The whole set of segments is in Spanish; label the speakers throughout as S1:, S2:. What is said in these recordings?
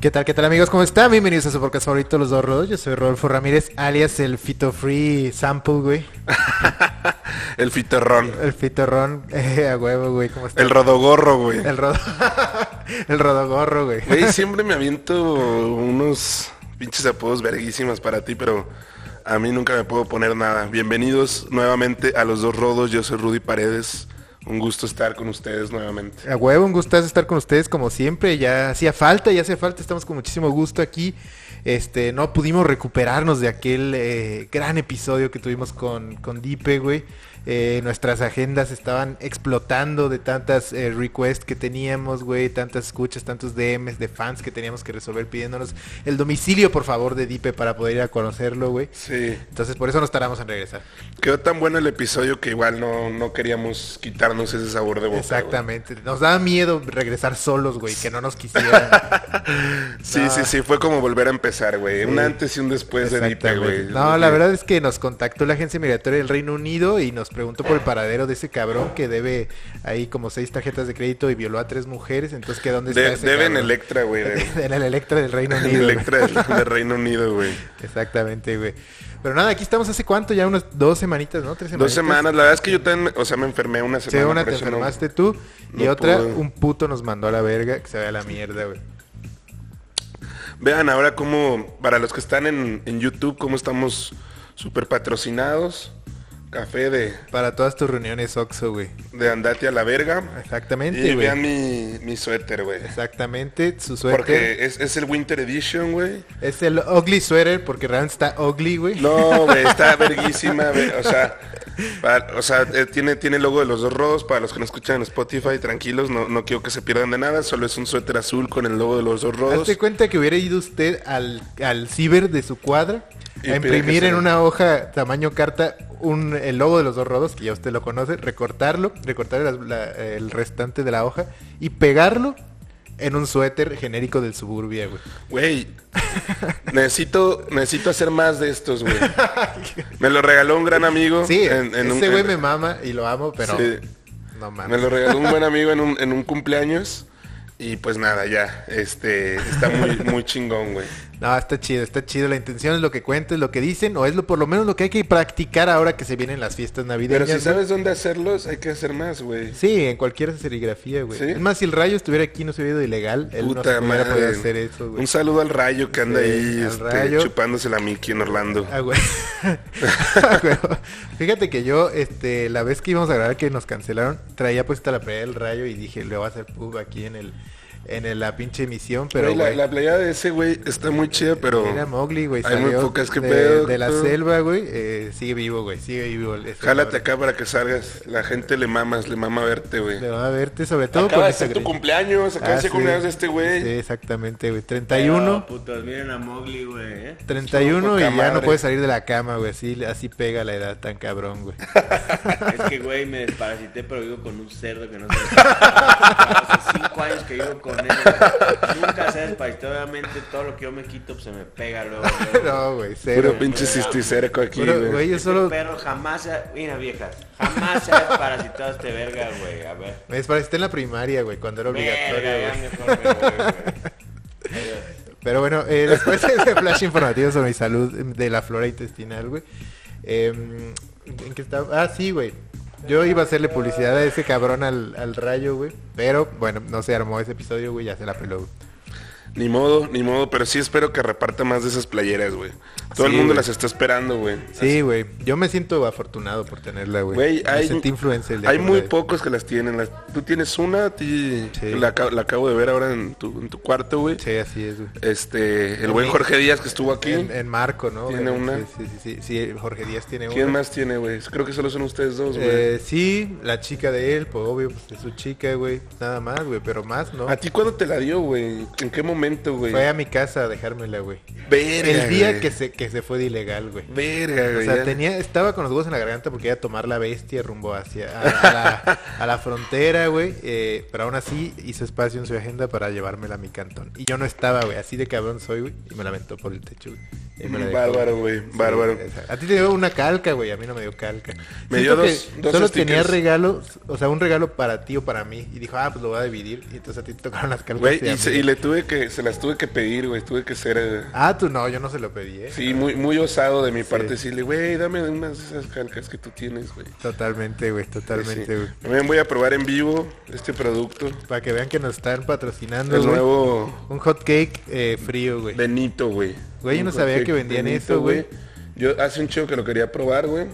S1: ¿Qué tal, qué tal amigos? ¿Cómo están? Bienvenidos a su podcast favorito, Los Dos Rodos. Yo soy Rodolfo Ramírez, alias el Fito Free Sample, güey.
S2: El fiterrón.
S1: El Fitorrón, eh, a huevo, güey. ¿Cómo estás?
S2: El rodogorro, güey.
S1: El, rodo... el rodogorro, güey.
S2: Güey, siempre me aviento unos pinches apodos verguísimas para ti, pero a mí nunca me puedo poner nada. Bienvenidos nuevamente a Los Dos Rodos. Yo soy Rudy Paredes. Un gusto estar con ustedes nuevamente.
S1: A huevo, un gustazo estar con ustedes como siempre. Ya hacía falta, ya hacía falta. Estamos con muchísimo gusto aquí. Este, no pudimos recuperarnos de aquel eh, gran episodio que tuvimos con, con Dipe, güey. Eh, nuestras agendas estaban explotando de tantas eh, requests que teníamos, güey, tantas escuchas, tantos DMs de fans que teníamos que resolver pidiéndonos el domicilio, por favor, de Dipe para poder ir a conocerlo, güey.
S2: Sí.
S1: Entonces, por eso nos tardamos en regresar.
S2: Quedó tan bueno el episodio que igual no, no queríamos quitarnos ese sabor de boca. güey.
S1: Exactamente. Nos daba miedo regresar solos, güey, que no nos quisieran.
S2: Sí, sí, sí. Fue como volver a empezar, güey. Un antes y un después de Dipe, Pues, güey.
S1: Exactamente. No, la verdad es que nos contactó la agencia migratoria del Reino Unido y nos preguntó por el paradero de ese cabrón que debe ahí como seis tarjetas de crédito y violó a tres mujeres. Entonces, ¿qué dónde está
S2: De-
S1: ese
S2: deben
S1: cabrón?
S2: Electra, güey. de-
S1: en el Electra del Reino Unido. güey.
S2: Electra del, del Reino Unido, güey.
S1: Exactamente, güey. Pero nada, aquí estamos hace cuánto, ya unas dos semanitas, ¿no? Tres
S2: Dos
S1: semanitas.
S2: semanas. La verdad es que yo también, me- o sea, me enfermé una
S1: Sí,
S2: semana.
S1: una
S2: por
S1: te
S2: eso no-
S1: enfermaste tú y
S2: no
S1: otra
S2: pude.
S1: un puto nos mandó a la verga, que se vea la mierda, güey.
S2: Vean ahora cómo, para los que están en, en YouTube, cómo estamos súper patrocinados. Café de,
S1: Para todas tus reuniones Oxxo, güey.
S2: de Andate a la verga.
S1: Exactamente,
S2: Y
S1: güey.
S2: vean mi, mi suéter, güey.
S1: Exactamente, su suéter.
S2: Porque es, es el Winter Edition, güey.
S1: Es el ugly sweater porque realmente está ugly, güey.
S2: No, güey, está verguísima, güey. O sea, para- o sea eh, tiene, tiene el logo de los dos rodos. Para los que no escuchan en Spotify, tranquilos, no, no quiero que se pierdan de nada. Solo es un suéter azul con el logo de los dos rodos.
S1: Hazte cuenta que hubiera ido usted al, al ciber de su cuadra
S2: Y
S1: a
S2: pide que
S1: imprimir
S2: se-
S1: en una hoja tamaño carta un, el logo de los dos rodos, que ya usted lo conoce, recortarlo, recortar las- la- el restante de la hoja y pegarlo en un suéter genérico del suburbia, güey.
S2: Güey, necesito, necesito hacer más de estos, güey. Me lo regaló un gran amigo.
S1: Sí,
S2: en- en un-
S1: ese güey
S2: en-
S1: me mama y lo amo, pero
S2: Sí.
S1: no
S2: Me
S1: mames.
S2: lo regaló un buen amigo en un, en un cumpleaños. Y pues nada, ya. Este, está muy, muy chingón, güey.
S1: No, está chido, está chido. La intención es lo que cuenta, es lo que dicen, o es lo por lo menos lo que hay que practicar ahora que se vienen las fiestas
S2: Pero
S1: navideñas.
S2: si
S1: güey.
S2: sabes dónde hacerlos, hay que hacer más, güey.
S1: Sí, en cualquier serigrafía, güey.
S2: ¿Sí?
S1: Es más, si el rayo estuviera aquí, no se hubiera ido ilegal. Él
S2: Puta
S1: no hubiera
S2: madre.
S1: podido hacer eso, güey.
S2: Un saludo al rayo que anda
S1: Sí,
S2: ahí
S1: al
S2: este,
S1: Rayo.
S2: chupándose la Mickey en Orlando.
S1: Ah, güey. Ah, güey. Fíjate que yo, este, la vez que íbamos a grabar que nos cancelaron, traía puesta la playa del rayo y dije, le voy a hacer pub aquí en el, en el- la pinche emisión, pero
S2: Güey, la,
S1: güey,
S2: la playa de ese güey está muy chida, pero
S1: Era Mowgli, güey,
S2: hay muy
S1: salió
S2: pocas que
S1: de,
S2: pedo,
S1: de la
S2: todo.
S1: selva, güey. eh, sigue vivo, güey, sigue vivo. el- ese cabrón.
S2: jálate acá para que salgas. La gente le mamas, le mama verte, güey.
S1: Le va a verte, sobre todo
S2: Acaba
S1: con
S2: de
S1: esta
S2: ser tu
S1: gri-
S2: cumpleaños, acaba de
S1: Ah,
S2: ser
S1: sí.
S2: cumpleaños de este güey.
S1: Sí, exactamente, güey. 31.
S3: Pero, putos, miren a Mowgli, güey. ¿eh?
S1: 31 y
S2: Poca
S1: ya no
S2: madre.
S1: puedes salir de la cama, güey. Así, así pega la edad tan cabrón, güey.
S3: Es que, güey, me desparasité, pero vivo con un cerdo que no se Hace cinco años que vivo con él. güey. Nunca se desparasitó. Obviamente, todo lo que yo me quito pues, se me pega luego. luego.
S1: No, güey, cero.
S2: Puro pinche cisticerco aquí,
S1: Puro-
S2: güey.
S1: güey, yo
S3: Este
S1: solo...
S3: perro jamás se ha... Mira, vieja. Jamás se ha desparasitado este verga, güey. A ver.
S1: Me despareciste en la primaria, güey, cuando era obligatorio,
S3: Verga, ya
S1: güey.
S3: mejor me voy, güey. Adiós.
S1: Pero bueno, eh, después de ese flash informativo sobre mi salud em, de la flora intestinal, güey. eh, ¿En qué estaba? Ah, sí, güey. Yo iba a hacerle publicidad a ese cabrón al, al rayo, güey. Pero, bueno, no se armó ese episodio, güey. Ya se la peló, güey.
S2: Ah, Ni modo, ni modo, pero sí espero que reparta más de esas playeras, güey. Todo el
S1: Sí,
S2: mundo
S1: güey.
S2: las está esperando, güey.
S1: Sí, güey. Yo me siento afortunado por tenerla, güey.
S2: Güey,
S1: Me
S2: hay,
S1: sentí influencer. el día
S2: hay
S1: que
S2: muy
S1: la-
S2: pocos que las tienen. Las- tú tienes una, a ti
S1: Sí.
S2: la, acabo- la acabo de ver ahora en tu, en tu cuarto, güey.
S1: Sí, así es, güey.
S2: Este, el buen Jorge Díaz que estuvo aquí.
S1: En, en Marco, ¿no?
S2: Tiene
S1: Eh,
S2: una.
S1: Sí, sí, sí, sí, sí, Jorge Díaz tiene una.
S2: ¿Quién más tiene, güey? Creo que solo son ustedes dos, güey.
S1: Eh, sí, la chica de él, pues obvio, pues es su chica, güey. Nada más, güey, pero más, ¿no?
S2: ¿A ti cuándo te la dio, güey? ¿En qué momento, güey?
S1: Fue a mi casa a dejármela, güey.
S2: Verga,
S1: El día
S2: güey.
S1: que se, que se fue de ilegal, güey.
S2: Verga,
S1: O
S2: güey.
S1: sea,
S2: ya.
S1: tenía, estaba con los huevos en la garganta porque iba a tomar la bestia rumbo hacia a, a la, a la frontera, güey. eh, pero aún así hizo espacio en su agenda para llevármela a mi cantón. Y yo no estaba, güey. Así de cabrón soy, güey. Y me la aventó por el techo, güey. Y me la dejó,
S2: Bárbaro, güey, bárbaro.
S1: esa- A ti te dio una calca, güey. A mí no me dio calca.
S2: Me dio
S1: que
S2: dos- dos
S1: Solo
S2: stickers.
S1: tenía regalos, o sea, un regalo para ti o para mí. Y dijo, ah, pues lo voy a dividir. Y entonces a ti te tocaron las calcas.
S2: Güey,
S1: a
S2: y,
S1: mí
S2: se-
S1: no.
S2: y le tuve que, que, se las tuve que pedir, güey. Tuve que ser. eh,
S1: Ah, tú no, yo no se lo pedí, ¿eh?
S2: Sí, muy, muy osado de mi parte decirle, güey, dame unas de esas calcas que tú tienes, güey.
S1: Totalmente, güey,
S2: Sí.
S1: totalmente, güey.
S2: También voy a probar en vivo este producto.
S1: Para que vean que nos están patrocinando,
S2: El
S1: güey.
S2: nuevo
S1: Un hot cake eh, frío, güey.
S2: Benito, güey.
S1: Güey, yo no
S2: Un
S1: sabía
S2: hotcake
S1: que vendían eso, güey.
S2: Yo hace un chico que lo quería probar, güey.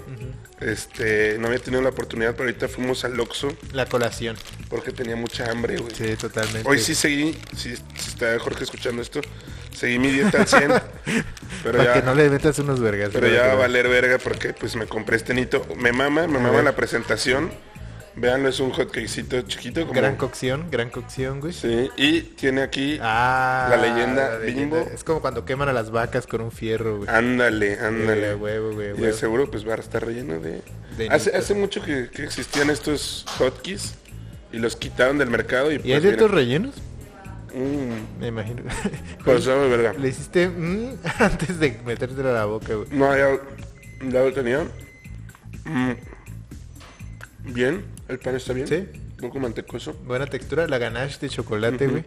S2: Este, no había tenido la oportunidad, pero ahorita fuimos al Oxxo
S1: La colación.
S2: porque tenía mucha hambre, güey.
S1: Sí, totalmente.
S2: Hoy sí seguí, si, si está Jorge escuchando esto, seguí mi dieta al 100, pero
S1: Para
S2: ya,
S1: que no le metas unos vergas.
S2: pero
S1: güey,
S2: ya va a
S1: güey.
S2: valer verga porque pues me compré este nito. Me mama, me mama
S1: ver.
S2: la presentación. Véanlo, es un hotcakecito chiquito. Como,
S1: Gran cocción, gran cocción, güey.
S2: sí, y tiene aquí...
S1: Ah,
S2: La leyenda Bimbo.
S1: Es como cuando queman a las vacas con un fierro, güey.
S2: Ándale, ándale.
S1: Eh, huevo, güey,
S2: Y
S1: huevo.
S2: de seguro pues va a estar relleno de...
S1: De
S2: hace,
S1: nito.
S2: hace mucho que, que existían estos hotkeys y los quitaron del mercado y...
S1: ¿Y hay
S2: pues,
S1: de
S2: mira,
S1: estos rellenos?
S2: mm,
S1: Me imagino.
S2: pues, sabe, verga.
S1: Le hiciste mm, antes de metértelo a la boca, güey.
S2: No, ya, ya lo tenía. Mm. Bien, el pan está bien.
S1: Sí.
S2: Un poco mantecoso.
S1: Buena textura, la ganache de chocolate, güey.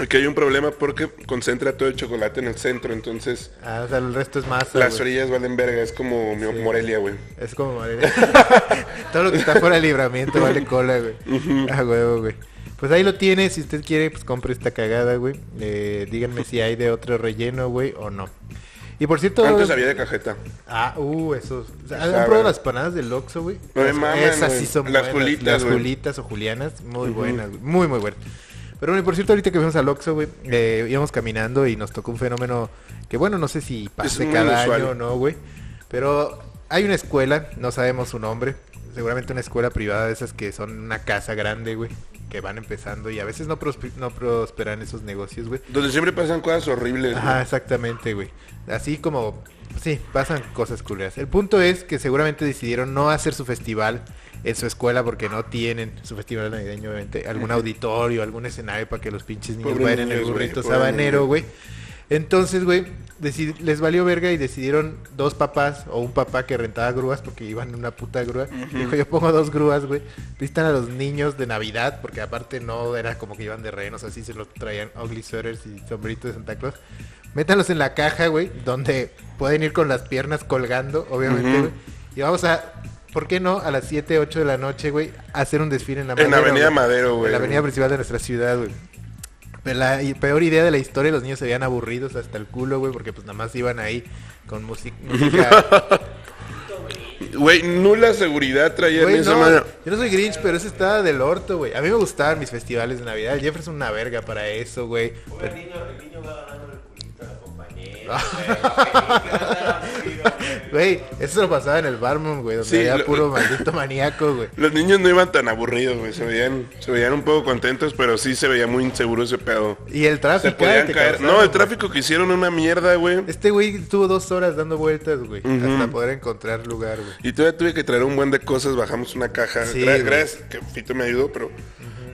S2: Aquí hay un problema porque concentra todo el chocolate en el centro, entonces
S1: Ah, o sea, el resto es masa,
S2: las
S1: güey.
S2: orillas valen verga, es como mi Morelia, güey.
S1: Es como madre. Todo lo que está fuera de libramiento vale cola, güey. A huevo, güey. Pues ahí lo tiene, si usted quiere, pues compre esta cagada, güey. Eh, díganme si hay de otro relleno, güey, o no. Y por cierto...
S2: Antes había de cajeta.
S1: Ah, uh, eso. O sea, ¿Han
S2: Sabe.
S1: probado las panadas del Oxxo, güey?
S2: No me
S1: Esas-
S2: maman,
S1: Esas
S2: güey.
S1: sí son
S2: Las
S1: buenas.
S2: julitas,
S1: Las
S2: güey.
S1: julitas o julianas, muy buenas, güey. Muy, muy buenas. Pero bueno, y por cierto, ahorita que fuimos al Oxxo, güey, eh, íbamos caminando y nos tocó un fenómeno que, bueno, no sé si pase
S2: muy
S1: cada
S2: inusual.
S1: año o no, güey. Pero hay una escuela, no sabemos su nombre. Seguramente una escuela privada de esas que son una casa grande, güey. Que van empezando y a veces no, prospe- no prosperan esos negocios, güey.
S2: Donde siempre pasan cosas horribles. güey.
S1: Ajá, exactamente, güey. Así como, sí, pasan cosas culeras. El punto es que seguramente decidieron no hacer su festival en su escuela porque no tienen su festival navideño, obviamente, algún auditorio, algún escenario para que los pinches niños
S2: Pobres
S1: bailen el
S2: niños, güey,
S1: burrito
S2: pobres
S1: sabanero,
S2: niños.
S1: güey. Entonces, güey, decid- les valió verga y decidieron dos papás o un papá que rentaba grúas porque iban en una puta grúa. Dijo, yo pongo dos grúas, güey. Vistan a los niños de Navidad porque aparte no era como que iban de renos, así se los traían ugly sweaters y sombreritos de Santa Claus. Métanlos en la caja, güey, donde pueden ir con las piernas colgando, obviamente,
S2: Ujú.
S1: güey. Y vamos a, ¿por qué no? A las 7, 8 de la noche, güey, hacer un desfile en la
S2: En Avenida Madero,
S1: En
S2: güey.
S1: la avenida principal de nuestra ciudad, güey. Pero La y- peor idea de la historia, los niños se veían aburridos hasta el culo, güey, porque pues nada más iban ahí con music- música.
S2: Güey, nula seguridad traía
S1: Güey,
S2: en esa
S1: no,
S2: mano.
S1: yo no soy Grinch, pero eso estaba del orto, güey. A mí me gustaban mis festivales de Navidad. El Jefferson una verga para eso, güey.
S3: Pobre
S1: Pero-
S3: niño, el niño va ganando el culito a la compañera. güey. Va ganando,
S1: Güey, eso lo pasaba en el Barmon, güey, donde
S2: Sí,
S1: había
S2: lo-
S1: puro maldito maníaco, güey.
S2: Los niños no iban tan aburridos, güey. Se veían, se veían un poco contentos, pero sí se veía muy inseguro ese pedo.
S1: Y el tráfico.
S2: Se podían
S1: que
S2: caer.
S1: causaron,
S2: No, el
S1: güey.
S2: tráfico que hicieron una mierda, güey.
S1: Este güey estuvo dos horas dando vueltas, güey, hasta poder encontrar lugar, güey.
S2: Y todavía tuve que traer un buen de cosas, bajamos una caja.
S1: Sí,
S2: Gra-
S1: güey.
S2: gracias, que Fito me ayudó, pero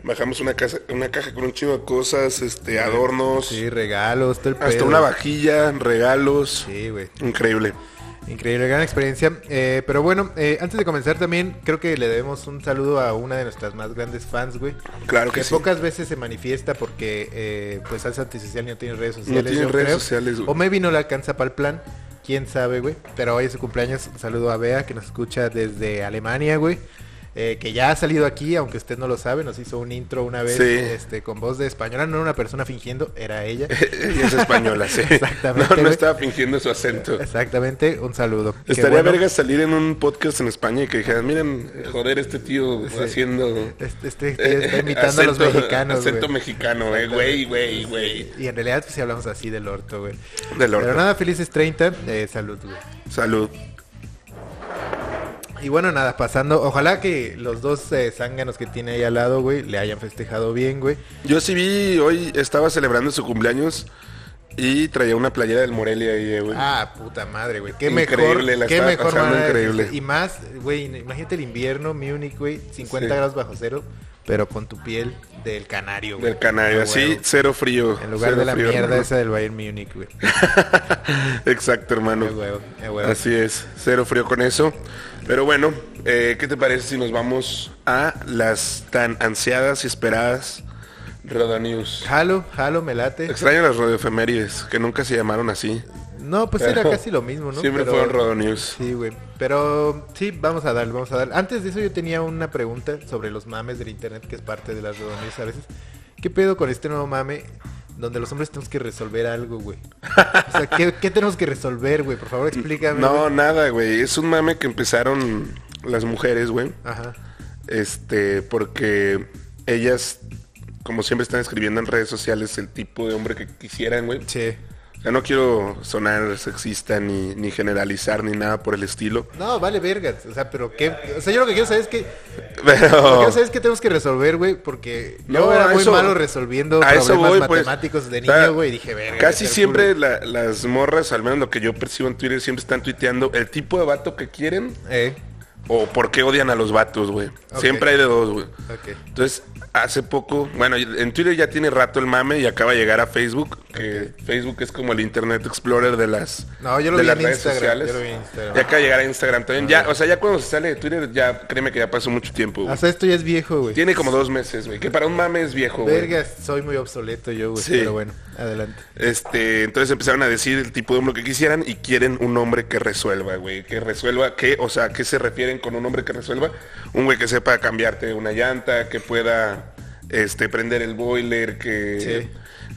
S2: bajamos una, casa, una caja con un chingo de cosas, este, adornos,
S1: Sí, regalos, todo el
S2: hasta
S1: pedo.
S2: una vajilla, regalos.
S1: Sí, güey.
S2: Increíble.
S1: Increíble, gran experiencia. Eh, pero bueno, eh, antes de comenzar también, creo que le debemos un saludo a una de nuestras más grandes fans, güey.
S2: Claro que
S1: que
S2: sí.
S1: pocas veces se manifiesta porque, eh, pues, Salsa Antisocial no tiene redes sociales.
S2: No tiene
S1: yo
S2: redes
S1: creo.
S2: sociales, güey.
S1: O maybe no le alcanza para el plan. Quién sabe, güey. Pero hoy es su cumpleaños. Un saludo a Bea, que nos escucha desde Alemania, güey. Eh, que ya ha salido aquí, aunque usted no lo sabe. Nos hizo un intro una vez
S2: Sí.
S1: este, con voz de española. No era una persona fingiendo, era ella.
S2: Ella es española, sí.
S1: Exactamente,
S2: No, no
S1: güey.
S2: estaba fingiendo su acento.
S1: Exactamente, un saludo. Qué
S2: Estaría
S1: bueno.
S2: verga salir en un podcast en España y que dijeran, miren, joder, este tío haciendo...
S1: Este, este tío está
S2: eh,
S1: imitando a los
S2: acento-
S1: mexicanos,
S2: Acento
S1: güey.
S2: mexicano, eh, güey, güey, güey.
S1: Y en realidad pues, sí hablamos así del orto, güey.
S2: Del
S1: Pero
S2: orto.
S1: nada, felices 30. eh, salud, güey.
S2: Salud.
S1: Y bueno, nada, pasando. Ojalá que los dos eh, zánganos que tiene ahí al lado, güey, le hayan festejado bien, güey.
S2: Yo sí vi, hoy estaba celebrando su cumpleaños y traía una playera del Morelia ahí, eh, güey.
S1: Ah, puta madre, güey. Qué
S2: Increíble,
S1: mejor.
S2: la
S1: qué
S2: estaba
S1: mejor
S2: pasando
S1: manera de-
S2: increíble.
S1: Y más, güey, imagínate el invierno, Múnich, güey, 50
S2: Sí.
S1: grados bajo cero, pero con tu piel del canario, güey.
S2: del canario,
S1: Ah,
S2: así,
S1: güey.
S2: cero frío.
S1: En lugar
S2: cero
S1: de la
S2: frío,
S1: mierda
S2: hermano.
S1: esa del Bayern Múnich, güey.
S2: Exacto, hermano.
S1: Qué huevo, qué huevo.
S2: Así es, cero frío con eso. Pero bueno, eh, ¿qué te parece si nos vamos a las tan ansiadas y esperadas Rodonews.
S1: Jalo, jalo, me late.
S2: Extraño las radioefemérides, que nunca se llamaron así.
S1: No, pues era casi lo mismo, ¿no?
S2: Siempre
S1: Pero-
S2: fueron Rodonews.
S1: Sí, güey. Pero sí, vamos a darle, vamos a darle. Antes de eso yo tenía una pregunta sobre los mames del internet, que es parte de las reuniones a veces. ¿Qué pedo con este nuevo mame donde los hombres tenemos que resolver algo, güey? O sea, ¿qué, qué tenemos que resolver, güey? Por favor, explícame.
S2: No,
S1: güey.
S2: nada, güey. Es un mame que empezaron las mujeres, güey.
S1: Ajá.
S2: Este, porque ellas, como siempre, están escribiendo en redes sociales el tipo de hombre que quisieran, güey.
S1: Che.
S2: O sea, no quiero sonar sexista ni, ni generalizar ni nada por el estilo.
S1: No, vale verga. O sea, pero qué... O sea, yo lo que quiero saber es que... Lo que
S2: Pero.
S1: quiero saber es que tenemos que resolver, güey, porque yo
S2: Oh. No,
S1: era
S2: a
S1: muy
S2: eso-
S1: malo resolviendo
S2: a
S1: problemas
S2: eso voy, pues.
S1: matemáticos de
S2: O sea,
S1: niño, güey, y dije, verga.
S2: Casi
S1: qué
S2: siempre la- las morras, al menos lo que yo percibo en Twitter, siempre están tuiteando el tipo de vato que quieren
S1: culo". Eh,
S2: o por qué odian a los vatos, güey.
S1: Ok.
S2: Siempre hay de dos, güey.
S1: ok.
S2: Entonces, hace poco, bueno, en Twitter ya tiene rato el mame y acaba de llegar a Facebook, que Facebook es como el Internet Explorer de las,
S1: No, yo lo
S2: de
S1: vi
S2: las
S1: en Instagram, yo lo vi en Instagram. Ah.
S2: Ya acaba de llegar a Instagram también. Ya, o sea, ya cuando se sale de Twitter, ya créeme que ya pasó mucho tiempo, güey.
S1: O sea, esto ya es viejo, güey.
S2: Tiene como dos meses, güey. Que para un mame es viejo, güey.
S1: Vergas, soy muy obsoleto yo, güey.
S2: Sí.
S1: Pero bueno, adelante.
S2: Este, entonces empezaron a decir el tipo de hombre que quisieran y quieren un hombre que resuelva, güey. Que resuelva qué, o sea, ¿a qué se refieren con un hombre que resuelva? Un güey que sepa cambiarte una llanta, que pueda este, prender el boiler, que.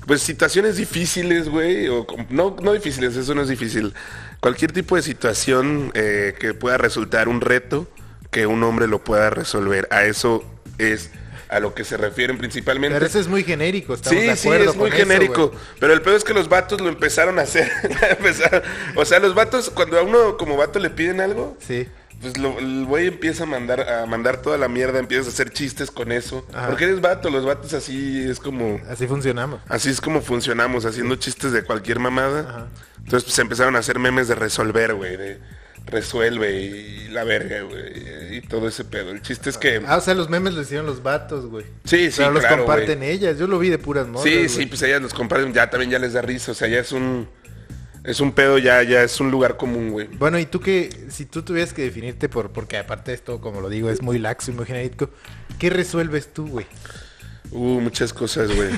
S2: Pues situaciones difíciles, güey. O com- no, no difíciles, eso no es difícil. Cualquier tipo de situación eh, que pueda resultar un reto, que un hombre lo pueda resolver. A eso es a lo que se refieren principalmente.
S1: Pero eso es muy genérico, estamos
S2: Sí,
S1: de
S2: sí,
S1: acuerdo
S2: es muy
S1: con eso,
S2: genérico.
S1: güey.
S2: pero el pedo es que los vatos lo empezaron a hacer. Empezaron- o sea, los vatos, cuando a uno como vato le piden algo,
S1: Sí.
S2: pues lo- el güey empieza a mandar, a mandar toda la mierda, empiezas a hacer chistes con eso.
S1: Ajá.
S2: Porque eres vato, los vatos así es como.
S1: Así funcionamos.
S2: Así es como funcionamos, haciendo chistes de cualquier mamada. Entonces pues empezaron a hacer memes de resolver, güey, de resuelve y la verga, güey, y todo ese pedo. El chiste es que...
S1: Ah, o sea, los memes lo hicieron los vatos, güey.
S2: Sí, sí,
S1: Pero los
S2: claro,
S1: comparten ellas. Yo lo vi de puras morras,
S2: Sí,
S1: güey.
S2: sí, pues ellas los comparten, ya también ya les da risa, o sea, ya es un es un pedo, ya, ya es un lugar común, güey.
S1: Bueno, y tú que, si tú tuvieras que definirte por, porque aparte de esto, como lo digo, es muy laxo y muy genérico, ¿qué resuelves tú, güey?
S2: Uh, muchas cosas, güey.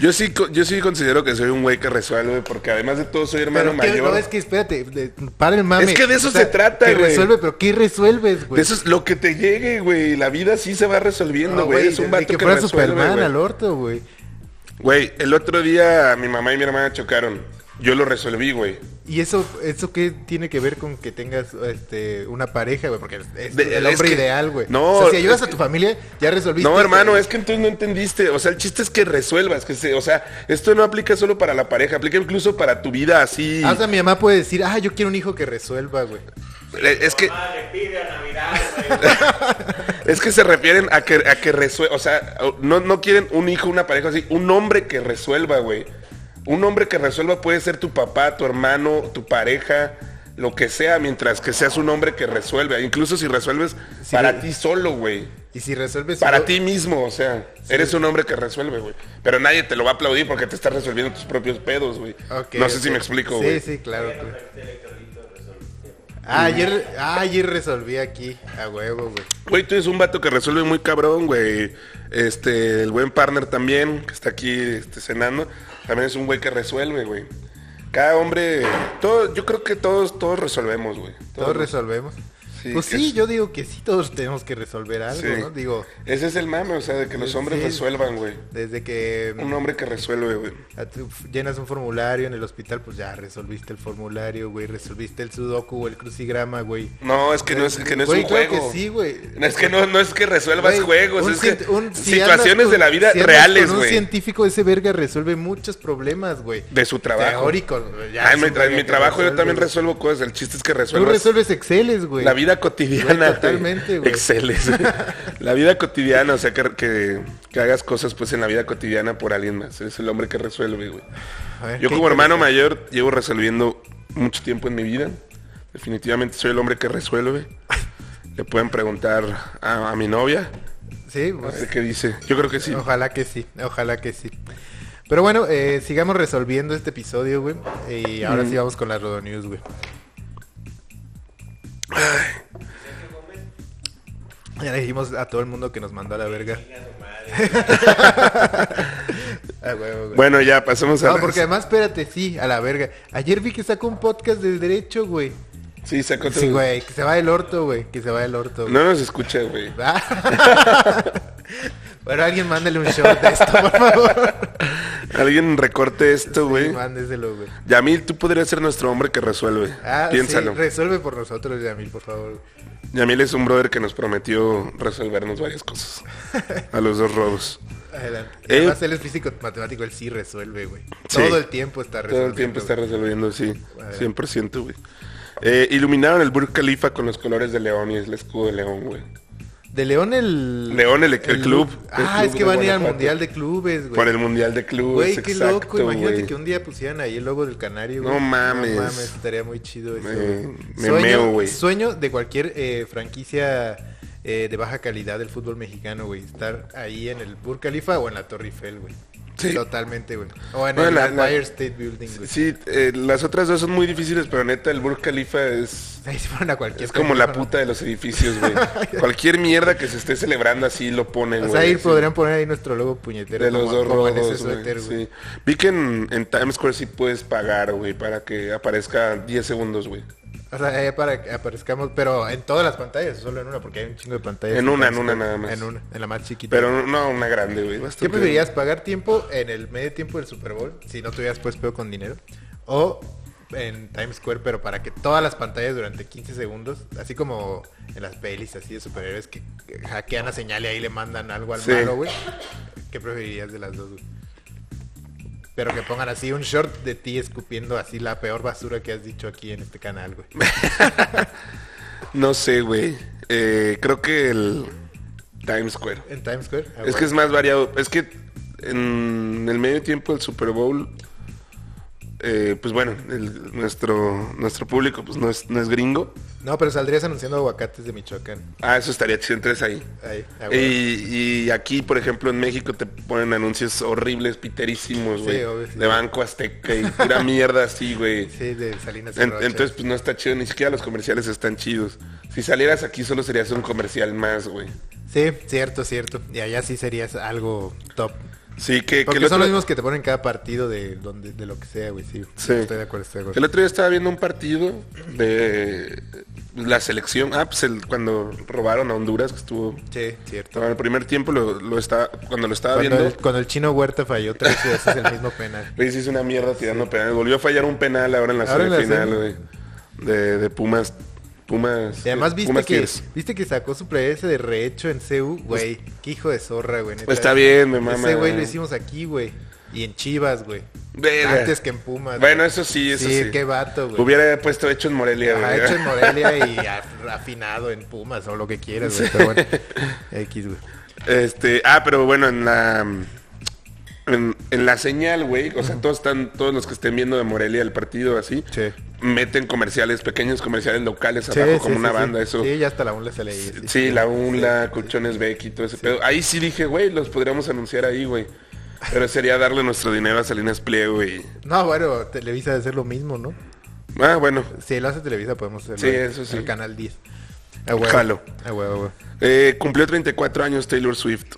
S2: Yo sí, co- yo sí considero que soy un güey que resuelve, porque además de todo soy hermano
S1: Pero ¿qué-
S2: mayor.
S1: no, es que espérate, de- para el mame.
S2: Es que de eso se trata,
S1: que
S2: güey.
S1: resuelve, pero ¿qué resuelves, güey?
S2: De eso es lo que te llegue, güey. La vida sí se va resolviendo,
S1: No,
S2: güey. Es un
S1: ni
S2: vato que,
S1: Ah, que fuera
S2: resuelve,
S1: Superman
S2: güey.
S1: al orto, güey.
S2: Güey, el otro día mi mamá y mi hermana chocaron. Yo lo resolví, güey.
S1: ¿Y eso, eso qué tiene que ver con que tengas este, una pareja, güey? Porque es
S2: De-
S1: el
S2: es
S1: hombre
S2: que-
S1: ideal, güey.
S2: no,
S1: O sea, si ayudas
S2: es
S1: a tu familia, ya resolviste.
S2: No, hermano,
S1: güey.
S2: es que entonces no entendiste. O sea, el chiste es que resuelvas, que se, o sea, esto no aplica solo para la pareja, aplica incluso para tu vida así.
S1: Ah, o sea, mi mamá puede decir, ah, yo quiero un hijo que resuelva, güey.
S2: Eh, es que
S3: Mamá, le pide a Navidad, güey.
S2: es que se refieren a que a que resuelva, o sea, no, no quieren un hijo, una pareja así, un hombre que resuelva, güey. Un hombre que resuelva puede ser tu papá, tu hermano, tu pareja, lo que sea, mientras que seas un hombre que resuelve, incluso si resuelves
S1: Sí,
S2: para
S1: güey.
S2: ti solo, güey.
S1: Y si resuelves...
S2: Para
S1: solo-
S2: ti mismo, o sea, eres un hombre que resuelve, güey. Pero nadie te lo va a aplaudir porque te estás resolviendo tus propios pedos, güey.
S1: Ok,
S2: no sé
S1: ok.
S2: si me explico,
S1: Sí,
S2: güey.
S1: sí, claro. claro. Ah, ayer, ah, ayer resolví aquí, a huevo, güey.
S2: Güey, tú eres un vato que resuelve muy cabrón, güey. Este, el buen partner también, que está aquí este, cenando, también es un güey que resuelve, güey. Cada hombre, todo, yo creo que todos, todos resolvemos, güey.
S1: Todos resolvemos.
S2: Sí,
S1: pues
S2: que
S1: sí,
S2: es-
S1: yo digo que sí, todos tenemos que resolver algo,
S2: Sí.
S1: ¿no? Digo,
S2: Ese es el mame, o sea, de que los hombres
S1: Sí.
S2: resuelvan, güey.
S1: desde que... mm,
S2: Un hombre que resuelve, güey.
S1: A tu- llenas un formulario en el hospital, pues ya resolviste el formulario, güey, resolviste el sudoku o el crucigrama, güey.
S2: No, es que no es, que no es
S1: Güey,
S2: un
S1: claro
S2: juego.
S1: que sí, güey.
S2: No, es que no, no es que resuelvas
S1: Güey,
S2: juegos,
S1: un
S2: es que
S1: cient- un- si andas
S2: situaciones
S1: con-
S2: de la vida
S1: si andas
S2: reales,
S1: con un
S2: güey.
S1: científico ese verga resuelve muchos problemas, güey.
S2: De su trabajo.
S1: Teóricos. güey, ya
S2: Ah,
S1: es
S2: en mi,
S1: un
S2: tra- en
S1: verga
S2: mi
S1: que
S2: trabajo yo
S1: resuelve,
S2: también
S1: güey.
S2: resuelvo cosas. El chiste es que
S1: Tú
S2: resuelvas
S1: resuelves Exceles, güey.
S2: la vida cotidiana.
S1: Güey, totalmente, güey.
S2: Exceles. la vida cotidiana, o sea, que, que, que hagas cosas pues en la vida cotidiana por alguien más. Es el hombre que resuelve, güey.
S1: A ver,
S2: Yo
S1: ¿qué-
S2: como hermano mayor llevo resolviendo mucho tiempo en mi vida. Definitivamente soy el hombre que resuelve. Le pueden preguntar a, a mi novia.
S1: Sí,
S2: No
S1: pues,
S2: sé qué dice. Yo creo que sí.
S1: Ojalá que sí, ojalá que sí. Pero bueno, eh, sigamos resolviendo este episodio, güey. Y ahora sí vamos con las Rodonews, güey. Ya le dijimos a todo el mundo que nos mandó a la verga. Ah, huevo, güey.
S2: Bueno, ya, pasemos a...
S1: No,
S2: las-
S1: porque además, espérate, sí, a la verga. Ayer vi que sacó un podcast del derecho, güey.
S2: Sí, sacó
S1: Sí,
S2: tu-
S1: güey, que se va el orto, güey. Que se va el orto, güey.
S2: No nos escucha, güey.
S1: Ah. bueno, alguien mándale un shot de esto, por favor.
S2: Alguien recorte esto, güey.
S1: Sí, mándeselo, güey.
S2: Yamil, tú podrías ser nuestro hombre que resuelve.
S1: Ah,
S2: Piénsalo.
S1: sí, resuelve por nosotros, Yamil, por favor.
S2: Yamil es un brother que nos prometió resolvernos varias cosas. A los dos robos.
S1: Adelante.
S2: Eh.
S1: Además, él es físico matemático, él sí resuelve, güey.
S2: Sí.
S1: Todo el tiempo está
S2: Todo
S1: resolviendo.
S2: el tiempo está
S1: güey.
S2: resolviendo, sí.
S1: Bueno.
S2: 100%, güey. Eh, iluminaron el Burj Khalifa con los colores de León y es el escudo de León, güey.
S1: De León el...
S2: León, el- el club. El
S1: Ah,
S2: club
S1: es que
S2: de
S1: van a ir al
S2: Guanajuato.
S1: Mundial de Clubes, güey.
S2: Por el Mundial de Clubes,
S1: Güey, qué
S2: exacto,
S1: loco. Imagínate
S2: güey.
S1: que un día pusieran ahí el logo del Canario, güey.
S2: No mames.
S1: No mames, estaría muy chido eso.
S2: Me-
S1: güey.
S2: me meo, güey.
S1: Sueño de cualquier eh, franquicia eh, de baja calidad del fútbol mexicano, güey. Estar ahí en el Burj Khalifa o en la Torre Eiffel, güey.
S2: Sí.
S1: Totalmente, güey. O en
S2: No,
S1: el
S2: la- la-
S1: Empire State Building, güey.
S2: Sí, eh, las otras dos son muy difíciles, pero neta, el Burj Khalifa es...
S1: Ahí se fueron a cualquier
S2: Es como la
S1: pendejo, ¿no?
S2: puta de los edificios, güey. Cualquier mierda que se esté celebrando así lo ponen,
S1: O
S2: güey.
S1: sea, ahí
S2: sí.
S1: podrían poner ahí nuestro logo puñetero.
S2: De los
S1: como-
S2: dos
S1: como en ese
S2: rodos, güey,
S1: suéter, güey.
S2: sí. Vi que en, en Times Square sí puedes pagar, güey, para que aparezca 10 segundos, güey.
S1: O sea, ahí para que aparezcamos, pero en todas las pantallas, solo en una, porque hay un chingo de pantallas.
S2: En una, en
S1: Entonces,
S2: una nada más.
S1: En una, en la más chiquita.
S2: Pero no- no una grande, güey.
S1: ¿Qué
S2: bastante-
S1: preferirías, pagar tiempo en el medio tiempo del Super Bowl, si no tuvieras pues pedo con dinero? O en Times Square, pero para que todas las pantallas durante 15 segundos, así como en las pelis así de superhéroes que que hackean la señal y ahí le mandan algo al
S2: Sí.
S1: malo, güey. ¿Qué preferirías de las dos, güey? Pero que pongan así un short de ti escupiendo así la peor basura que has dicho aquí en este canal, güey.
S2: No sé, güey. Eh, creo que el Times Square.
S1: En Times Square. ah,
S2: Es que
S1: güey.
S2: es más variado. Es que en el medio tiempo del Super Bowl, eh, pues bueno, el- nuestro, nuestro público pues no es, no es gringo.
S1: No, pero saldrías anunciando aguacates de Michoacán.
S2: Ah, eso estaría chido, entres ahí.
S1: Ahí, ah, güey.
S2: Y, y aquí, por ejemplo, en México te ponen anuncios horribles, piterísimos,
S1: Sí,
S2: güey.
S1: obvio, sí.
S2: de Banco Azteca y pura mierda así, güey.
S1: Sí, de Salinas.
S2: En-
S1: Rocha.
S2: entonces, pues no está chido, ni siquiera los comerciales están chidos. Si salieras aquí, solo serías un comercial más, güey.
S1: Sí, cierto, cierto. Y allá sí serías algo top.
S2: Sí, que, que
S1: Porque
S2: el,
S1: son
S2: otro,
S1: los mismos que te ponen cada partido de donde de lo que sea, güey. Sí,
S2: Sí.
S1: estoy de acuerdo, estoy de
S2: el
S1: acuerdo.
S2: otro día estaba viendo un partido de la selección. Ah, pues el, cuando robaron a Honduras, que estuvo.
S1: Sí, cierto.
S2: En el primer tiempo, lo, lo estaba, cuando lo estaba
S1: Cuando
S2: viendo.
S1: el, cuando el chino Huerta falló tres veces el mismo penal.
S2: Luis hizo una mierda tirando penales. Volvió a fallar un penal ahora en la
S1: Ahora en la
S2: semifinal,
S1: semi.
S2: güey. De, de Pumas. Pumas.
S1: Y además viste
S2: Pumas
S1: que
S2: Tigres.
S1: viste que sacó su player ese de rehecho en CU, güey. Qué hijo de zorra, güey. neta.
S2: Está bien, me mama.
S1: Ese güey lo hicimos aquí, güey. Y en Chivas, güey.
S2: Verga.
S1: Antes que en Pumas.
S2: Bueno,
S1: güey.
S2: eso sí, eso sí.
S1: qué vato, güey.
S2: Hubiera puesto hecho en Morelia,
S1: Ajá,
S2: güey.
S1: hecho en Morelia y af- afinado en Pumas o lo que quieras, güey. Pero bueno, X, güey.
S2: Este, ah, pero bueno, en la. En, en la señal, güey. O sea, todos están, todos los que estén viendo de Morelia el partido así,
S1: Sí.
S2: meten comerciales, pequeños comerciales locales
S1: Sí,
S2: abajo,
S1: sí,
S2: como
S1: sí,
S2: una
S1: sí.
S2: banda, eso.
S1: Sí, ya hasta la UNLA se leía.
S2: Sí, la UNLA, Colchones Beck y todo ese pedo. Ahí sí dije, güey, los podríamos anunciar ahí, güey. Pero sería darle nuestro dinero a Salinas Pliego y...
S1: No, bueno, Televisa debe ser lo mismo, ¿no?
S2: Ah, bueno.
S1: Si lo hace Televisa, podemos hacerlo.
S2: Sí,
S1: en-
S2: eso sí.
S1: En el canal 10. A huevo.
S2: Jalo.
S1: A huevo, güey.
S2: Eh, cumplió 34 años Taylor Swift.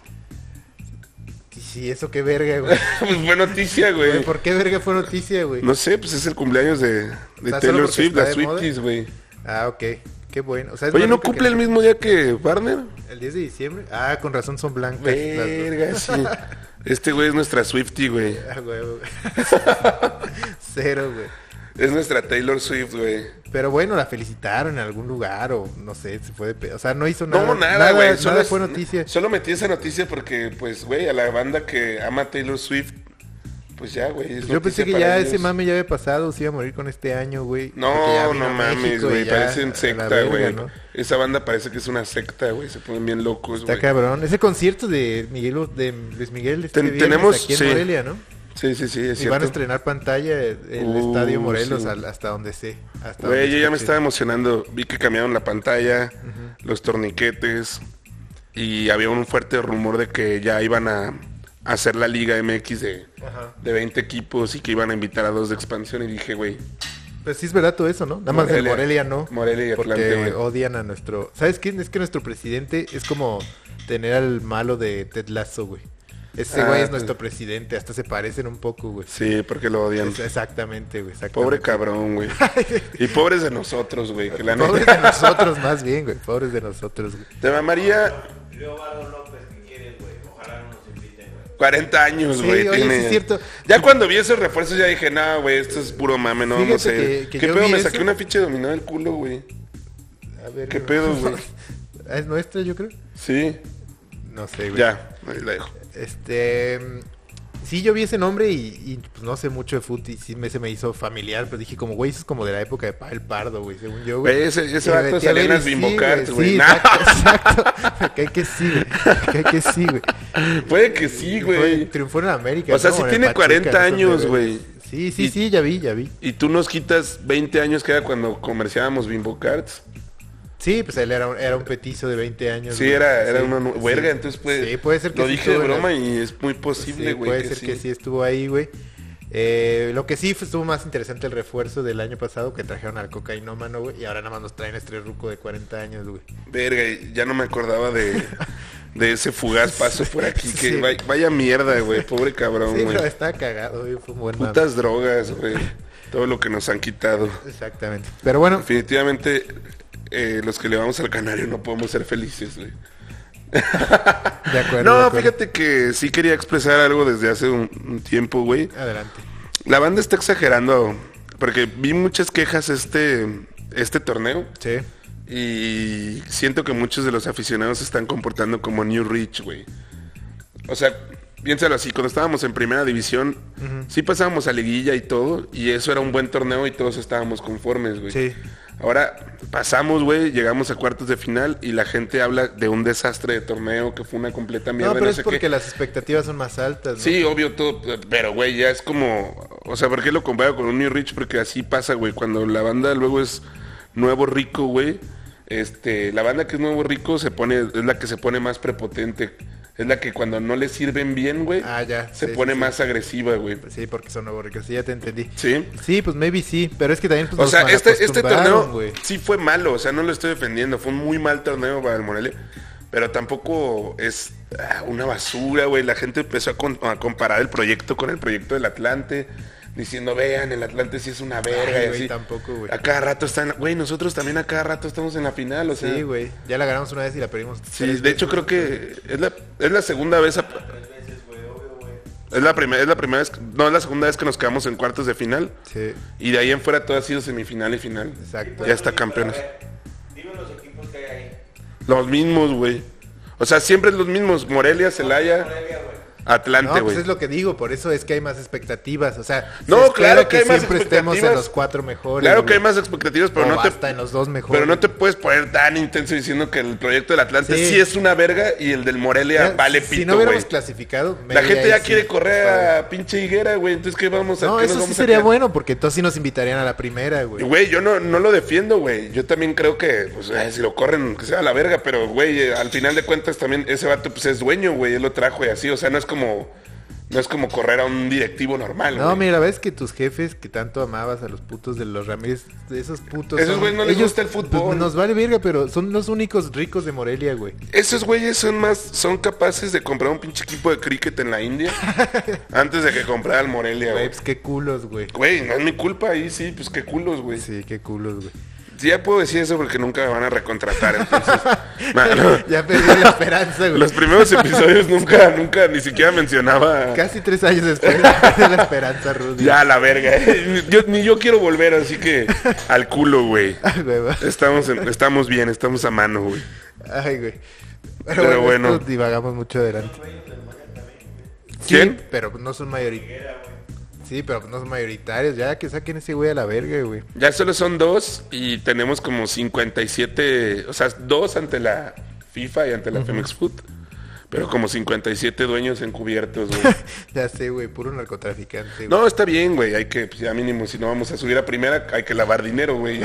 S1: Sí, Sí, eso qué verga, güey.
S2: pues fue noticia,
S1: Güey,
S2: güey.
S1: ¿Por qué verga fue noticia, güey?
S2: No sé, pues es el cumpleaños de, de
S1: sea, solo
S2: Taylor
S1: porque
S2: Swift,
S1: está
S2: las
S1: de moda.
S2: Swifties, güey.
S1: Ah, ok. Qué bueno. O sea, es
S2: Oye,
S1: más
S2: ¿no
S1: rica que
S2: cumple el
S1: nosotros.
S2: mismo día que Barner?
S1: ¿El 10 de diciembre? Ah, con razón son blancas. las dos.
S2: Verga, sí. Este güey es nuestra Swiftie, güey.
S1: Ah, huevo. güey. Cero, güey.
S2: Es nuestra Taylor Swift, güey.
S1: Pero bueno, la felicitaron en algún lugar o no sé, se fue de pe- O sea, no hizo nada.
S2: No, nada, güey. Solo,
S1: nada
S2: es-
S1: fue noticia.
S2: solo metí esa noticia porque, pues, güey, a la banda que ama a Taylor Swift, pues ya, güey. es
S1: Yo pensé
S2: noticia
S1: que
S2: para
S1: ya
S2: ellos.
S1: ese mame ya había pasado, se iba a morir con este año, güey. porque ya
S2: No,
S1: vino a
S2: no mames,
S1: México y
S2: güey.
S1: ya a
S2: Parecen
S1: la
S2: secta,
S1: verga,
S2: güey. Pues,
S1: ¿no?
S2: Esa banda parece que es una secta, güey. Se ponen bien locos,
S1: Está
S2: güey.
S1: cabrón. Ese concierto de Miguel de Luis Miguel este
S2: Ten-
S1: viernes
S2: tenemos-
S1: aquí en
S2: sí,
S1: Morelia, ¿no?
S2: Sí, sí, sí, es
S1: Y van a
S2: cierto.
S1: estrenar pantalla en el
S2: Uh,
S1: Estadio Morelos
S2: sí.
S1: al- hasta donde sé. Hasta
S2: Güey,
S1: donde
S2: yo ya me
S1: escuché.
S2: estaba emocionando. Vi que cambiaron la pantalla, los torniquetes. Y había un fuerte rumor de que ya iban a hacer la Liga MX de,
S1: Ajá.
S2: de 20 equipos y que iban a invitar a dos de expansión. Y dije, güey,
S1: Pues sí es verdad todo eso, ¿no? Nada más de
S2: Morelia.
S1: Morelia no.
S2: Morelia y
S1: porque
S2: Atlante, güey.
S1: odian a nuestro... ¿Sabes qué? Es que nuestro presidente es como tener al malo de Ted Lasso, güey. Ese
S2: Ah,
S1: güey es
S2: sí.
S1: nuestro presidente, hasta se parecen un poco, güey.
S2: Sí, porque lo odian.
S1: Es- exactamente, güey. exactamente.
S2: Pobre cabrón, güey. Y pobres de nosotros, güey. Que la
S1: Pobres
S2: neta.
S1: de nosotros, más bien, güey. Pobres de nosotros, güey.
S2: Te mamaría
S3: Leo Valo López, ¿qué quieres, güey? Ojalá no nos inviten, güey.
S2: 40 años,
S1: Sí,
S2: güey.
S1: oye,
S2: tiene.
S1: sí es cierto.
S2: Ya cuando vi esos refuerzos ya dije, nah, güey, esto es puro mame, no, no
S1: Fíjate
S2: sé.
S1: que- que
S2: ¿Qué
S1: yo
S2: pedo?
S1: vi
S2: Me
S1: eso.
S2: saqué una ficha de dominó del culo, güey.
S1: A ver,
S2: ¿Qué pedo, güey?
S1: ¿Es nuestra, yo creo?
S2: Sí,
S1: No sé, güey.
S2: ya, ahí la dejo.
S1: Este. mm, Sí, yo vi ese nombre y, y, pues, no sé mucho de fútbol y sí me, se me hizo familiar, pero dije como, güey, eso es como de la época de Pavel Pardo, güey, según yo, güey.
S2: Güey, ese- ese
S1: Y me
S2: vato
S1: metí a
S2: salía
S1: ver
S2: en
S1: y
S2: las
S1: sí,
S2: Bimbocart, güey.
S1: Sí,
S2: Nah.
S1: exacto, exacto. Me cae que sí, güey. Me cae que sí, güey.
S2: Puede que sí,
S1: Fue-
S2: güey.
S1: Triunfó en América.
S2: O sea, sí
S1: En el
S2: tiene 40
S1: esos
S2: años,
S1: niveles.
S2: güey.
S1: Sí, sí,
S2: Y-
S1: sí, ya vi, ya vi.
S2: Y tú nos quitas 20 años que era cuando comerciábamos Bimbo Cards.
S1: Sí, pues él era un, era un petizo de 20 años.
S2: Sí,
S1: güey.
S2: era, era
S1: Sí,
S2: una nu-
S1: sí.
S2: huerga, entonces puede.
S1: Sí, puede ser que
S2: Lo
S1: sí
S2: dije de
S1: estuvo en la-
S2: broma y es muy
S1: Sí,
S2: posible, güey.
S1: puede ser que sí estuvo ahí, güey. Eh, lo que sí fue- estuvo más interesante el refuerzo del año pasado que trajeron al cocainómano, güey. Y ahora nada más nos traen a este ruco de 40 años, güey.
S2: Verga, y ya no me acordaba de, de ese fugaz paso por aquí. Que
S1: Sí.
S2: vay- vaya mierda, güey. Pobre cabrón,
S1: Sí,
S2: güey.
S1: pero está cagado, güey. Fue un buen mame.
S2: Putas drogas, güey. Todo lo que nos han quitado.
S1: Exactamente. Pero bueno,
S2: Definitivamente, eh, los que le vamos al canario no podemos ser felices, güey.
S1: de acuerdo. de
S2: No,
S1: acuerdo.
S2: fíjate que sí quería expresar algo desde hace un, un tiempo, güey.
S1: Adelante.
S2: La banda está exagerando, porque vi muchas quejas este, este torneo.
S1: Sí.
S2: Y siento que muchos de los aficionados se están comportando como New Rich, güey. O sea, piénsalo así, cuando estábamos en primera división, sí pasábamos a liguilla y todo, y eso era un buen torneo y todos estábamos conformes, güey.
S1: Sí.
S2: Ahora pasamos, güey, llegamos a cuartos de final y la gente habla de un desastre de torneo que fue una completa mierda.
S1: No, pero
S2: no
S1: es
S2: sé
S1: porque
S2: qué.
S1: las expectativas son más altas, ¿no?
S2: Sí, obvio todo, pero güey, ya es como, o sea, ¿por qué lo comparo con un New Rich? Porque así pasa, güey, cuando la banda luego es nuevo rico, güey, este, la banda que es nuevo rico se pone, es la que se pone más prepotente, es la que cuando no le sirven bien, güey,
S1: Ah, ya,
S2: se
S1: sí,
S2: pone
S1: sí, sí.
S2: más agresiva, güey.
S1: Sí, porque son nuevos ricos. Sí, ya te entendí.
S2: Sí.
S1: Sí, pues maybe sí. Pero es que también pues,
S2: O
S1: nos
S2: sea, este, este
S1: malacostumbraron,
S2: torneo
S1: güey.
S2: sí fue malo, o sea, no lo estoy defendiendo, fue un muy mal torneo para el Morelia, pero tampoco es ah, una basura, güey. La gente empezó a, con- a comparar el proyecto con el proyecto del Atlante, diciendo, vean, el Atlante sí es una verga.
S1: Ay,
S2: y
S1: güey,
S2: así.
S1: tampoco, güey.
S2: A cada rato están, güey, nosotros también a cada rato estamos en la final, o sea.
S1: Sí, güey. Ya la ganamos una vez y la perdimos.
S2: Sí,
S1: tres
S2: de hecho creo que es la, es la segunda vez... a- es la, primera, es la primera vez, no, es la segunda vez que nos quedamos en cuartos de final.
S1: veces. Sí.
S2: Y de ahí en fuera todo ha sido semifinal y final.
S1: Exacto.
S2: Ya está campeones.
S3: Dime los equipos que hay ahí.
S2: Los mismos, güey. O sea, siempre los mismos. Morelia, Celaya,
S3: Morelia, güey.
S2: Atlante,
S1: No,
S2: güey.
S1: pues es lo que digo, por eso es que hay más expectativas, o sea, se
S2: No,
S1: espera
S2: claro que hay más
S1: siempre estemos en
S2: expectativas.
S1: los cuatro mejores.
S2: claro que hay
S1: güey.
S2: más expectativas, pero
S1: O
S2: no, te,
S1: hasta en los dos mejores.
S2: pero no te puedes poner tan intenso diciendo que el proyecto del Atlante sí,
S1: Sí.
S2: es una verga y el del Morelia
S1: Mira,
S2: vale
S1: si
S2: pito,
S1: no
S2: güey.
S1: hubiéramos clasificado,
S2: La gente ya quiere correr
S1: a...
S2: a pinche higuera, güey. Entonces, ¿qué vamos a
S1: pues. No,
S2: qué nos
S1: eso sí
S2: vamos a
S1: sería
S2: quedar?
S1: bueno porque entonces sí nos invitarían a la primera, güey.
S2: Güey, yo no, no lo defiendo, güey. Yo también creo que, pues, eh, si lo corren, que sea la verga, pero, güey, eh, al final de cuentas también ese vato, pues, es dueño, güey. Él lo trajo y así, o sea, no es como, no es como correr a un directivo normal,
S1: No,
S2: güey.
S1: mira, ves que tus jefes que tanto amabas a los putos de los Ramírez, esos putos.
S2: Esos
S1: son-
S2: güeyes no les
S1: ellos-
S2: gusta el fútbol.
S1: pues, nos vale verga, pero son los únicos ricos de Morelia, güey.
S2: Esos güeyes son más, son capaces de comprar un pinche equipo de cricket en la India antes de que comprar al Morelia,
S1: Güey,
S2: güey.
S1: pues qué culos, güey.
S2: Güey, no es mi culpa ahí, sí, pues qué culos, güey.
S1: Sí, qué culos, güey.
S2: Sí, ya puedo decir eso porque nunca me van a recontratar, entonces. ma- no.
S1: ya perdí la esperanza, güey.
S2: Los primeros episodios nunca, nunca, ni siquiera mencionaba.
S1: Casi tres años después de la esperanza, Rudy.
S2: Ya, la verga. Yo- ni yo quiero volver, así que al culo, güey.
S1: Ay, güey. va.
S2: Estamos, en- estamos bien, estamos a mano, güey.
S1: Ay, güey. Pero, bueno,
S2: Pero bueno.
S1: esto divagamos mucho adelante. Sí,
S2: ¿Quién?
S1: pero no son mayoritarios. Sí, pero no son mayoritarios. Ya que saquen ese güey a la verga, güey.
S2: Ya solo son dos y tenemos como 57, o sea, dos ante la FIFA y ante la Femex Food. Pero como 57 dueños encubiertos, güey.
S1: Ya sé, güey, puro narcotraficante. güey.
S2: No, está bien, güey. Hay que, pues, ya mínimo, si no vamos a subir a primera, hay que lavar dinero, güey.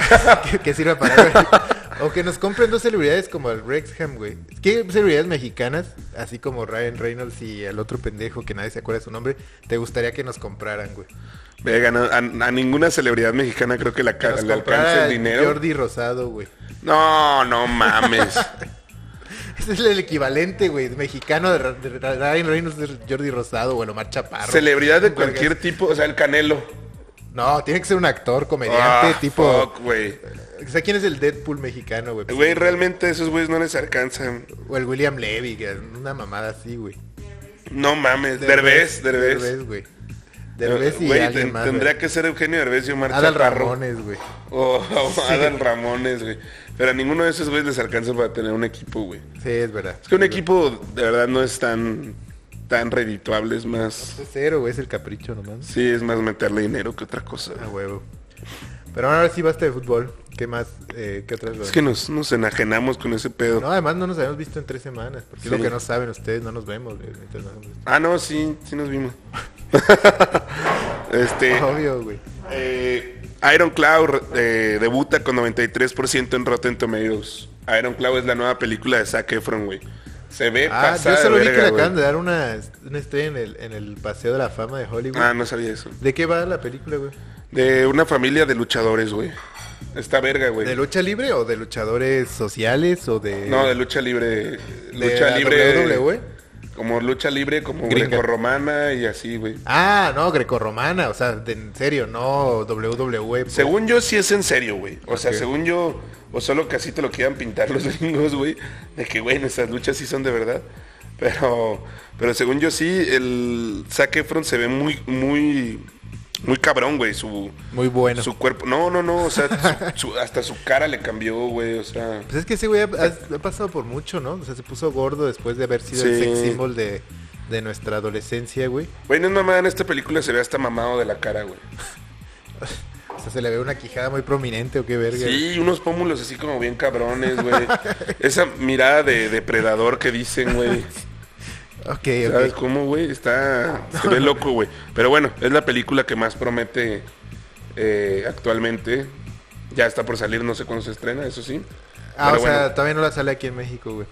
S1: que, que sirva para algo. O que nos compren dos celebridades como el Rexham, güey. ¿Qué celebridades mexicanas, así como Ryan Reynolds y el otro pendejo que nadie se acuerda de su nombre, te gustaría que nos compraran, güey?
S2: Vegan, a, a- a ninguna celebridad mexicana creo que la,
S1: Que
S2: ca-
S1: nos
S2: le alcance
S1: comprara
S2: el dinero.
S1: Jordi Rosado, güey.
S2: No, no mames.
S1: Ese es el equivalente, güey, mexicano de, Ra- de Ra- Ryan Reynolds, de Jordi Rosado o el Omar Chaparro.
S2: Celebridad de
S1: Un vergas.
S2: cualquier tipo, o sea, el Canelo.
S1: No, tiene que ser un actor, comediante,
S2: Ah,
S1: tipo...
S2: Fuck, güey.
S1: O sea, ¿quién es el Deadpool mexicano, güey?
S2: Güey, realmente esos güeyes no les alcanzan.
S1: O el William Levy, que es una mamada así, güey.
S2: No mames, Derbez, Derbez.
S1: Derbez, güey. Derbez y
S2: Güey,
S1: alguien
S2: ten-
S1: más.
S2: tendría
S1: güey.
S2: que ser Eugenio Derbez y Omar
S1: Adal
S2: Chaparro.
S1: Ramones, güey.
S2: O, o Adal Ramones, güey. Pero a ninguno de esos güeyes les alcanza para tener un equipo, güey.
S1: Sí, es verdad.
S2: Es que un equipo de verdad no es tan, tan redituable, es más...
S1: Es cero, güey, es el capricho nomás.
S2: Sí, es más meterle dinero que otra cosa.
S1: A huevo. Pero ahora sí basta de fútbol. ¿Qué más? Eh, ¿Qué otras
S2: Es que nos, nos enajenamos con ese pedo.
S1: No, además no nos habíamos visto en tres semanas. Porque es
S2: Sí.
S1: lo que no saben ustedes, no nos vemos. güey, entonces no nos hemos visto.
S2: Ah, no, sí, sí nos vimos. este...
S1: Obvio, güey.
S2: Eh, Ironclaw eh, debuta con 93% en Rotten Tomatoes. Ironclaw es la nueva película de Zac Efron, güey. Se ve
S1: Ah, yo
S2: pasada de
S1: solo vi que
S2: verga,
S1: le
S2: güey.
S1: acaban de dar una, una estrella en el, en el Paseo de la Fama de Hollywood.
S2: Ah, no sabía eso.
S1: ¿De qué va la película, güey?
S2: De una familia de luchadores, güey. Está verga, güey.
S1: ¿De lucha libre o de luchadores sociales o de...
S2: No, de lucha libre.
S1: de
S2: Lucha
S1: la
S2: libre.
S1: WWE?
S2: Como lucha libre, como
S1: Gringa.
S2: grecorromana y así, güey.
S1: Ah, no, grecorromana, o sea, de- en serio, no WWE. pues.
S2: Según yo, sí es en serio, güey. O sea,
S1: Ok.
S2: según yo, o solo que así te lo quieran pintar los gringos, güey. De que, güey, nuestras luchas sí son de verdad. Pero, pero según yo, sí, el Zac Efron se ve muy, muy, muy cabrón, güey. Su,
S1: Muy bueno.
S2: su cuerpo. No, no, no. O sea, su- su- hasta su cara le cambió, güey. O sea.
S1: Pues es que ese güey ha, ha- ha pasado por mucho, ¿no? O sea, se puso gordo después de haber sido el
S2: Sí.
S1: sex symbol de, de nuestra adolescencia, güey.
S2: Güey, no es mamada, en esta película se ve hasta mamado de la cara, güey.
S1: O sea, se le ve una quijada muy prominente o qué verga.
S2: Sí, unos pómulos así como bien cabrones, güey. Esa mirada de depredador que dicen, güey.
S1: Ok,
S2: ¿Sabes
S1: ok.
S2: cómo, güey? Está... Se ve loco, güey. Pero bueno, es la película que más promete eh, actualmente. Ya está por salir, no sé cuándo se estrena, eso sí.
S1: Ah,
S2: Pero
S1: o sea,
S2: bueno,
S1: todavía no la sale aquí en México, güey.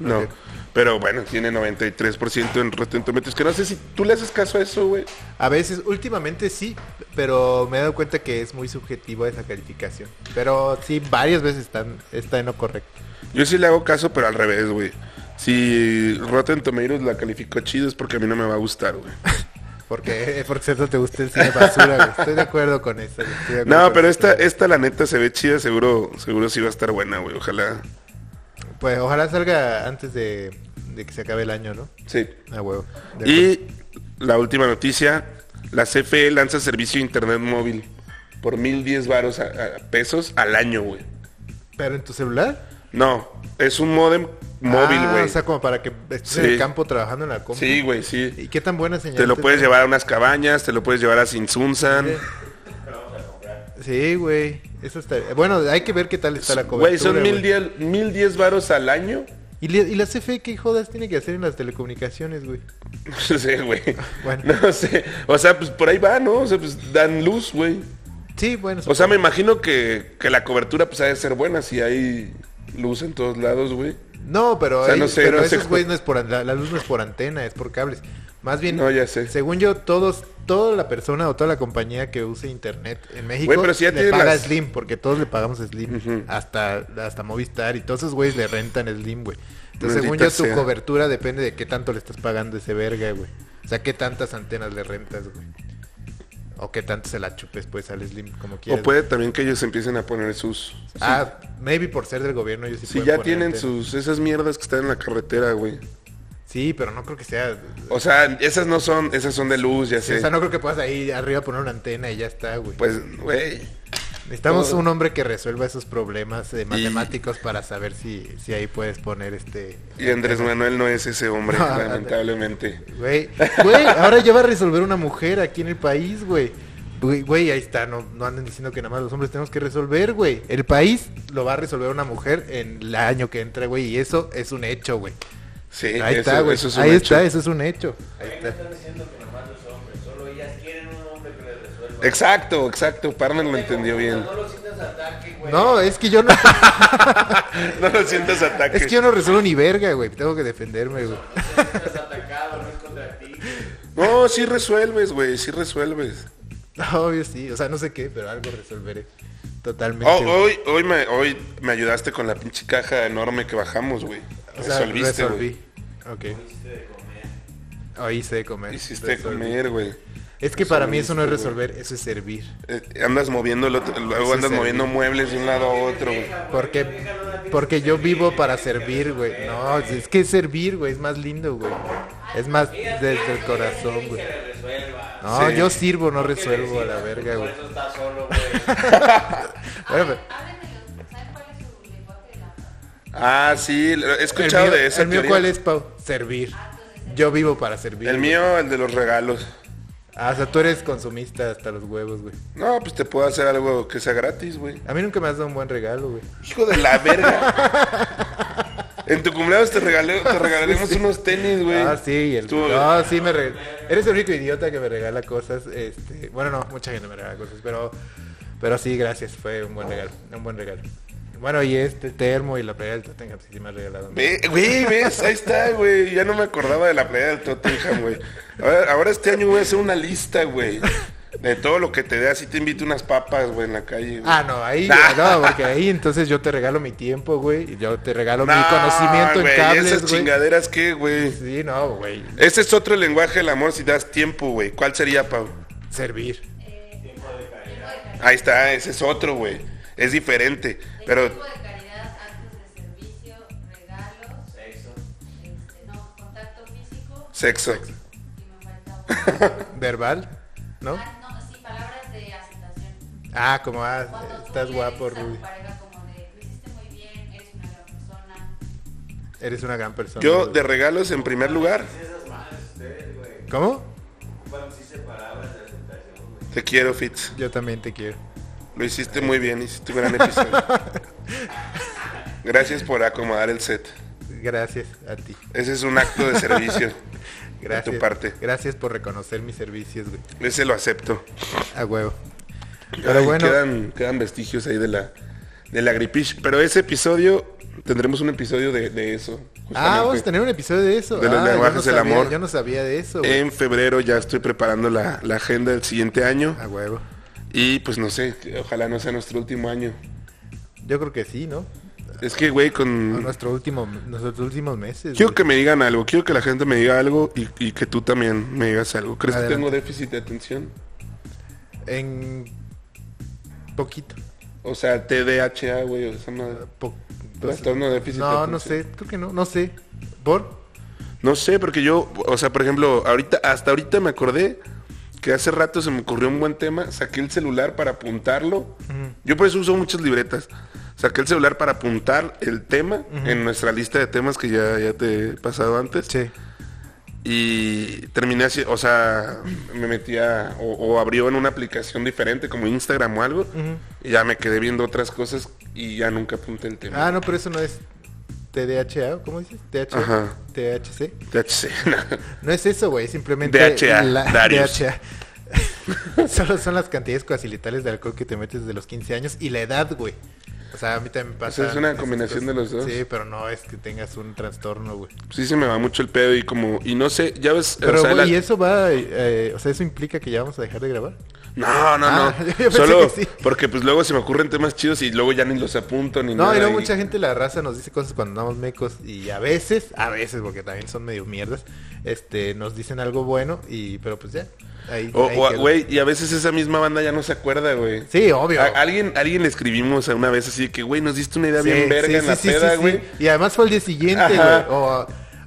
S2: No.
S1: Ok.
S2: Pero bueno, tiene 93% en Rotten Tomatoes. Que no sé si tú le haces caso a eso, güey.
S1: A veces, últimamente sí, pero me he dado cuenta que es muy subjetiva esa calificación. Pero sí, varias veces están, está en lo correcto.
S2: Yo sí le hago caso, pero al revés, güey. Si Rotten Tomatoes la calificó chido es porque a mí no me va a gustar, güey.
S1: Porque, eh, por cierto, te gusta el cine basura, güey. Estoy de acuerdo con eso. güey. Estoy de acuerdo
S2: No,
S1: con
S2: pero
S1: eso.
S2: esta, esta la neta se ve chida, seguro, seguro sí va a estar buena, güey. Ojalá.
S1: Pues ojalá salga antes de, de que se acabe el año, ¿no?
S2: Sí.
S1: Ah, huevo. De acuerdo.
S2: Y la última noticia, la CFE lanza servicio de internet móvil por 1010 varos a- a- pesos al año, güey.
S1: ¿Pero en tu celular?
S2: No, es un modem móvil,
S1: Ah,
S2: güey.
S1: o sea, como para que estés
S2: Sí.
S1: en el campo trabajando en la compu.
S2: sí, güey, sí.
S1: ¿Y qué tan buena señal?
S2: Te lo
S1: te-
S2: puedes llevar a unas cabañas, te lo puedes llevar a Sinsunzan.
S1: Sí, güey. Eso está... Bueno, hay que ver qué tal está la cobertura,
S2: Güey, son
S1: güey.
S2: 1010 1010 varos al año.
S1: ¿Y, le- ¿Y la CFE qué jodas tiene que hacer en las telecomunicaciones, güey?
S2: No sé, güey.
S1: Bueno.
S2: No sé. O sea, pues por ahí va, ¿no? O sea, pues dan luz, güey.
S1: Sí, bueno.
S2: O sea, me imagino que, que la cobertura pues ha de ser buena si hay luz en todos lados, güey.
S1: No, pero,
S2: O sea,
S1: ahí-
S2: no sé,
S1: pero
S2: no sé
S1: esos
S2: cómo-
S1: güeyes no es por an- la, la luz no es por antena, es por cables. Más bien,
S2: No, ya sé.
S1: según yo, todos, toda la persona o toda la compañía que use internet en México
S2: Güey, pero si ya
S1: le
S2: tienen
S1: paga
S2: las-
S1: Slim, porque todos le pagamos Slim, hasta, hasta Movistar y todos esos güeyes le rentan Slim, güey. Entonces, según
S2: Maldita
S1: yo, tu
S2: sea.
S1: cobertura depende de qué tanto le estás pagando a ese verga, güey. O sea, qué tantas antenas le rentas, güey. O qué tanto se la chupes, pues, al Slim, como quieras.
S2: O puede también que ellos empiecen a poner sus...
S1: Ah, maybe por ser del gobierno ellos sí
S2: Si
S1: pueden
S2: ya
S1: poner
S2: tienen
S1: antenas.
S2: sus... Esas mierdas que están en la carretera, güey.
S1: Sí, pero no creo que sea...
S2: O sea, esas no son... Esas son de luz, ya
S1: Sí,
S2: sé.
S1: O sea, no creo que puedas ahí arriba poner una antena y ya está, güey.
S2: Pues, güey.
S1: Necesitamos
S2: todo.
S1: un hombre que resuelva esos problemas eh, matemáticos para saber si, si ahí puedes poner este...
S2: Y Andrés Manuel no es ese hombre,
S1: No,
S2: lamentablemente.
S1: Güey, güey, ahora ya va a resolver una mujer aquí en el país, güey. Güey, güey, ahí está, no, no anden diciendo que nada más los hombres tenemos que resolver, güey. El país lo va a resolver una mujer en el año que entra, güey, y eso es un hecho, güey.
S2: Sí,
S1: Ahí
S2: Eh, eso-
S1: está, güey.
S2: eso es un
S1: Ahí
S2: hecho.
S1: está, eso es un hecho. Ahí
S3: Ahí
S1: está.
S3: no están diciendo que nomás los hombres, solo ellas quieren un hombre que les resuelva.
S2: Exacto, exacto. Parman lo entendió bien.
S3: No lo sientas ataque, güey.
S1: No, es que yo no...
S2: No lo sientas ataque.
S1: Es que yo no resuelvo ni verga, güey. Tengo que defenderme, güey.
S3: Estás atacado, no es contra ti.
S2: No, sí resuelves, güey. Sí resuelves.
S1: Obvio, sí. O sea, no sé qué, pero algo resolveré. Totalmente.
S2: Oh,
S1: güey.
S2: hoy, hoy, me, hoy me ayudaste con la pinche caja enorme que bajamos, güey.
S1: O sea,
S2: Resolviste,
S1: resolví. Ok. Oíste de comer.
S2: Hiciste
S1: Resolví.
S2: comer, güey.
S1: Es que para mí eso no es
S2: Resolviste,
S1: resolver, eso es servir.
S2: Eh, andas moviendo, el otro- luego
S1: Eso
S2: andas
S1: es
S2: moviendo muebles de un lado a otro, güey.
S1: Porque, porque yo vivo para servir, güey. No, es que es servir, güey, es más lindo, güey. Es más desde el corazón, güey. No,
S2: Sí.
S1: yo sirvo, no resuelvo a la verga, güey.
S3: Por eso está solo, güey.
S1: Bueno, pero-
S4: Háblenme, ¿saben cuál es su lenguaje del amor?
S2: Ah, sí, he
S1: el
S2: escuchado
S1: mío,
S2: de esa
S1: el mío
S2: teoría.
S1: cuál es, Pau? Servir. Yo vivo para servir.
S2: El
S1: güey.
S2: mío, el de los regalos.
S1: Ah, o sea, tú eres consumista hasta los huevos, güey.
S2: No, pues te puedo hacer algo que sea gratis, güey.
S1: A mí nunca me has dado un buen regalo, güey.
S2: Hijo de la verga. en tu cumpleaños te, regalé, te regalaremos unos tenis, güey.
S1: Ah, sí, y el...
S2: Estuvo-
S1: No, sí, me re- Eres el único idiota que me regala cosas, este... Bueno, no, mucha gente me regala cosas, pero... Pero sí, gracias, fue un buen regalo, un buen regalo. Bueno, y este termo y la playera del Tottenham, sí, sí me has regalado.
S2: Ve- Güey, ves, ahí está, güey. Ya no me acordaba de la playa del Tottenham, güey. Ahora, ahora este año voy a hacer una lista, güey. De todo lo que te dé, así te invito unas papas, güey, en la calle. güey.
S1: Ah, no, ahí, no, porque ahí entonces yo te regalo mi tiempo, güey, y yo te regalo mi
S2: No,
S1: conocimiento
S2: güey,
S1: en
S2: ¿y
S1: cables,
S2: esas
S1: güey.
S2: chingaderas qué, güey?
S1: Sí, no, güey,
S2: Ese es otro lenguaje del amor si das tiempo, güey. ¿Cuál sería, Pau?
S1: servir.
S4: eh,
S2: Ahí está, ese es otro, güey. Es diferente.
S4: El
S2: Pero
S4: tipo de caridad, actos de servicio, regalos, este, no, contacto físico
S2: sexo.
S4: y me falta uno.
S1: Verbal, ¿no?
S4: Ah, no, sí, palabras de aceptación.
S1: Ah, como, ah,
S4: Cuando tú
S1: estás
S4: le
S1: guapo,
S4: dices a tu
S1: Rudy.
S4: pareja como de, lo hiciste muy bien, eres una gran persona.
S1: Eres una gran persona.
S2: Yo,
S1: Rudy.
S2: de regalos, en primer lugar,
S1: ¿Cómo?
S2: te quiero, Fitz.
S1: Yo también te quiero.
S2: Lo hiciste muy bien, hiciste un gran episodio. Gracias por acomodar el set.
S1: Gracias a ti.
S2: Ese es un acto de servicio.
S1: Gracias.
S2: tu parte.
S1: Gracias por reconocer mis servicios, güey.
S2: Ese lo acepto.
S1: A huevo. Pero
S2: Ay,
S1: bueno,
S2: quedan, quedan vestigios ahí de la, de la gripish. Pero ese episodio, tendremos un episodio de, de eso.
S1: ah, vamos a
S2: justamente.
S1: tener un episodio de eso.
S2: De los
S1: Ah, yo
S2: lenguajes
S1: no
S2: del
S1: sabía-
S2: amor. Em.
S1: Yo no sabía de eso, güey.
S2: En febrero ya estoy preparando la, la agenda del siguiente año.
S1: A huevo.
S2: Y pues no sé, ojalá no sea nuestro último año.
S1: Yo creo que sí, ¿no?
S2: Es que, güey,
S1: O
S2: con...
S1: Nuestro último, nuestros últimos meses.
S2: Quiero
S1: güey.
S2: que me digan algo, quiero que la gente me diga algo y, y que tú también me digas algo. ¿Crees que
S1: Adelante.
S2: tengo déficit de atención?
S1: En poquito.
S2: O sea, TDHA, güey, o esa madre.
S1: po- pues,
S2: Trastorno de déficit de
S1: No, no
S2: atención.
S1: sé. Creo que no. No sé. ¿Por?
S2: No sé, porque yo, o sea, por ejemplo, ahorita, hasta ahorita me acordé que hace rato se me ocurrió un buen tema, saqué el celular para apuntarlo. Yo por eso uso muchas libretas. Saqué el celular para apuntar el tema en nuestra lista de temas que ya, ya te he pasado antes.
S1: Sí.
S2: Y terminé así, o sea, me metía o, o abrió en una aplicación diferente como Instagram o algo. Y ya me quedé viendo otras cosas y ya nunca apunté el tema.
S1: Ah, no, pero eso no es TDHA. ¿Cómo dices? THA.
S2: Ajá.
S1: THC.
S2: THC.
S1: No es eso, güey, simplemente
S2: DHA,
S1: la-
S2: Darius.
S1: DHA. Solo son las cantidades coacilitales de alcohol que te metes desde los 15 años y la edad, güey. O sea, a mí también me pasa.
S2: sea, es una
S1: esas
S2: combinación
S1: cosas.
S2: de los dos.
S1: Sí, pero no es que tengas un trastorno, güey.
S2: sí se me va mucho el pedo y como, y no sé, ya ves, o
S1: Pero,
S2: sea,
S1: güey,
S2: la-
S1: ¿y eso va, eh, o sea, eso implica que ya vamos a dejar de grabar?
S2: No, no,
S1: Ah, yo
S2: no.
S1: pensé
S2: Solo
S1: que sí.
S2: porque pues luego se me ocurren temas chidos y luego ya ni los apunto ni
S1: No,
S2: nada.
S1: y luego
S2: y-
S1: mucha gente, la raza, nos dice cosas cuando andamos mecos y a veces, a veces, porque también son medio mierdas, este, nos dicen algo bueno y, pero pues ya, ahí.
S2: O-
S1: ahí
S2: o a-
S1: queda.
S2: güey, y a veces esa misma banda ya no se acuerda, güey.
S1: Sí, obvio.
S2: A- alguien, alguien le escribimos a una vez así de que, güey, nos diste una idea
S1: Sí,
S2: bien verga
S1: sí,
S2: en
S1: sí,
S2: la
S1: sí, sí,
S2: peda,
S1: sí.
S2: güey.
S1: Y además fue al día siguiente, güey.
S2: Ajá.
S1: O,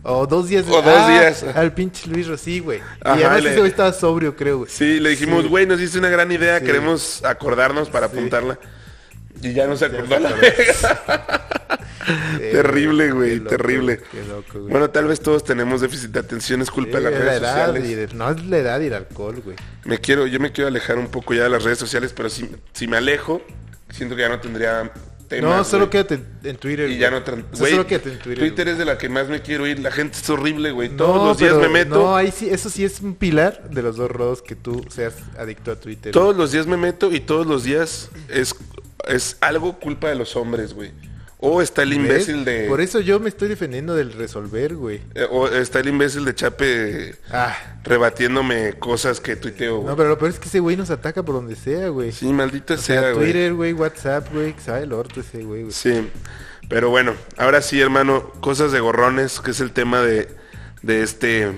S1: o dos días. Ah,
S2: O dos días.
S1: Al pinche Luis Rosí, güey.
S2: Ajá,
S1: y además
S2: le-
S1: ese güey estaba sobrio, creo, güey.
S2: Sí, le dijimos,
S1: Sí.
S2: güey, nos diste una gran idea,
S1: Sí.
S2: queremos acordarnos para
S1: Sí.
S2: apuntarla. Y ya no se acordó
S1: se
S2: la
S1: acordó.
S2: verga.
S1: Eh,
S2: Terrible, güey,
S1: qué loco,
S2: terrible.
S1: Qué loco, güey.
S2: Bueno, tal vez todos tenemos déficit de atención, es culpa
S1: Sí,
S2: de las
S1: es
S2: redes
S1: la edad
S2: sociales.
S1: y de- no es la edad y el alcohol, güey.
S2: Me quiero, yo me quiero alejar un poco ya de las redes sociales, pero si, si me alejo, siento que ya no tendría temas.
S1: No, solo
S2: güey.
S1: quédate en- en Twitter.
S2: Y ya no
S1: güey.
S2: tra-
S1: O sea,
S2: güey,
S1: solo quédate en Twitter. güey.
S2: es de la que más me quiero ir. La gente es horrible, güey. Todos
S1: No,
S2: los días
S1: pero-
S2: me meto.
S1: No, ahí sí, eso sí es un pilar de los dos rodos que tú seas adicto a Twitter.
S2: Todos los días me meto y todos los días es, es algo culpa de los hombres, güey. O está el
S1: güey.
S2: imbécil
S1: ¿Ves?
S2: de.
S1: Por eso yo me estoy defendiendo del resolver, güey.
S2: eh, O está el imbécil de Chape
S1: Ah,
S2: rebatiéndome cosas que tuiteo, güey.
S1: No, pero lo peor es que ese güey nos ataca por donde sea, güey.
S2: Sí, maldita
S1: O sea,
S2: sea, güey.
S1: Twitter, güey, WhatsApp, güey, que sabe el orto ese güey, güey.
S2: Sí. Pero bueno, ahora sí, hermano, cosas de gorrones, que es el tema de, de este.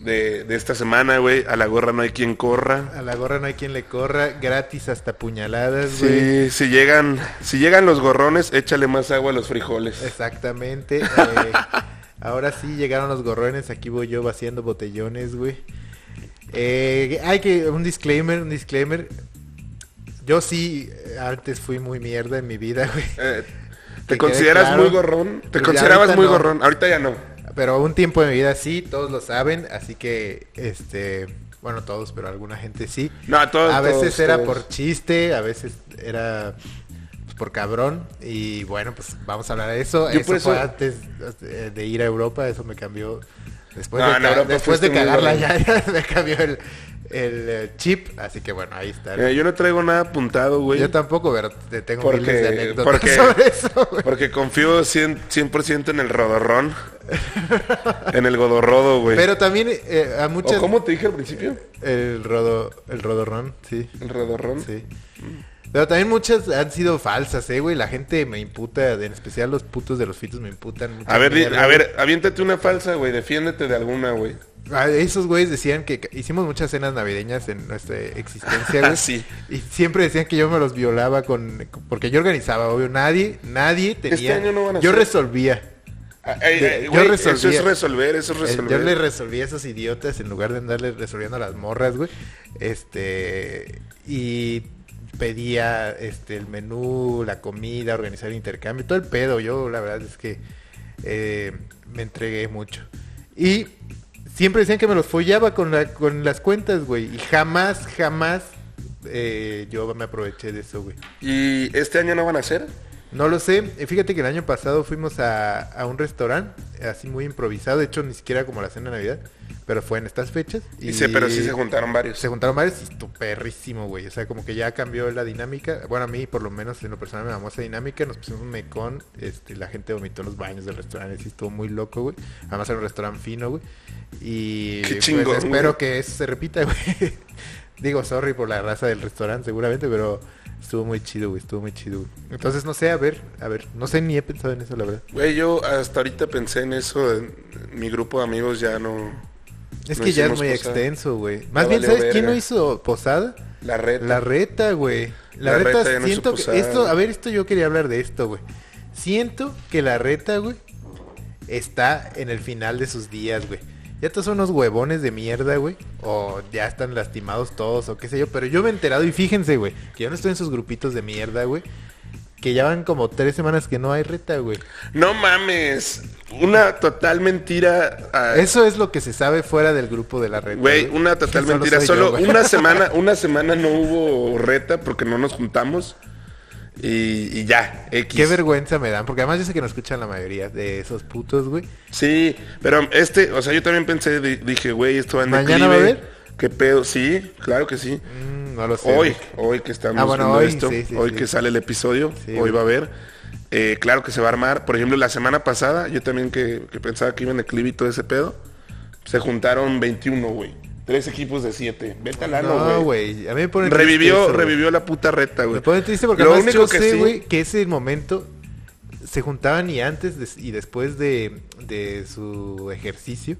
S2: De, de esta semana, güey. A la gorra no hay quien corra.
S1: A la gorra no hay quien le corra, gratis hasta puñaladas, güey.
S2: Sí, si llegan, si llegan los gorrones, échale más agua a los frijoles.
S1: Exactamente. eh, ahora sí llegaron los gorrones, aquí voy yo vaciando botellones, güey. Eh, hay que, un disclaimer, un disclaimer. Yo sí, eh, antes fui muy mierda en mi vida, güey.
S2: Eh,
S1: Que
S2: ¿Te
S1: quede
S2: consideras
S1: claro.
S2: muy gorrón? ¿Te
S1: Pues ya
S2: considerabas
S1: ahorita
S2: muy
S1: no.
S2: gorrón? Ahorita ya no.
S1: Pero un tiempo de mi vida sí, todos lo saben, así que, este, bueno, todos, pero alguna gente sí.
S2: No, a todos.
S1: a veces
S2: todos,
S1: era
S2: todos.
S1: por chiste, a veces era pues, por cabrón. Y bueno, pues vamos a hablar de eso.
S2: Yo
S1: eso,
S2: por eso-
S1: fue antes eh, de ir a Europa, eso me cambió. Después,
S2: No,
S1: de,
S2: en
S1: ca-
S2: Europa
S1: después de
S2: fuiste muy
S1: cagarla ya,
S2: cabrón.
S1: me cambió el, el, eh, chip. Así que bueno, ahí está.
S2: Mira, Eh, yo no traigo nada apuntado, güey.
S1: Yo tampoco, pero te tengo
S2: Porque-
S1: miles de anécdotas
S2: porque-
S1: sobre eso. güey.
S2: Porque confío 100%, 100% en el rodorrón. en el godorrodo, güey.
S1: Pero también eh, a muchas...
S2: ¿O cómo te dije al principio?
S1: El, rodo, el rodorrón, sí.
S2: El rodorrón.
S1: Sí. Pero también muchas han sido falsas, eh, güey. La gente me imputa, en especial los putos de los fitos me imputan. mucha
S2: A ver, di-
S1: mierda,
S2: a ver, aviéntate una falsa, güey. Defiéndete de alguna, güey.
S1: güey. Ah, Esos güeyes decían que ca- hicimos muchas cenas navideñas en nuestra existencia, güey.
S2: Sí.
S1: Y siempre decían que yo me los violaba con... Porque yo organizaba, obvio. Nadie, nadie tenía...
S2: Este año no van a
S1: yo
S2: ser.
S1: resolvía.
S2: Ah, ay,
S1: De-
S2: ay,
S1: yo
S2: güey, Eso
S1: resolvía.
S2: es resolver, eso es
S1: Eh,
S2: resolver.
S1: Yo le resolví a esos idiotas en lugar de andarle resolviendo a las morras, güey. Este. Y pedía este el menú, la comida, organizar intercambio, todo el pedo. Yo, la verdad es que eh, me entregué mucho. Y siempre decían que me los follaba con, la- con las cuentas, güey. Y jamás, jamás eh, yo me aproveché de eso, güey.
S2: ¿Y este año no van a hacer?
S1: No lo sé. Eh, Fíjate que el año pasado fuimos a, a un restaurante, así muy improvisado. De hecho, ni siquiera como la cena de Navidad, pero fue en estas fechas.
S2: Y... sé, pero sí se juntaron varios.
S1: Se juntaron varios y estuvo perrísimo, güey. O sea, como que ya cambió la dinámica. Bueno, a mí, por lo menos, en lo personal me mamó esa dinámica. Nos pusimos un mecón. Este, la gente vomitó en los baños del restaurante. Sí, estuvo muy loco, güey. Además, era un restaurante fino, güey. Y
S2: Qué
S1: pues,
S2: chingón,
S1: espero
S2: güey.
S1: que eso se repita, güey. Digo, sorry por la raza del restaurante, seguramente, pero estuvo muy chido, güey. Estuvo muy chido, güey. Entonces, no sé, a ver, a ver. No sé, ni he pensado en eso, la verdad.
S2: Güey, yo hasta ahorita pensé en eso. en- Mi grupo de amigos ya no...
S1: Es
S2: No
S1: que ya es
S2: hicimos
S1: muy
S2: posada.
S1: extenso, güey. Más
S2: Ya
S1: bien,
S2: valió
S1: ¿sabes quién
S2: verga.
S1: no hizo posada?
S2: La red.
S1: La reta, güey. La,
S2: La
S1: reta,
S2: reta ya no es
S1: siento
S2: suposada,
S1: que esto,
S2: güey.
S1: a ver, esto yo quería hablar de esto, güey. Siento que la reta, güey, está en el final de sus días, güey. Ya todos son unos huevones de mierda, güey. O ya están lastimados todos, o qué sé yo. Pero yo me he enterado y fíjense, güey, que yo no estoy en sus grupitos de mierda, güey. Que ya van como tres semanas que no hay reta, güey.
S2: No mames. Una total mentira. ah,
S1: Eso es lo que se sabe fuera del grupo de la reta.
S2: Güey, una total
S1: Solo
S2: mentira.
S1: soy
S2: Solo
S1: yo, güey.
S2: una semana, una semana no hubo reta porque no nos juntamos. Y, y ya, X.
S1: Qué vergüenza me dan, porque además yo sé que no escuchan la mayoría de esos putos, güey.
S2: Sí, pero este, o sea, yo también pensé, di- dije, güey, esto va en
S1: ¿Mañana va a
S2: declive.
S1: haber?
S2: ¿Qué pedo? Sí, claro que sí.
S1: Mm, no lo sé.
S2: hoy,
S1: güey.
S2: hoy que estamos
S1: Ah, bueno,
S2: viendo
S1: hoy,
S2: esto,
S1: sí, sí,
S2: hoy
S1: sí.
S2: que sale el episodio,
S1: Sí,
S2: hoy
S1: güey.
S2: va a haber. eh, claro que se va a armar. Por ejemplo, la semana pasada, yo también que, que pensaba que iba en declive y todo ese pedo, se juntaron 21, güey. Tres equipos de siete. Vete al ano,
S1: No, güey. A mí me pone triste
S2: Revivió,
S1: eso, güey.
S2: revivió la puta reta, güey.
S1: Me pone triste porque
S2: lo
S1: además
S2: único
S1: yo
S2: que
S1: sé,
S2: sí,
S1: güey, que ese momento se juntaban y antes des- y después de, de su ejercicio.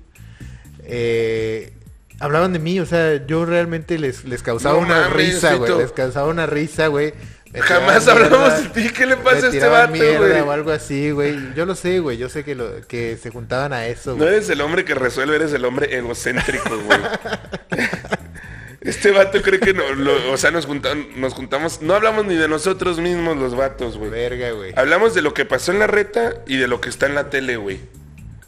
S1: eh, hablaban de mí, o sea, yo realmente les, les causaba
S2: No
S1: una
S2: mames,
S1: risa, güey.
S2: Fito.
S1: Les causaba una risa, güey. Me
S2: Jamás
S1: tiraban
S2: hablamos
S1: mierda.
S2: de ti. ¿Qué le
S1: Me
S2: pasa a este
S1: tiraban
S2: vato,
S1: mierda o
S2: güey?
S1: algo así, güey. Yo lo sé, güey. Yo sé que, lo, que se juntaban a eso,
S2: No
S1: güey.
S2: eres el hombre que resuelve, eres el hombre egocéntrico, güey. Este vato cree que no, lo- o sea, nos, junta- nos juntamos, no hablamos ni de nosotros mismos los vatos, güey.
S1: Verga, güey.
S2: Hablamos de lo que pasó en la reta y de lo que está en la tele, güey.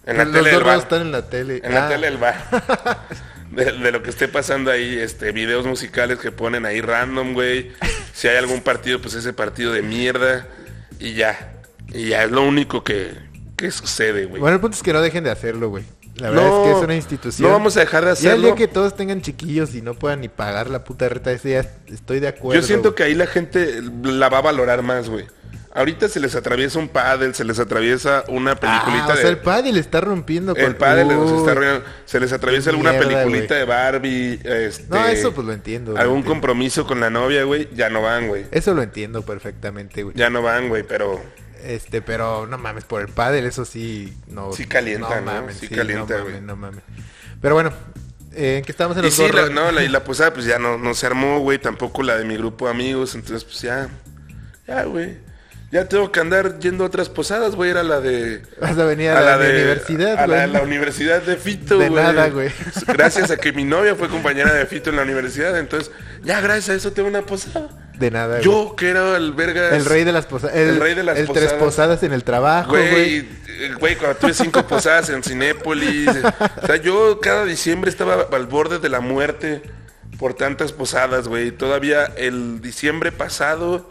S2: En la
S1: Los
S2: tele del
S1: dos
S2: bar.
S1: están en la tele.
S2: En la
S1: Ah,
S2: tele del bar. De, de lo que esté pasando ahí, este, videos musicales que ponen ahí random, güey. Si hay algún partido, pues ese partido de mierda. Y ya. Y ya es lo único que, que sucede, güey.
S1: Bueno, el punto es que no dejen de hacerlo, güey. La verdad
S2: No,
S1: es que es una institución.
S2: no vamos a dejar
S1: Ya
S2: de
S1: el día
S2: hacerlo.
S1: que todos tengan chiquillos y no puedan ni pagar la puta reta, ese ya estoy de acuerdo.
S2: Yo siento
S1: güey.
S2: que ahí la gente la va a valorar más, güey. Ahorita se les atraviesa un paddle, se les atraviesa una peliculita
S1: Ah, o sea,
S2: de...
S1: el padre le está rompiendo
S2: el
S1: con-
S2: padre les
S1: Uy.
S2: está arruinando. Se les atraviesa alguna
S1: mierda,
S2: peliculita
S1: güey.
S2: de Barbie. Este,
S1: No, eso pues lo entiendo. güey,
S2: Algún
S1: entiendo.
S2: compromiso con la novia, güey. Ya no van, güey.
S1: Eso lo entiendo perfectamente, güey.
S2: Ya no van, güey, pero.
S1: Este, pero no mames, por el pádel, eso sí, no.
S2: Sí calienta, ¿no? Sí calienta,
S1: no
S2: güey.
S1: mames, no mames. Pero bueno, eh, ¿en qué estábamos en
S2: Y
S1: los
S2: sí, la,
S1: gorros?
S2: no, la, y la posada pues ya no, no se armó, güey. Tampoco la de mi grupo de amigos. Entonces pues ya, ya, güey. Ya tengo que andar yendo a otras posadas, güey. Era la de...
S1: Vas a venir a, la, de universidad,
S2: a
S1: güey.
S2: la, la universidad de Fito,
S1: De
S2: güey.
S1: nada, güey.
S2: Gracias a que mi novia fue compañera de Fito en la universidad. Entonces, ya gracias a eso tengo una posada.
S1: De nada, güey.
S2: Yo que era el verga...
S1: El rey de las posadas. El,
S2: rey de las
S1: el tres
S2: posadas.
S1: posadas en el trabajo,
S2: Güey,
S1: güey.
S2: eh, güey, cuando tuve cinco posadas en Cinépolis. eh, O sea, yo cada diciembre estaba al borde de la muerte por tantas posadas, güey. Todavía el diciembre pasado,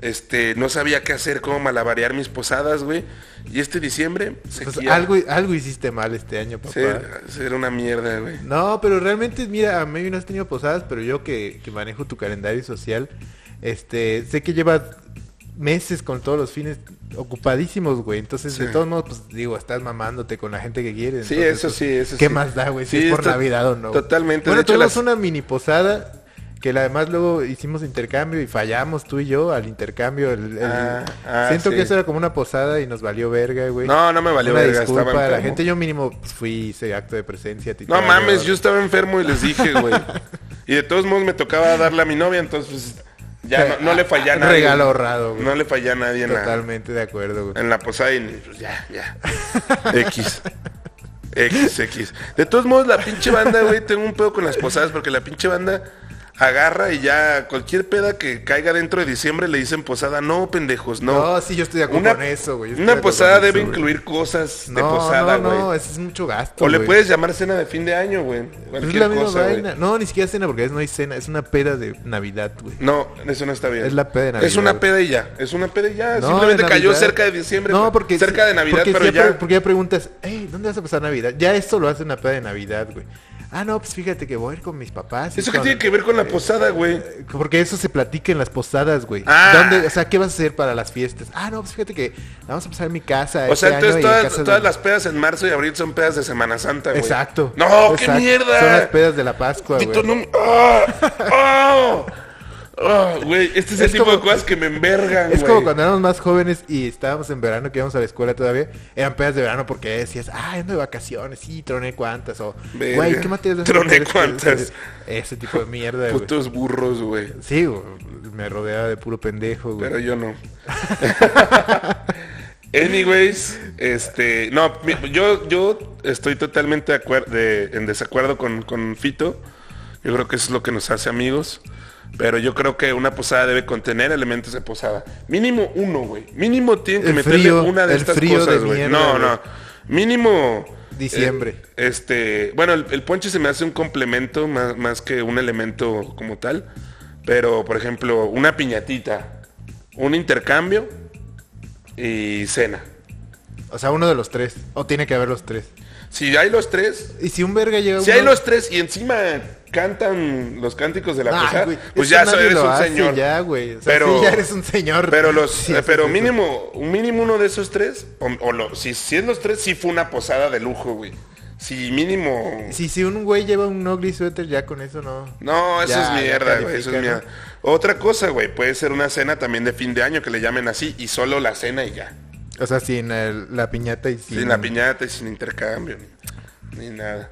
S2: este, no sabía qué hacer, cómo malabarear mis posadas, güey. Y este diciembre, se
S1: Pues algo, algo hiciste mal este año, papá.
S2: era una mierda, güey.
S1: No, pero realmente, mira, a mí no has tenido posadas, pero yo que, que manejo tu calendario social, este, sé que llevas meses con todos los fines ocupadísimos, güey. Entonces, de
S2: Sí.
S1: todos modos, pues digo, estás mamándote con la gente que quieres.
S2: Sí,
S1: entonces,
S2: eso
S1: pues,
S2: sí, eso
S1: ¿Qué
S2: sí.
S1: más da, güey? Si
S2: Sí,
S1: es por
S2: esto-
S1: Navidad o no. güey.
S2: totalmente.
S1: Bueno,
S2: De hecho,
S1: tuvimos
S2: las-
S1: una mini posada que la- además luego hicimos intercambio y fallamos tú y yo al intercambio. el- el-
S2: Ah, ah,
S1: Siento
S2: sí.
S1: que eso era como una posada y nos valió verga, güey.
S2: No, no me valió
S1: Una
S2: verga, estaba
S1: disculpa a la
S2: enfermo.
S1: gente. Yo mínimo pues, fui ese acto de presencia.
S2: No
S1: titular,
S2: mames,
S1: güey.
S2: yo estaba enfermo y les dije, güey. Y de todos modos me tocaba darle a mi novia, entonces pues, ya no, no le fallé a nadie.
S1: Regalo ahorrado, güey.
S2: No le fallé a nadie en la,
S1: Totalmente de acuerdo, güey.
S2: en la posada y ni- pues ya, ya. X. X, X. De todos modos, la pinche banda, güey, tengo un pedo con las posadas porque la pinche banda agarra y ya cualquier peda que caiga dentro de diciembre le dicen posada. No, pendejos, no.
S1: No, sí, yo estoy de acuerdo
S2: una,
S1: con eso, güey. Yo estoy de
S2: una
S1: acuerdo
S2: posada
S1: con
S2: debe
S1: eso, güey.
S2: incluir cosas de
S1: no,
S2: posada,
S1: No,
S2: güey.
S1: no, ese es mucho gasto,
S2: o le
S1: güey.
S2: puedes llamar cena de fin de año, güey.
S1: Pues
S2: Cualquier
S1: es la misma
S2: cosa, güey.
S1: vaina. No, ni siquiera cena porque es- no hay cena. Es una peda de Navidad, güey.
S2: No, eso no está bien.
S1: Es la peda de Navidad,
S2: Es una
S1: güey.
S2: peda y ya. Es una peda y ya.
S1: No,
S2: Simplemente
S1: de
S2: cayó
S1: Navidad.
S2: cerca de diciembre.
S1: No, porque.
S2: Cerca de Navidad,
S1: porque
S2: pero
S1: sí,
S2: ya.
S1: Porque ya preguntas, hey, ¿dónde vas a pasar Navidad? Ya esto lo hace una peda de Navidad, güey. Ah, no, pues fíjate que voy a ir con mis papás. y
S2: ¿Eso qué
S1: con- eh,
S2: tiene que ver con la posada, güey?
S1: Porque eso se platica en las posadas, güey.
S2: Ah.
S1: ¿Dónde, o sea, ¿qué vas a hacer para las fiestas? Ah, no, pues fíjate que la vamos a pasar en mi casa.
S2: O
S1: este
S2: sea,
S1: año
S2: entonces
S1: y en
S2: todas,
S1: casa de-
S2: todas las pedas en marzo y abril son pedas de Semana Santa, güey.
S1: Exacto.
S2: ¡No,
S1: Exacto.
S2: qué mierda!
S1: Son las pedas de la Pascua,
S2: Tito,
S1: güey.
S2: no me- ¡Ah! ¡Ah! ¡Ah! Güey, este es, el
S1: Es
S2: tipo
S1: como-
S2: de cosas que me envergan,
S1: Es
S2: güey.
S1: como cuando éramos más jóvenes y estábamos en verano, que íbamos a la escuela todavía. Eran pedas de verano porque decías, ah, ando de vacaciones, sí, troné cuantas. O,
S2: Verga.
S1: güey, ¿qué materias vas a
S2: Troné
S1: tener?
S2: cuantas.
S1: Ese tipo de mierda, güey.
S2: Putos burros, güey.
S1: Sí, güey, me rodeaba de puro pendejo, güey.
S2: Pero yo no. Anyways, este, no, mi- yo, yo estoy totalmente de acuer- de- en desacuerdo con, con Fito. Yo creo que eso es lo que nos hace amigos. Pero yo creo que una posada debe contener elementos de posada. Mínimo uno, güey. Mínimo tiene que
S1: El
S2: meterle
S1: frío,
S2: una de
S1: el
S2: estas
S1: frío de
S2: cosas, güey.
S1: mierda,
S2: No,
S1: güey.
S2: no. Mínimo.
S1: Diciembre.
S2: eh, este. Bueno, el, el ponche se me hace un complemento más, más que un elemento como tal. Pero, por ejemplo, una piñatita, un intercambio y cena.
S1: O sea, uno de los tres. O tiene que haber los tres.
S2: Si hay los tres,
S1: Y si un verga llega
S2: si
S1: uno-
S2: hay los tres y encima cantan los cánticos de la
S1: Ay,
S2: posada,
S1: güey,
S2: pues
S1: eso
S2: ya
S1: nadie
S2: eres
S1: lo
S2: un
S1: hace
S2: señor.
S1: Ya, güey. O sea,
S2: Pero-
S1: sí, ya eres un señor.
S2: Pero los,
S1: Sí,
S2: eh,
S1: haces
S2: pero
S1: eso.
S2: mínimo, un mínimo uno de esos tres, o, o lo- si, si es los tres, sí fue una posada de lujo, güey. Si mínimo.
S1: Si, si un güey lleva un ugly sweater, ya con eso no.
S2: No, eso
S1: Ya,
S2: es
S1: ya
S2: mierda, güey. Eso
S1: califica,
S2: es mierda.
S1: ¿no?
S2: Otra cosa, güey, puede ser una cena también de fin de año que le llamen así y solo la cena y ya.
S1: O sea, sin el- la piñata y sin...
S2: Sin la piñata y sin intercambio, ni, ni nada.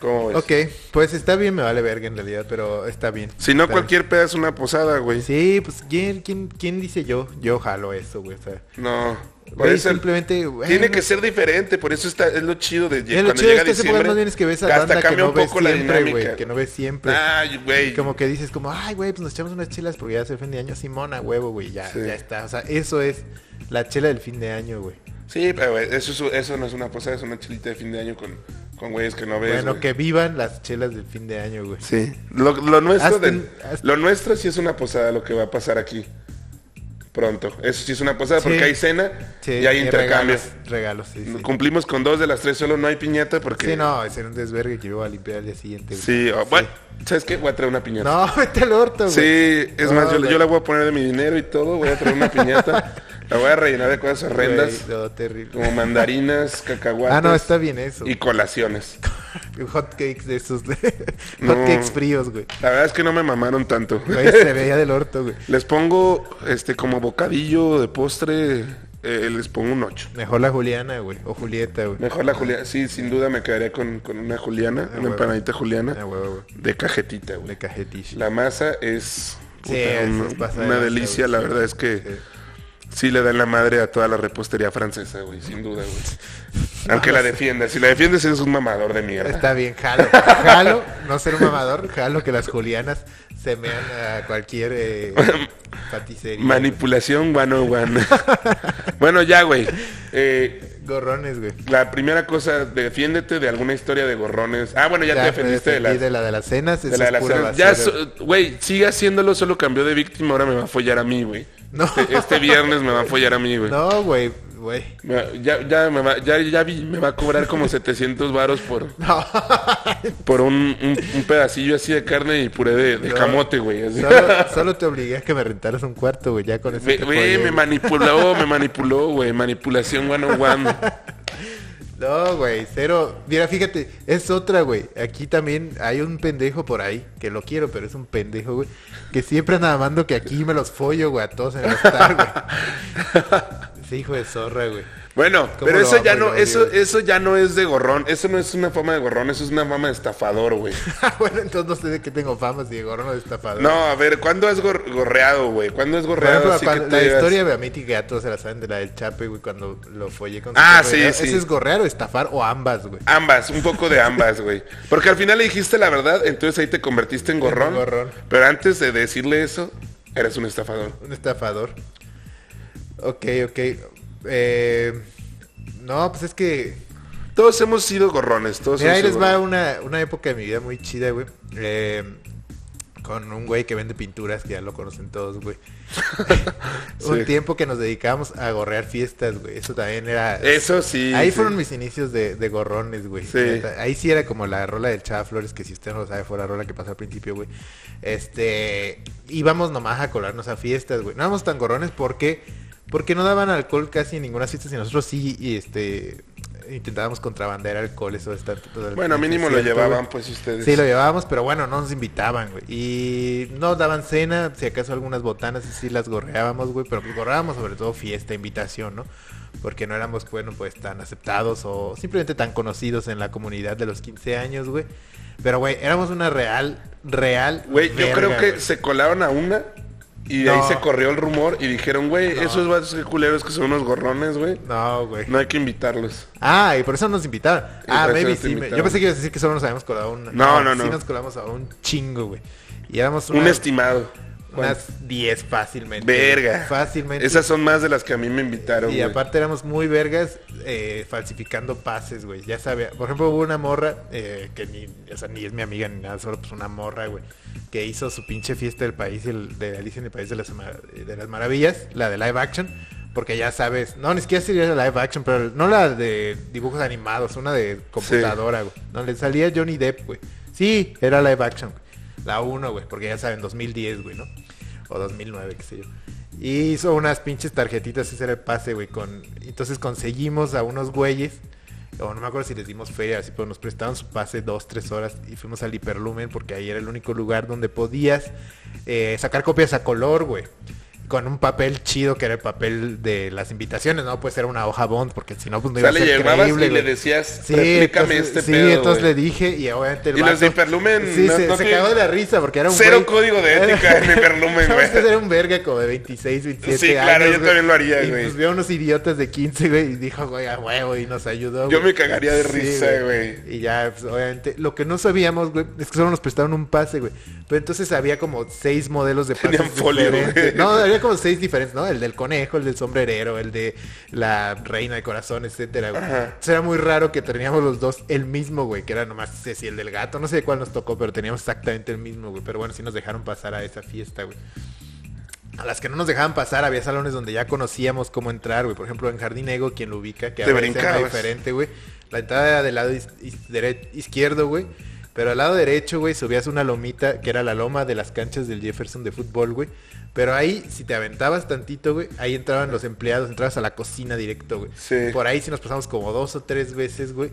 S2: ¿Cómo ves?
S1: Ok, pues está bien, me vale verga en realidad, pero está bien.
S2: Si no,
S1: Está
S2: cualquier peda es una posada, güey.
S1: bien. Sí, pues ¿quién, quién, quién dice yo? Yo jalo eso, güey. O sea,
S2: No. Por
S1: güey,
S2: eso
S1: simplemente... güey,
S2: tiene
S1: no-
S2: que ser diferente, por eso está, es lo chido de
S1: Mira, lo
S2: cuando
S1: chido de este
S2: llega
S1: estas épocas
S2: diciembre.
S1: más bien es que ves a
S2: hasta
S1: banda que
S2: cambia
S1: no
S2: un
S1: ves
S2: poco la
S1: siempre,
S2: dinámica. Ah,
S1: güey. Que no ves siempre.
S2: Ay, güey.
S1: Como que dices como, ay, güey, pues nos echamos unas chelas porque ya es el fin de año. Simona, huevo, güey, ya,
S2: Sí.
S1: ya está. O sea, eso es la chela del fin de año, güey.
S2: Sí, pero güey, eso, es- eso no es una posada, es una chilita de fin de año con, con güeyes que no ves.
S1: Bueno,
S2: güey.
S1: que vivan las chelas del fin de año, güey.
S2: Sí. Lo, lo nuestro
S1: Hasta-
S2: de-
S1: hasta-
S2: lo nuestro sí es una posada lo que va a pasar aquí. Pronto. Eso sí es una posada
S1: Sí.
S2: porque hay cena
S1: Sí, eh,
S2: y hay intercambios.
S1: Regalos, regalos, sí, sí.
S2: Cumplimos con dos de las tres, solo no hay piñata porque.
S1: Sí, no, ese era un desvergue que yo iba a limpiar al día siguiente. güey.
S2: Sí, o- bueno, ¿sabes qué? Voy a traer una piñata.
S1: No, vete al orto, güey.
S2: Sí, es
S1: No,
S2: más, yo,
S1: güey.
S2: yo la voy a poner de mi dinero y todo, voy a traer una piñata, la voy a rellenar de
S1: Güey,
S2: cosas
S1: Ah,
S2: horrendas,
S1: no, terrible.
S2: como mandarinas, cacahuates
S1: Ah, no, está bien eso.
S2: y colaciones.
S1: hotcakes de esos. de-
S2: No.
S1: hotcakes fríos, güey.
S2: La verdad es que no me mamaron tanto.
S1: Güey, se veía del orto, güey.
S2: Les pongo este como bocadillo de postre, eh, les pongo un 8.
S1: Mejor la Juliana, güey. O Julieta, güey.
S2: Mejor la Juliana, sí, sin duda me quedaría con, con una Juliana, una
S1: huevo.
S2: empanadita Juliana
S1: Ah, güey, güey.
S2: de cajetita, güey.
S1: De cajetilla.
S2: La masa es
S1: Sí,
S2: puta,
S1: es-
S2: un-
S1: es pasada de
S2: una
S1: lanza,
S2: delicia,
S1: güey.
S2: la verdad es que
S1: Sí.
S2: sí le dan la madre a toda la repostería francesa, güey, sin duda, güey. Aunque la defiendas, si la defiendes eres un mamador de mierda.
S1: Está bien, jalo. Jalo, no ser un mamador, jalo que las Julianas se mean a cualquier eh, patisería.
S2: Manipulación 101. bueno, ya, güey. Eh,
S1: Gorrones, güey.
S2: La primera cosa, defiéndete de alguna historia de gorrones. Ah, bueno, ya, te
S1: me
S2: defendiste de
S1: defendí
S2: la de,
S1: este de la de las cenas. eso
S2: la de
S1: es
S2: las
S1: pura
S2: cenas. Ya,
S1: basura.
S2: so- güey, sigue haciéndolo, solo cambió de víctima, ahora me va a follar a mí, güey.
S1: No.
S2: Este, este viernes me va a follar a mí, güey.
S1: No, güey, güey.
S2: Me va- Ya, ya, me va, ya, ya vi, me va a cobrar como 700 varos por,
S1: No,
S2: por un, un- un pedacillo así de carne y puré de, de
S1: No.
S2: camote, güey. así.
S1: solo, solo te obligué a que me rentaras un cuarto, güey, ya con eso.
S2: Ve-
S1: te
S2: Güey,
S1: jodí,
S2: me
S1: güey.
S2: manipuló, me manipuló, güey. Manipulación one on one.
S1: No, güey, cero. Mira, fíjate, es otra, güey. Aquí también hay un pendejo por ahí, que lo quiero, pero es un pendejo, güey. Que siempre anda amando que aquí me los follo, güey, a todos en el hostal, güey. Ese hijo de zorra, güey.
S2: Bueno,
S1: ¿Cómo
S2: pero
S1: lo
S2: eso
S1: amo
S2: ya
S1: y
S2: no,
S1: lo
S2: eso,
S1: odio?
S2: eso ya no es de gorrón, eso no es una fama de gorrón, eso es una fama de estafador, güey.
S1: bueno, entonces no sé de qué tengo fama, si de gorrón o de estafador.
S2: No, a ver, ¿cuándo has gor- gorreado, güey? ¿Cuándo has
S1: Por ejemplo,
S2: gorreado? así
S1: cuando-
S2: que
S1: la
S2: te digas-
S1: historia de Amity que ya todos se la saben de la del Chape, güey, cuando lo follé con su
S2: Ah,
S1: perro
S2: sí,
S1: regalo.
S2: sí.
S1: Ese es gorrear o estafar o ambas, güey.
S2: Ambas, un poco de ambas, güey. Porque al final le dijiste la verdad, entonces ahí te convertiste en gorrón.
S1: gorrón.
S2: Pero antes de decirle eso, eres un estafador.
S1: Un estafador. Ok, ok. Eh, no, pues es que.
S2: Todos hemos sido gorrones, todos
S1: Mira,
S2: hemos
S1: ahí
S2: sido
S1: les va
S2: gorrones.
S1: una, una época de mi vida muy chida, güey. Eh, con un güey que vende pinturas, que ya lo conocen todos, güey.
S2: Sí.
S1: Un tiempo que nos dedicábamos a gorrear fiestas, güey. Eso también era...
S2: Eso sí.
S1: Ahí
S2: sí.
S1: fueron mis inicios de, de gorrones, güey.
S2: Sí.
S1: Neta, Ahí sí era como la rola del Chava Flores, que si usted no lo sabe, fue la rola que pasó al principio, güey. Este, íbamos nomás a colarnos a fiestas, güey. No éramos tan gorrones porque, porque no daban alcohol casi en ninguna fiesta, y nosotros sí, y este, intentábamos contrabandear alcohol, eso está totalmente
S2: Bueno, mínimo lo
S1: cierto,
S2: llevaban,
S1: güey.
S2: pues ustedes.
S1: Sí, lo llevábamos, pero bueno, no nos invitaban, güey. Y no daban cena, si acaso algunas botanas, y sí las gorreábamos, güey. Pero pues gorreábamos sobre todo fiesta, invitación, ¿no? Porque no éramos, bueno, pues tan aceptados o simplemente tan conocidos en la comunidad de los 15 años, güey. Pero, güey, éramos una real, real.
S2: Güey, yo
S1: verga,
S2: creo que
S1: güey.
S2: se colaron a una y de ahí
S1: No.
S2: se corrió el rumor y dijeron, güey, esos vatos que culeros que son unos gorrones, güey,
S1: No, güey.
S2: no hay que invitarlos.
S1: Ah, y por eso nos invitaron.
S2: Y
S1: Ah,
S2: por eso
S1: maybe
S2: te
S1: sí. me-
S2: invitaron.
S1: Yo pensé que ibas a decir que solo nos habíamos colado a una.
S2: No, no,
S1: Sí
S2: no.
S1: nos colamos a un chingo, güey. Y éramos
S2: Un
S1: una-
S2: estimado.
S1: Unas 10 fácilmente.
S2: Verga.
S1: Fácilmente.
S2: Esas son más de las que a mí me invitaron,
S1: Y
S2: güey.
S1: aparte éramos muy vergas eh, falsificando pases, güey. Ya sabía. Por ejemplo, hubo una morra eh, que ni, o sea, ni es mi amiga ni nada, solo pues una morra, güey. Que hizo su pinche fiesta del país, el, de Alicia en el País de las, Mar- de las Maravillas, la de live action. Porque ya sabes, no, ni siquiera sería la live action, pero no la de dibujos animados, una de computadora, güey. Donde salía Johnny Depp, güey. Sí, era live action, güey. La 1, güey, porque ya saben, 2010, güey, ¿no? O 2009, qué sé yo. Y hizo unas pinches tarjetitas, ese era el pase, güey. Con... Entonces conseguimos a unos güeyes, o no me acuerdo si les dimos feria, así, pero nos prestaron su pase dos, tres horas y fuimos al hiperlumen porque ahí era el único lugar donde podías eh, sacar copias a color, güey. Con un papel chido que era el papel de las invitaciones, ¿no? Pues era una hoja bond, porque si no, pues
S2: o
S1: no iba
S2: sea,
S1: a
S2: le
S1: ser
S2: llegabas
S1: creíble,
S2: y le
S1: güey.
S2: decías,
S1: Sí,
S2: replícame
S1: entonces,
S2: este
S1: sí,
S2: pedo,
S1: entonces
S2: güey".
S1: le dije y obviamente el
S2: Y los
S1: vato-
S2: de Hiperlumen
S1: Sí,
S2: no-
S1: se,
S2: no
S1: se
S2: tienen
S1: cagó de la risa porque era un
S2: cero
S1: güey-
S2: código de ética en Hiperlumen,
S1: No,
S2: güey.
S1: este era un verga como de 26, 27
S2: Sí,
S1: años.
S2: claro, yo
S1: güey.
S2: también lo haría,
S1: Y
S2: güey.
S1: nos vio a unos idiotas de 15, güey, y dijo, güey, a huevo, y nos ayudó.
S2: Yo
S1: güey.
S2: me cagaría de risa, güey.
S1: Y ya, pues, obviamente, lo que no sabíamos, güey, es que solo nos prestaron un pase, güey. Pero entonces había como seis modelos de pases
S2: Tenían folio,
S1: diferentes.
S2: güey.
S1: No, había como seis diferentes, ¿no? El del conejo, el del sombrerero, el de la reina de corazón, etcétera, güey.
S2: Ajá.
S1: Entonces era muy raro que teníamos los dos el mismo, güey, que era nomás, no sé si el del gato, no sé cuál nos tocó, pero teníamos exactamente el mismo, güey. Pero bueno, sí nos dejaron pasar a esa fiesta, güey. A las que no nos dejaban pasar, había salones donde ya conocíamos cómo entrar, güey. Por ejemplo, en Jardín Ego, quien lo ubica, que
S2: Te
S1: a veces era
S2: brincabas.
S1: diferente, güey. La entrada era del lado is- is- dere- izquierdo, güey. Pero al lado derecho, güey, subías una lomita que era la loma de las canchas del Jefferson de fútbol, güey. Pero ahí, si te aventabas tantito, güey, ahí entraban los empleados, entrabas a la cocina directo, güey.
S2: Sí.
S1: Por ahí sí nos pasamos como dos o tres veces, güey.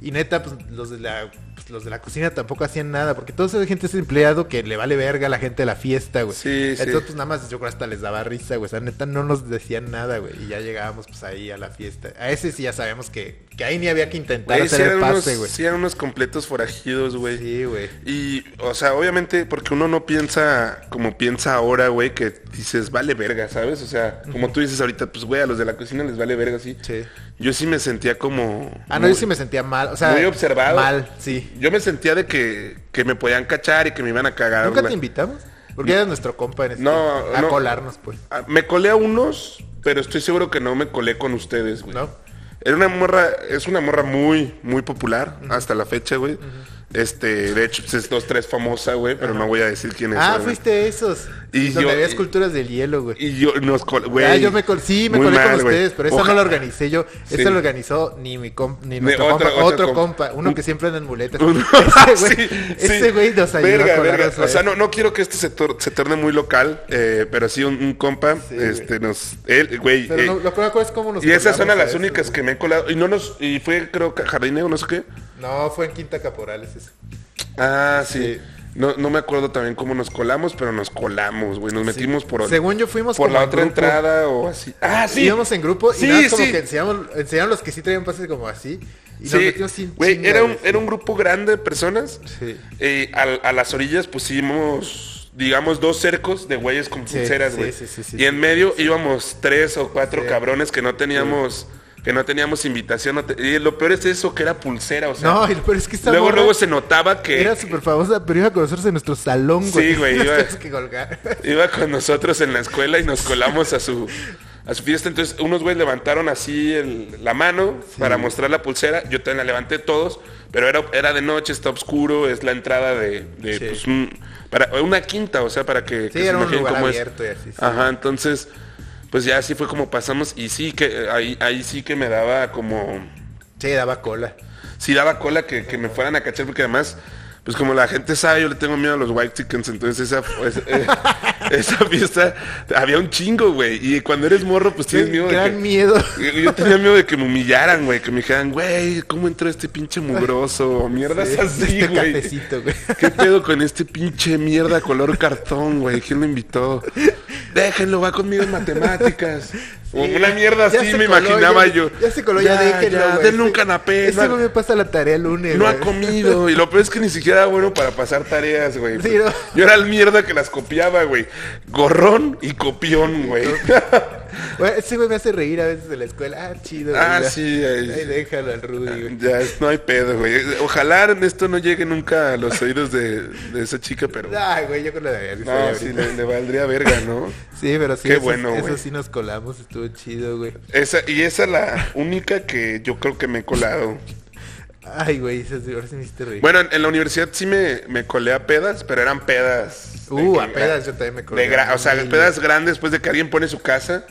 S1: Y neta, pues los de la, pues, los de la cocina tampoco hacían nada, porque toda esa gente es empleado que le vale verga a la gente de la fiesta, güey.
S2: Sí, sí.
S1: Entonces, pues nada más yo creo que hasta les daba risa, güey. O sea, neta no nos decían nada, güey. Y ya llegábamos pues ahí a la fiesta. A ese sí ya sabíamos que, que ahí ni había que intentar
S2: Güey, sí
S1: hacer el
S2: eran,
S1: pase,
S2: unos,
S1: güey.
S2: sí eran unos completos forajidos, güey.
S1: Sí, güey.
S2: Y, o sea, obviamente, porque uno no piensa como piensa ahora, güey, que dices, vale verga, ¿sabes? O sea, como tú dices ahorita, pues, güey, a los de la cocina les vale verga, sí.
S1: Sí.
S2: Yo sí me sentía como...
S1: Ah, no, yo
S2: muy-
S1: sí me sentía mal. O sea,
S2: muy observado.
S1: Mal, sí.
S2: Yo me sentía de que, que me podían cachar y que me iban a cagar.
S1: ¿Nunca
S2: Ah, güey.
S1: te invitamos? Porque eras nuestro compa en ese
S2: No,
S1: tiempo. a
S2: no.
S1: colarnos, pues.
S2: Ah, Me colé a unos, pero estoy seguro que no me colé con ustedes, güey.
S1: ¿No?
S2: Era una morra, es una morra muy, muy popular hasta la fecha, güey. Este, de hecho, pues, es dos, tres famosa, güey, pero no voy a decir quién es.
S1: Ah,
S2: obviamente.
S1: fuiste esos.
S2: Y
S1: donde
S2: yo-
S1: había
S2: y-
S1: esculturas del hielo, güey.
S2: Y yo nos col- güey.
S1: Ah, yo me col- sí, me
S2: Muy
S1: colé
S2: mal,
S1: con
S2: güey.
S1: ustedes, pero esa no
S2: Oja-
S1: la organicé yo.
S2: Sí.
S1: Esa la organizó ni mi comp- ni nuestro
S2: otro-
S1: compa,
S2: otro
S1: otro
S2: compa.
S1: compa, uno que
S2: Un-
S1: siempre anda en muletas.
S2: Uno-
S1: ese güey,
S2: Sí, sí.
S1: ese güey nos ayudó
S2: Verga,
S1: a colarnos
S2: verga.
S1: a
S2: O sea,
S1: él.
S2: no, no quiero que esto se, tor- se torne muy local, eh, pero sí un, un compa, este, nos, él, güey.
S1: Pero
S2: eh,
S1: no, lo que me acuerdo es cómo nos
S2: y esas
S1: colamos
S2: son a las
S1: esos,
S2: únicas
S1: güey.
S2: que me he colado. Y no nos, y fue creo que jardineo, no sé qué.
S1: No, fue en Quinta Caporales eso.
S2: Ah, sí.
S1: Sí.
S2: No, no me acuerdo también cómo nos colamos, pero nos colamos, güey. Nos metimos por,
S1: Según yo fuimos
S2: por
S1: como
S2: la
S1: en
S2: otra
S1: grupo.
S2: entrada o así. Ah, sí.
S1: Íbamos en grupo y
S2: Sí,
S1: nada, más como
S2: sí.
S1: que enseñaron, enseñaron los que sí traían pases como así. Y nos
S2: Sí,
S1: metimos sin
S2: güey,
S1: chinga,
S2: era un,
S1: güey.
S2: era un grupo grande de personas.
S1: Sí.
S2: Eh, a, a las orillas pusimos, digamos, dos cercos de güeyes con
S1: Sí,
S2: pulseras,
S1: sí,
S2: güey.
S1: sí, sí, sí,
S2: y en
S1: sí,
S2: medio íbamos tres o cuatro
S1: Sí.
S2: cabrones que no teníamos, que no teníamos invitación. no te- y lo peor es eso, que era pulsera, o sea.
S1: No, y lo peor es que esta
S2: luego,
S1: morra
S2: luego se notaba que
S1: Era súper famosa, pero iba con nosotros en nuestro salón, güey.
S2: Sí, güey,
S1: Nos
S2: iba-
S1: teníamos que colgar.
S2: iba con nosotros en la escuela y nos colamos a su a su fiesta. Entonces, unos güeyes levantaron así el- la mano para mostrar la pulsera. Yo también la levanté todos, pero era, era de noche, está oscuro, es la entrada de, de,
S1: Sí.
S2: pues, un- para una quinta, o sea, para que, que
S1: era un
S2: imaginen
S1: lugar
S2: cómo es.
S1: abierto y así, sí.
S2: Ajá, entonces, pues ya así fue como pasamos y sí que eh, ahí, ahí sí que me daba como
S1: Sí, daba cola.
S2: sí daba cola que, que me fueran a cachar porque además, pues como la gente sabe, yo le tengo miedo a los White Chickens, entonces esa, pues, eh, esa fiesta había un chingo, güey. Y cuando eres morro, pues tienes miedo de
S1: Gran
S2: que...
S1: miedo.
S2: Yo- Yo tenía miedo de que me humillaran, güey, que me dijeran, güey, ¿cómo entró este pinche mugroso? O mierdas
S1: Sí,
S2: así,
S1: este
S2: güey.
S1: cafecito, güey.
S2: ¿Qué pedo con este pinche mierda color cartón, güey? ¿Quién lo invitó? Déjenlo, va conmigo en matemáticas. O Una mierda
S1: Ya
S2: así
S1: se
S2: me
S1: coló,
S2: imaginaba
S1: ya-
S2: yo.
S1: Ya se coló, ya, déjenlo,
S2: ya,
S1: güey.
S2: denle un
S1: Este-
S2: canapé.
S1: Este
S2: no,
S1: güey me pasa la tarea el lunes,
S2: no
S1: güey.
S2: ha comido. Y lo peor es que ni siquiera era bueno para pasar tareas, güey.
S1: Sí, ¿no?
S2: Yo era el mierda que las copiaba, güey. Gorrón y copión, güey.
S1: Güey, Este güey me hace reír a veces de la escuela. Ah, chido, güey,
S2: ah,
S1: ya.
S2: sí. ay,
S1: Ay, déjalo al Rudy, güey.
S2: Ya, no hay pedo, güey. Ojalá esto no llegue nunca a los oídos de, de esa chica, pero...
S1: Ay, güey, yo creo que la debería
S2: No, sí, le, le valdría verga, ¿no?
S1: Sí, pero sí,
S2: Qué
S1: eso,
S2: bueno,
S1: eso
S2: güey.
S1: sí nos colamos, estuvo chido, güey.
S2: Esa, y esa es la única que yo creo que me he colado.
S1: Ay, güey, eso sí, ahora sí me hiciste reír.
S2: Bueno, en, en la universidad sí me, me colé a pedas, pero eran pedas. de
S1: Uh,
S2: que-
S1: a pedas yo también me colé.
S2: de gra- o sea,
S1: Mil.
S2: pedas grandes después de que alguien pone su casa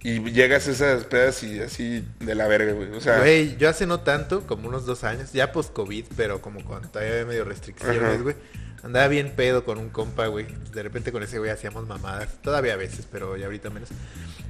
S2: y llegas a esas pedas y así de la verga, güey. O sea,
S1: Güey, yo hace no tanto, como unos dos años, ya post-COVID, pero como cuando todavía había medio
S2: Ajá.
S1: restricciones, güey. Andaba bien pedo con un compa, güey. De repente con ese güey hacíamos mamadas. Todavía a veces, pero ya ahorita menos.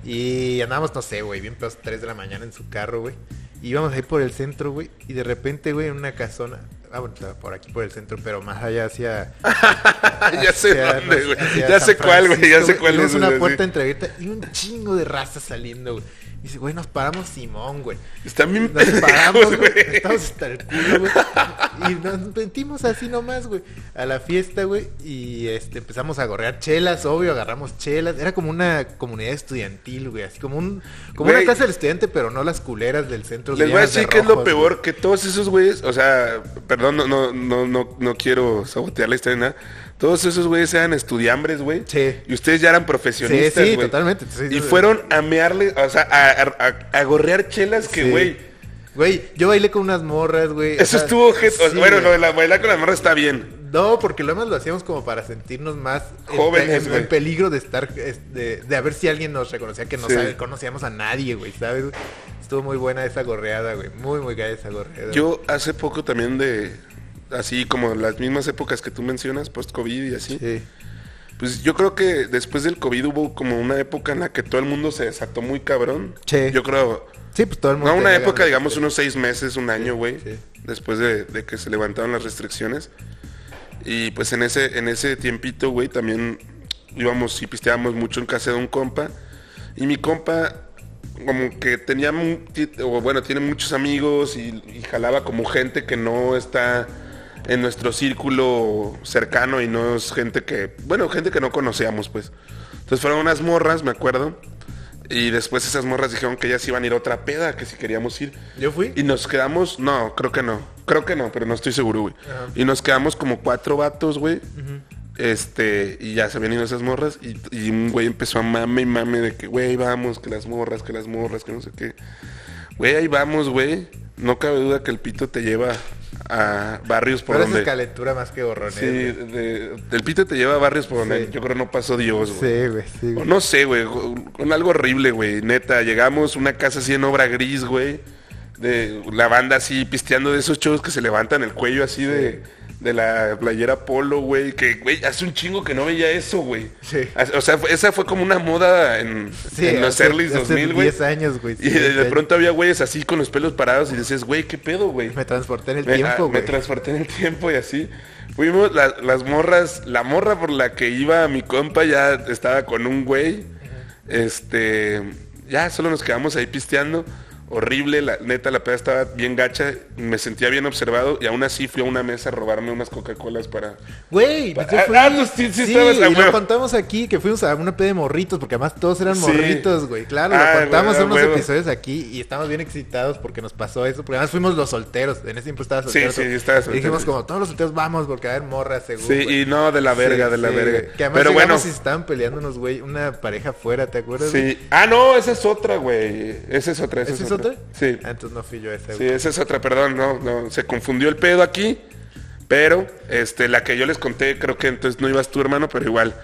S1: Y andábamos, no sé, güey, bien pedos 3 de la mañana en su carro, güey. Íbamos ahí por el centro, güey. Y de repente, güey, en una casona. Ah, bueno, estaba por aquí por el centro, pero más allá hacia.
S2: Ah, ya sé
S1: hacia-
S2: dónde,
S1: no,
S2: güey.
S1: hacia
S2: Ya
S1: San
S2: sé cuál, güey. Ya
S1: Francisco,
S2: sé cuál
S1: Vimos
S2: es.
S1: una
S2: güey,
S1: puerta
S2: sí.
S1: entreabierta y un chingo de raza saliendo, güey. Dice, güey, nos paramos Simón, güey.
S2: Están bien
S1: Nos paramos,
S2: pendejos,
S1: güey.
S2: güey.
S1: Estamos hasta el culo, güey. Y nos metimos así nomás, güey. A la fiesta, güey. Y este, empezamos a gorrear chelas, obvio, agarramos chelas. Era como una comunidad estudiantil, güey. Así como un, como
S2: Güey.
S1: una casa del estudiante, pero no las culeras del centro.
S2: Les voy a
S1: llenas de
S2: decir que es lo
S1: rojos,
S2: peor, que todos esos güeyes, o sea, perdón, no, no, no, no, no quiero sabotear la historia ni nada. Todos esos güeyes eran estudiambres, güey.
S1: Sí.
S2: Y ustedes ya eran
S1: güey. Sí,
S2: profesionistas,
S1: sí,
S2: güey.
S1: totalmente. Sí,
S2: Y
S1: sí.
S2: fueron a mearle, o sea, a, a- a- a gorrear chelas que,
S1: Sí.
S2: güey.
S1: Güey, yo bailé con unas morras, güey. o
S2: Eso
S1: sea,
S2: estuvo ojete. O sea,
S1: sí,
S2: bueno,
S1: güey.
S2: lo de la bailar con la morra está bien.
S1: No, porque lo más lo hacíamos como para sentirnos más en pe-
S2: Jóvenes,
S1: en,
S2: güey.
S1: en peligro de estar, es- de, de a ver si alguien nos reconocía que no
S2: Sí.
S1: sabe- conocíamos a nadie, güey, ¿sabes? Estuvo muy buena esa gorreada, güey. Muy, muy gay esa gorreada.
S2: Yo hace poco también de, así como las mismas épocas que tú mencionas, post-COVID y así.
S1: Sí.
S2: Pues yo creo que después del COVID hubo como una época en la que todo el mundo se desató muy cabrón.
S1: Sí.
S2: Yo creo...
S1: Sí, pues todo el mundo.
S2: No, una
S1: tenía
S2: época,
S1: ganas de-
S2: digamos, unos seis meses, un año, güey.
S1: sí.
S2: después de, de que se levantaron las restricciones. Y pues en ese, en ese tiempito, güey, también íbamos y pisteábamos mucho en casa de un compa. Y mi compa, como que tenía, mu- ti- o bueno, tiene muchos amigos y, y jalaba como gente que no está en nuestro círculo cercano y no es gente que, bueno, gente que no conocíamos, pues. Entonces fueron unas morras, me acuerdo. Y después esas morras dijeron que ellas iban a ir a otra peda, que si queríamos ir.
S1: ¿Yo fui?
S2: Y nos quedamos, no, creo que no. Creo que no, pero no estoy seguro, güey. Y nos quedamos como cuatro vatos, güey. Este, y ya se habían ido esas morras. Y, y un güey empezó a mame y mame de que, güey, vamos, que las morras, que las morras, que no sé qué. Güey, ahí vamos, güey. No cabe duda que el pito te lleva a barrios por
S1: Pero esa
S2: donde.
S1: es calentura más que borrón.
S2: Sí, de- el pito te lleva a barrios por donde
S1: Sí.
S2: yo creo no pasó Dios, pues, güey.
S1: Sí, güey, sí,
S2: O
S1: güey.
S2: No sé, güey, con algo horrible, güey, neta. Llegamos, una casa así en obra gris, güey. De la banda así pisteando de esos chavos que se levantan el cuello así de, de la playera polo, güey. Que, güey, hace un chingo que no veía eso, güey.
S1: Sí.
S2: As- O sea, fue- esa fue como una moda en,
S1: Sí,
S2: en los
S1: hace-
S2: early
S1: hace
S2: 2000, güey.
S1: 10 años, güey,
S2: Y
S1: sí,
S2: de, de
S1: 10 años.
S2: pronto había güeyes así con los pelos parados y dices, güey, ¿qué pedo, güey?
S1: Me transporté en el
S2: Me- ah,
S1: tiempo,
S2: me
S1: güey.
S2: transporté en el tiempo y así. Fuimos, la- las morras, la morra por la que iba mi compa ya estaba con un güey. Este, ya solo nos quedamos ahí pisteando. Horrible, la neta, la peda estaba bien gacha. Me sentía bien observado y aún así fui a una mesa a robarme unas Coca-Colas para.
S1: Güey, pues,
S2: Pa-
S1: yo
S2: ah,
S1: fui.
S2: ah, no, sí, sí estabas, ah,
S1: y
S2: huevo.
S1: lo contamos aquí, que fuimos a una peda de morritos, porque además todos eran
S2: Sí.
S1: morritos, güey. Claro,
S2: Ah,
S1: lo contamos
S2: güey,
S1: en unos
S2: huevo.
S1: episodios aquí y estamos bien excitados porque nos pasó eso. Porque además fuimos los solteros. En ese tiempo estaba
S2: Sí,
S1: soltero.
S2: sí, estaba
S1: Y dijimos
S2: soltero.
S1: como, todos los solteros vamos porque va a haber morras, seguro.
S2: Sí, y no, de la verga, de la verga.
S1: Que además
S2: Pero bueno.
S1: llegamos y estaban peleándonos, güey, una pareja afuera, ¿te acuerdas? güey?
S2: Sí. Ah, no, esa es otra, güey. Esa es otra, esa,
S1: ¿Esa es otra?
S2: Sí.
S1: Ah, entonces no fui yo esa,
S2: Sí,
S1: güey.
S2: esa es otra, perdón, no, no, se confundió el pedo aquí, pero este, la que yo les conté, creo que entonces no ibas tú, hermano, pero igual.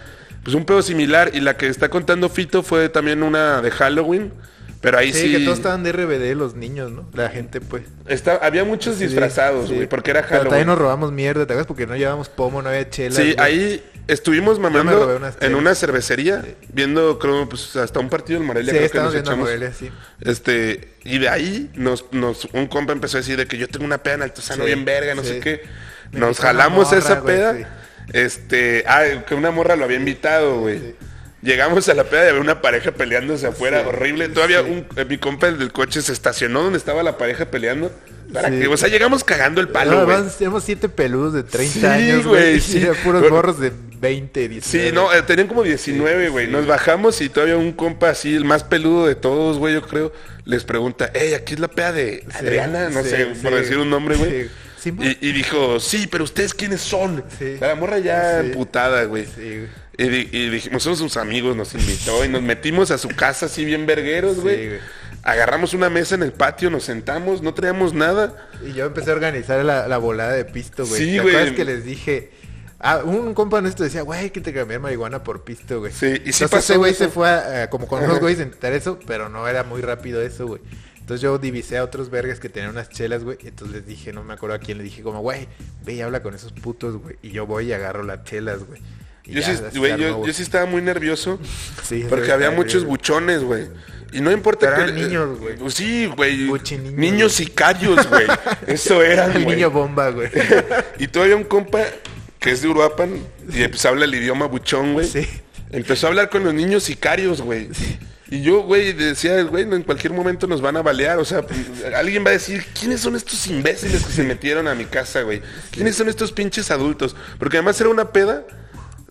S2: Pues un pedo similar, y la que está contando Fito fue también una de Halloween, pero ahí
S1: Sí,
S2: sí.
S1: que todos estaban de RBD los niños, ¿no? La gente, pues.
S2: está- había muchos
S1: Sí,
S2: disfrazados,
S1: sí.
S2: güey, porque era
S1: Pero también
S2: Halloween.
S1: nos robamos mierda, ¿te acuerdas? Porque no llevábamos pomo, no había chela.
S2: Sí, ahí estuvimos
S1: robé
S2: mamando
S1: unas
S2: en
S1: chelas.
S2: una cervecería, viendo, creo, pues hasta un partido del Morelia,
S1: Sí,
S2: creo que
S1: estábamos
S2: nos
S1: viendo a
S2: echamos.
S1: Morelia, sí.
S2: Este, y de ahí nos, nos, un compa empezó a decir de que yo tengo una peda en Altozano
S1: Sí,
S2: bien verga, no
S1: sí.
S2: sé qué.
S1: Me
S2: Nos
S1: invitó una
S2: jalamos
S1: morra,
S2: esa
S1: güey,
S2: peda.
S1: sí.
S2: Este, ah, que una morra lo había invitado, güey. Llegamos a la peda y había una pareja peleándose afuera,
S1: Sí,
S2: horrible. Todavía
S1: sí.
S2: un, eh, mi compa el del coche se estacionó donde estaba la pareja peleando. Para
S1: Sí.
S2: que, o sea, llegamos cagando el
S1: No,
S2: palo, güey.
S1: además, Éramos siete peludos de 30
S2: Sí,
S1: años,
S2: güey,
S1: güey.
S2: sí.
S1: Y eran puros
S2: Bueno.
S1: morros de 20, 19.
S2: Sí, no, eh, tenían como 19, güey. Nos bajamos y todavía un compa así, el más peludo de todos, güey, yo creo, les pregunta, hey, aquí es la pea de
S1: Sí,
S2: Adriana, no
S1: sí,
S2: sé,
S1: sí.
S2: por decir un nombre, güey.
S1: Sí. Simón.
S2: Y, y dijo, sí, pero ustedes quiénes son.
S1: Sí.
S2: O sea, la morra ya
S1: Sí.
S2: emputada, güey.
S1: Sí, güey.
S2: Y, di- y dijimos, somos sus amigos, nos invitó y nos metimos a su casa así bien vergueros, güey.
S1: güey.
S2: Agarramos una mesa en el patio, nos sentamos, no traíamos nada.
S1: Y yo empecé a organizar la, la volada de pisto, güey.
S2: Sí,
S1: ¿Te
S2: güey.
S1: acuerdas que les dije? Ah, un compa nuestro decía, güey, que te cambiar marihuana por pisto, güey.
S2: Sí, y sí
S1: Entonces
S2: pasó
S1: ese güey
S2: eso.
S1: se fue a, eh, como con unos
S2: Ajá.
S1: güeyes a intentar eso, pero no era muy rápido eso, güey. Entonces yo divisé a otros vergas que tenían unas chelas, güey. y Entonces les dije, no me acuerdo a quién, le dije como, güey, ve y habla con esos putos, güey. Y yo voy y agarro las chelas, güey. Y
S2: Yo,
S1: ya,
S2: sí,
S1: así se
S2: güey, yo-
S1: armó,
S2: yo
S1: güey.
S2: sí estaba muy nervioso.
S1: Sí, ese
S2: Porque
S1: güey
S2: había
S1: estaba
S2: muchos
S1: bien,
S2: buchones, güey. Y no importa
S1: Pero
S2: que...
S1: eran niños, güey.
S2: Pues Sí, güey.
S1: Buchiniños,
S2: Niños
S1: güey.
S2: sicarios, güey. Eso eran,
S1: El
S2: güey.
S1: niño bomba, güey.
S2: y todavía un compa que es de Uruapan y pues habla el idioma buchón, güey.
S1: Sí.
S2: Empezó a hablar con los niños sicarios, güey. Y yo, güey, decía, güey, en cualquier momento nos van a balear. O sea, alguien va a decir, ¿quiénes son estos imbéciles que se metieron a mi casa, güey? ¿Quiénes son estos pinches adultos? Porque además era una peda,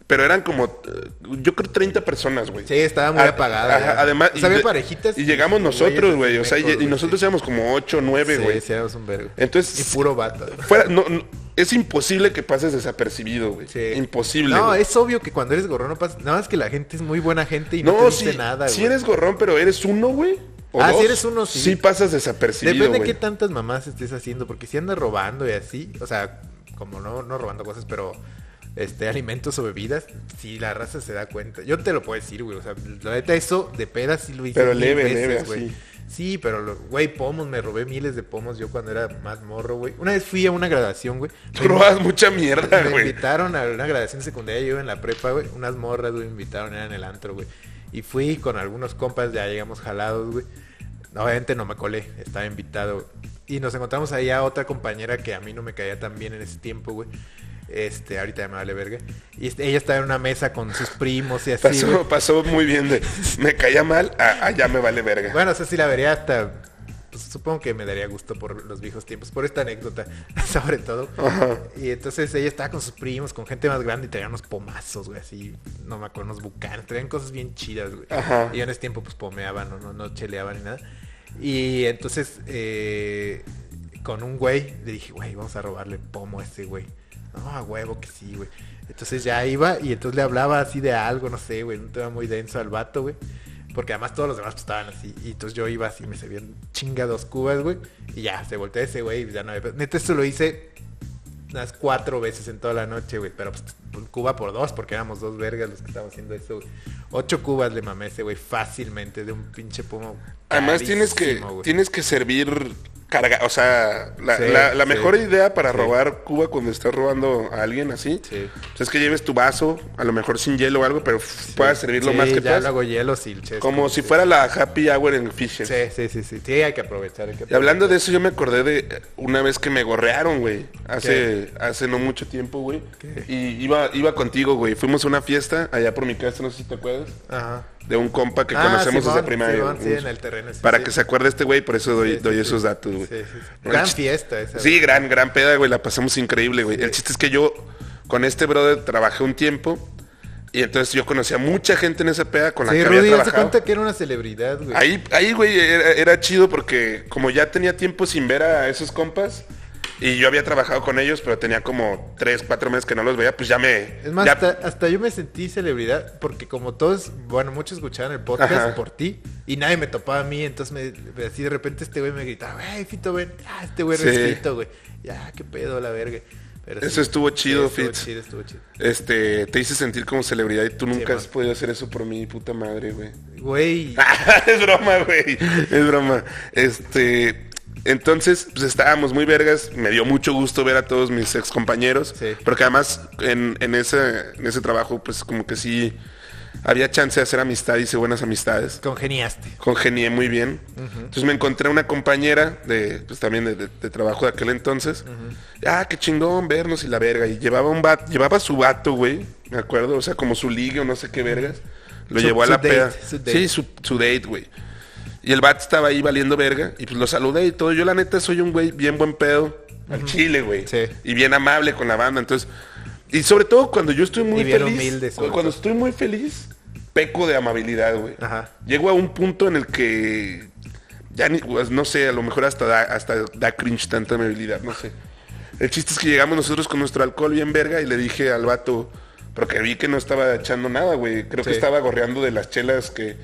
S2: pero eran como, eh, yo creo, 30 personas, güey.
S1: Sí, estaba muy
S2: A-
S1: apagada,
S2: Ah, ajá,
S1: ya.
S2: además,
S1: O sea, había
S2: de-
S1: parejitas
S2: Y
S1: y
S2: llegamos
S1: güeyes
S2: nosotros,
S1: así
S2: güey. O sea, y,
S1: mecos,
S2: y
S1: güey,
S2: nosotros éramos como 8, 9, güey.
S1: Sí, sí, éramos un vergo.
S2: Entonces-
S1: Y puro vato. güey.
S2: Fuera, no, no, es imposible que pases desapercibido, güey.
S1: Sí.
S2: Imposible.
S1: No,
S2: güey.
S1: es obvio que cuando eres gorrón no pasa. Nada más que la gente es muy buena gente y no,
S2: No,
S1: te
S2: si,
S1: dice nada,
S2: si
S1: güey.
S2: eres gorrón, pero eres uno, güey. o
S1: Ah,
S2: dos,
S1: si eres uno, sí.
S2: Sí pasas desapercibido,
S1: Depende de
S2: güey.
S1: qué tantas mamás estés haciendo, porque si andas robando y así, o sea, como no, no robando cosas, pero este alimentos o bebidas, si la raza se da cuenta. Yo te lo puedo decir, güey. O sea, la neta, eso de pedas sí lo hice.
S2: Pero
S1: mil
S2: leve, leve, así.
S1: Sí, pero, lo- güey, pomos, me robé miles de pomos yo cuando era más morro, güey. Una vez fui a una graduación, güey.
S2: Tú robas mucha mierda,
S1: Me
S2: güey.
S1: invitaron a una graduación secundaria, yo iba en la prepa, güey. Unas morras, güey, me invitaron, era en el antro, güey. Y fui con algunos compas, ya llegamos jalados, güey. Obviamente no me colé, estaba invitado. güey. Y nos encontramos ahí a otra compañera que a mí no me caía tan bien en ese tiempo, güey. Este, ahorita ya me vale verga. Y este, ella estaba en una mesa con sus primos y así,
S2: Pasó,
S1: güey.
S2: pasó muy bien de me caía mal, a, a ya me vale verga.
S1: Bueno, o sea, sí la vería hasta... pues, supongo que me daría gusto por los viejos tiempos, por esta anécdota, sobre todo. Y entonces ella estaba con sus primos, con gente más grande y traían unos pomazos, güey, así, no me acuerdo, unos bucanes, traían cosas bien chidas, güey.
S2: Ajá.
S1: Y yo en ese tiempo pues pomeaban, no, no, no cheleaban ni nada. Y entonces eh, con un güey le dije, güey, vamos a robarle pomo a ese güey. No, a huevo que sí, güey. Entonces ya iba y entonces le hablaba así de algo, no sé, güey, un tema muy denso al vato, güey. Porque además todos los demás pues, estaban así. Y entonces yo iba así, me servían chinga dos cubas, güey. Y ya, se volteó ese güey y ya no había... pedo. Neta, esto lo hice unas cuatro veces en toda la noche, güey. Pero pues, por Cuba por dos, porque éramos dos vergas los que estábamos haciendo eso, güey. Ocho cubas le mamé a ese, güey, fácilmente de un pinche pomo.
S2: Además tienes que,
S1: carísimo, güey.
S2: tienes que servir carga, o sea, la,
S1: Sí,
S2: la- la
S1: sí.
S2: mejor idea para
S1: Sí.
S2: robar Cuba cuando estás robando a alguien así,
S1: Sí.
S2: pues es que lleves tu vaso, a lo mejor sin hielo o algo, pero puedas servir lo
S1: Sí,
S2: más que
S1: ya
S2: puedas.
S1: lo hago hielo, sí, el chesco,
S2: Como
S1: sí.
S2: si fuera la happy hour en Fisher.
S1: Sí, sí, sí, sí. Sí, hay que aprovechar. hay que
S2: Y hablando de eso, yo me acordé de una vez que me gorrearon, güey. Hace, hace no mucho tiempo, güey.
S1: ¿Qué?
S2: Y iba, iba contigo, güey. Fuimos a una fiesta allá por mi casa, no sé si te acuerdas.
S1: Ajá.
S2: De un compa que
S1: Ah,
S2: conocemos
S1: Simón,
S2: desde primaria.
S1: Simón, sí,
S2: güey.
S1: en el terreno, sí,
S2: Para
S1: sí.
S2: que se acuerde este güey, por eso doy,
S1: Sí, sí,
S2: doy
S1: sí.
S2: esos datos, güey.
S1: Sí, sí, sí.
S2: No,
S1: Gran
S2: el chis-
S1: fiesta esa.
S2: Sí,
S1: güey.
S2: gran, gran peda, güey. La pasamos increíble, güey. El chiste es que yo con este brother trabajé un tiempo. Y entonces yo conocía mucha gente en esa peda con la
S1: Sí,
S2: que
S1: Rudy,
S2: había
S1: haz de
S2: trabajado.
S1: cuenta que era una celebridad, güey.
S2: Ahí, ahí, güey, era, era chido porque como ya tenía tiempo sin ver a esos compas y yo había trabajado con ellos, pero tenía como tres, cuatro meses que no los veía, pues ya me...
S1: Es más,
S2: ya-
S1: hasta, hasta yo me sentí celebridad porque como todos, bueno, muchos escuchaban el podcast
S2: Ajá.
S1: por ti y nadie me topaba a mí, entonces me, así de repente este güey me gritaba, ¡Ey, Fito, ven! ¡Ah, este güey
S2: Sí.
S1: resfrito, güey! ¡Ya, qué pedo, la verga! Pero
S2: Eso estuvo chido,
S1: estuvo
S2: Fitz.
S1: chido, estuvo chido.
S2: Este, te hice sentir como celebridad y tú nunca
S1: man.
S2: has podido hacer eso por mí, puta madre, güey.
S1: Güey,
S2: Ah. es broma, güey. Es broma. Este. Entonces, pues estábamos muy vergas. Me dio mucho gusto ver a todos mis ex compañeros.
S1: Sí.
S2: Porque además, en, en ese, en ese trabajo, pues como que sí había chance de hacer amistad. Hice buenas amistades.
S1: congeniaste.
S2: Congenié muy bien. Entonces me encontré una compañera de, pues también de, de- de trabajo de aquel entonces. Ah, qué chingón vernos y la verga. Y llevaba un vato, llevaba su vato, güey. Me acuerdo, o sea, como su ligue o no sé qué vergas. Lo
S1: Su-
S2: llevó a
S1: su
S2: la
S1: date,
S2: peda.
S1: su date.
S2: Sí, su, su date, güey. Y el vato estaba ahí valiendo verga. Y pues lo saludé y todo. Yo la neta soy un güey bien buen pedo. Al chile, güey.
S1: Sí.
S2: Y bien amable con la banda. Entonces. Y sobre todo cuando yo estoy muy
S1: Y bien
S2: feliz.
S1: humilde, sobre
S2: cuando
S1: todo.
S2: estoy muy feliz, peco de amabilidad, güey.
S1: Ajá.
S2: Llego a un punto en el que ya ni, pues, no sé, a lo mejor hasta da, hasta da cringe tanta amabilidad, no sé. El chiste es que llegamos nosotros con nuestro alcohol bien verga y le dije al vato, porque vi que no estaba echando nada, güey. Creo que
S1: Sí.
S2: estaba gorreando de las chelas que,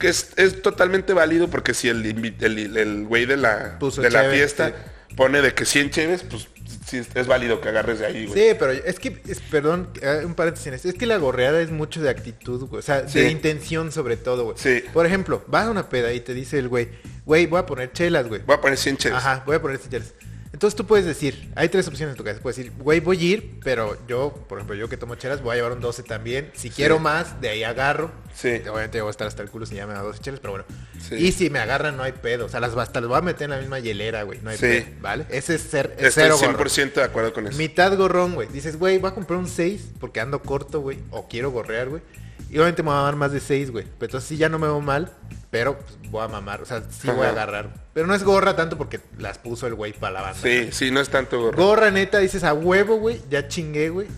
S2: que es, es totalmente válido porque si el invi- el el güey de la,
S1: Puso
S2: de la
S1: cheve,
S2: fiesta
S1: sí.
S2: pone de que 100 cheves, pues sí, es- es válido que agarres de ahí, güey.
S1: Sí, pero es que, es- perdón, eh, un paréntesis en esto. Es que la gorreada es mucho de actitud, güey. O sea,
S2: Sí.
S1: de intención sobre todo, güey.
S2: Sí.
S1: Por ejemplo, vas a una peda y te dice el güey, güey, voy a poner chelas, güey.
S2: Voy a poner 100 cheves.
S1: Ajá, voy a poner stickers. Entonces tú puedes decir, hay tres opciones en tu casa. Puedes decir, güey, voy a ir, pero yo, por ejemplo, yo que tomo chelas, voy a llevar un 12 también. Si quiero más, de ahí agarro.
S2: Sí.
S1: Obviamente voy a estar hasta el culo si ya me da 12 chelas, pero bueno.
S2: Sí.
S1: Y si me agarran, no hay pedo. O sea, las, hasta las voy a meter en la misma hielera, güey. No hay
S2: Sí.
S1: pedo, ¿vale? Ese es ser, es
S2: Estoy
S1: cero gorrón.
S2: 100% de acuerdo con eso.
S1: Mitad gorrón, güey. Dices, güey, voy a comprar un 6 porque ando corto, güey. O quiero gorrear, güey. Y obviamente me voy a mamar más de 6, güey. Pero entonces sí ya no me veo mal, pero pues, voy a mamar. O sea, sí voy a
S2: Ajá.
S1: agarrar. Pero no es gorra tanto porque las puso el güey para la banda.
S2: Sí, sí, no es tanto gorro.
S1: Gorra neta, dices, a huevo, güey. Ya chingué, güey.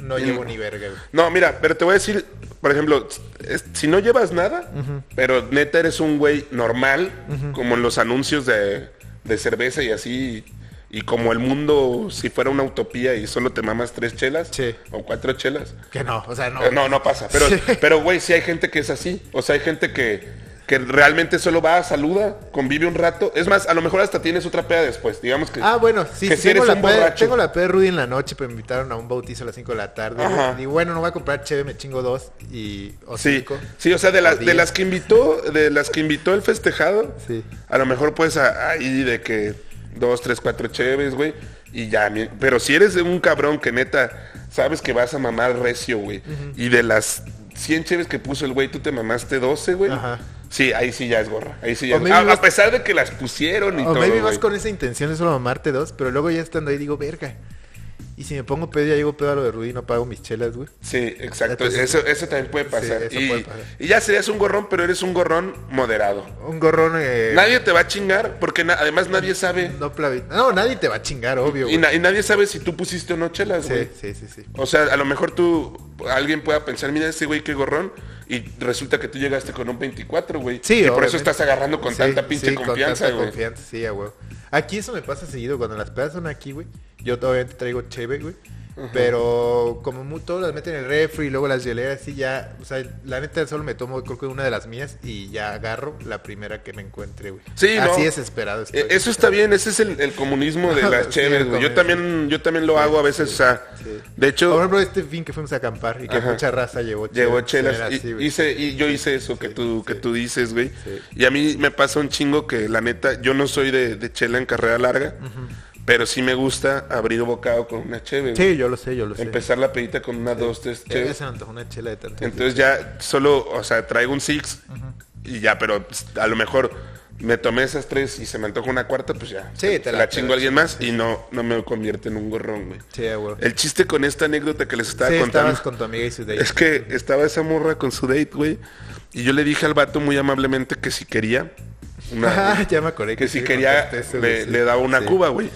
S1: No
S2: Sí.
S1: llevo ni verga, güey.
S2: No, mira, pero te voy a decir, por ejemplo, es- si no llevas nada, pero neta eres un güey normal, como en los anuncios de, de cerveza y así, y como el mundo si fuera una utopía y solo te mamas tres chelas
S1: Sí.
S2: o cuatro chelas.
S1: Que no, o sea, no.
S2: Eh, No, no pasa. Pero,
S1: Sí.
S2: pero güey, sí hay gente que es así. O sea, hay gente que, que realmente solo va, saluda, convive un rato. Es más, a lo mejor hasta tienes otra peda después. Digamos que.
S1: Ah, bueno, sí,
S2: que
S1: sí,
S2: si
S1: tengo, la
S2: eres un
S1: peda-
S2: borracho.
S1: tengo la peda de Rudy en la noche, pero me invitaron a un bautizo a las 5 de la tarde. güey.
S2: Ajá.
S1: Digo, bueno, no voy a comprar cheve, me chingo dos y o
S2: Sí,
S1: cinco.
S2: sí, o sea, de, las de
S1: diez.
S2: las que invitó, de las que invitó el festejado,
S1: Sí.
S2: a lo mejor pues a- ahí de que dos, tres, cuatro chéves, güey, y ya, mi- pero si eres un cabrón que neta sabes que vas a mamar recio, güey, y de las 100 chéves que puso el güey, tú te mamaste 12, güey,
S1: Ajá.
S2: Sí, ahí sí ya es gorra. Ahí sí ya
S1: O
S2: es
S1: maybe
S2: gorra. A,
S1: vas-
S2: a pesar de que las pusieron y
S1: O
S2: todo.
S1: maybe vas
S2: güey.
S1: con esa intención de solo mamarte dos, pero luego ya estando ahí digo, verga. Y si me pongo pedo, ya llego pedo a lo de Rudy y no pago mis chelas, güey.
S2: Sí, exacto.
S1: Entonces,
S2: eso, eso también puede pasar.
S1: eso
S2: y,
S1: puede pasar.
S2: y ya serías un gorrón, pero eres un gorrón moderado.
S1: Un gorrón. eh,
S2: Nadie te va a chingar porque na- además nadie sabe.
S1: No, plavi- no, nadie te va a chingar, obvio,
S2: Y,
S1: güey.
S2: na- y nadie sabe si tú pusiste o no chelas, güey.
S1: Sí, sí, sí, sí.
S2: O sea, a lo mejor tú, alguien pueda pensar, mira ese güey qué gorrón, y resulta que tú llegaste con un 24, güey.
S1: Sí,
S2: y por eso
S1: obviamente.
S2: estás agarrando con
S1: Sí,
S2: tanta pinche
S1: sí,
S2: confianza,
S1: con tanta
S2: güey.
S1: confianza, sí, a huevo. Aquí eso me pasa seguido, cuando las pedas son aquí, güey. Yo obviamente traigo cheve, güey. Pero como mu- todos las meten en el refri y luego las hieleras, sí, ya. O sea, la neta solo me tomo, creo que una de las mías y ya agarro la primera que me encuentre, güey.
S2: Sí, no.
S1: Así desesperado estoy.
S2: Eh, Eso está bien, ese es el, el comunismo de las
S1: Sí,
S2: chéveres, güey. Yo
S1: también,
S2: también, yo también lo hago a veces, o sea,
S1: sí.
S2: de
S1: Por
S2: hecho,
S1: ejemplo, este fin que fuimos a acampar y que
S2: Ajá.
S1: mucha raza llevó
S2: Llevo
S1: chelas,
S2: chelas.
S1: era
S2: Y,
S1: así, güey.
S2: hice, y yo hice eso que tú, que tú dices, güey.
S1: Sí.
S2: Y a mí me pasa un chingo que la neta, yo no soy de, de chela en carrera larga, pero sí me gusta abrir bocado con una chévere.
S1: Sí, e-, yo lo sé, yo lo sé.
S2: Empezar la pedita con una, dos, tres
S1: Ya
S2: chéves.
S1: se me antojó una chela de tanto.
S2: Entonces ya solo, o sea, traigo un six y ya, pero a lo mejor me tomé esas tres y se me antoja una cuarta, pues ya.
S1: Sí,
S2: se-
S1: te
S2: se
S1: la-
S2: la,
S1: te
S2: chingo
S1: la
S2: a alguien más y no, no me convierte en un gorrón, güey.
S1: Sí, a huevo.
S2: El chiste con esta anécdota que les estaba
S1: Sí,
S2: contando
S1: estabas con tu amiga y su date.
S2: es que estaba esa morra con su date, güey, y yo le dije al vato muy amablemente que si quería
S1: Ah,
S2: una,
S1: ya me acordé
S2: que
S1: sí
S2: si
S1: me
S2: quería
S1: contaste eso,
S2: le,
S1: güey, sí.
S2: le daba una
S1: Sí.
S2: cuba, güey.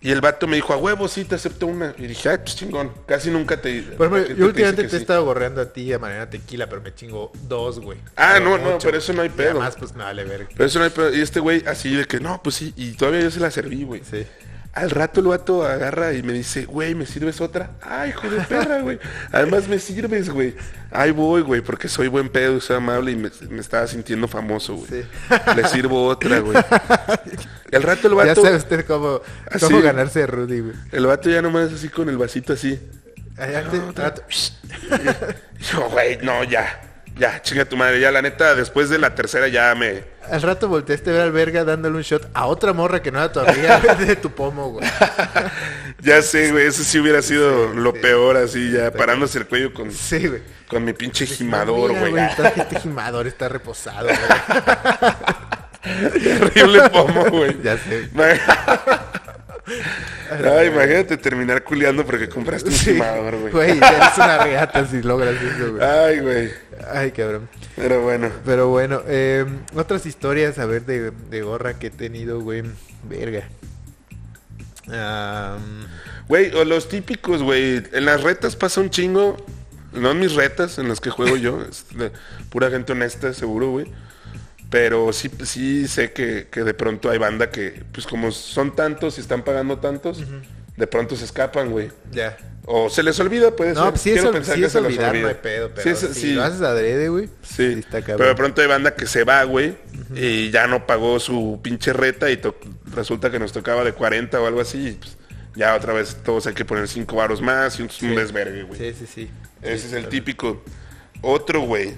S2: Y el vato me dijo, a huevo, sí, te acepto una. Y dije, ah, pues chingón, casi nunca te...
S1: Por ejemplo,
S2: la gente
S1: yo
S2: dice
S1: últimamente
S2: que
S1: te he
S2: sí.
S1: estado gorreando a ti a manera tequila, pero me chingo dos, güey.
S2: Ah,
S1: Pero
S2: no, no, pero eso no hay
S1: Y
S2: pedo.
S1: Además, pues me vale verga.
S2: Pero eso no hay pedo. Y este güey así de que, no, pues sí. Y todavía yo se la serví, güey.
S1: Sí.
S2: Al rato el vato agarra y me dice, güey, ¿me sirves otra? Ay, hijo de perra, güey. Además me sirves, güey. Ahí voy, güey, porque soy buen pedo, soy amable y me, me estaba sintiendo famoso, güey.
S1: Sí.
S2: Le sirvo otra, güey. Y al rato el
S1: Ya
S2: vato,
S1: sabe usted cómo,
S2: Así.
S1: cómo ganarse a Rudy, güey.
S2: el vato ya nomás así con el vasito así.
S1: Ay, antes- antes-
S2: Y Yo, güey, no, ya. Ya, chinga tu madre. Ya, la neta, después de la tercera ya me...
S1: al rato volteaste a ver al verga dándole un shot a otra morra que no era tu amiga de tu pomo, güey.
S2: Ya sé, güey, eso sí hubiera sido lo peor, así ya, parándose el cuello con...
S1: Sí, güey.
S2: Con mi pinche jimador,
S1: Mira,
S2: güey.
S1: está- Este jimador está reposado, güey.
S2: Terrible pomo, güey.
S1: Ya sé.
S2: No, imagínate terminar culeando porque compraste un
S1: Sí.
S2: jimador, güey. Ah.
S1: Güey, eres una regata si logras eso, güey.
S2: Ay, güey.
S1: Ay, cabrón.
S2: Pero bueno.
S1: Pero bueno, eh, otras historias, a ver, de, de gorra que he tenido, güey. Verga. Am,
S2: Güey, o los típicos, güey. En las retas pasa un chingo. No en mis retas, en las que juego yo. es de pura gente honesta, seguro, güey. Pero sí, sí sé que, que de pronto hay banda que, pues como son tantos y están pagando tantos, de pronto se escapan, güey.
S1: ya.
S2: O se les olvida, puede
S1: No,
S2: ser.
S1: pues sí
S2: Quiero
S1: es,
S2: pensar
S1: sí
S2: que
S1: es
S2: se les
S1: olvidar,
S2: olvida.
S1: no hay pedo, pero
S2: Sí, es-
S1: si
S2: sí.
S1: lo haces adrede, güey.
S2: Sí,
S1: está cabrón.
S2: pero de pronto hay banda que se va, güey, y ya no pagó su pinche reta y to- resulta que nos tocaba de 40 o algo así. y, pues, ya otra vez todos hay que poner 5 varos más y un, un desvergue, güey.
S1: Sí, sí, sí.
S2: Ese es el
S1: claro.
S2: típico. Otro, güey.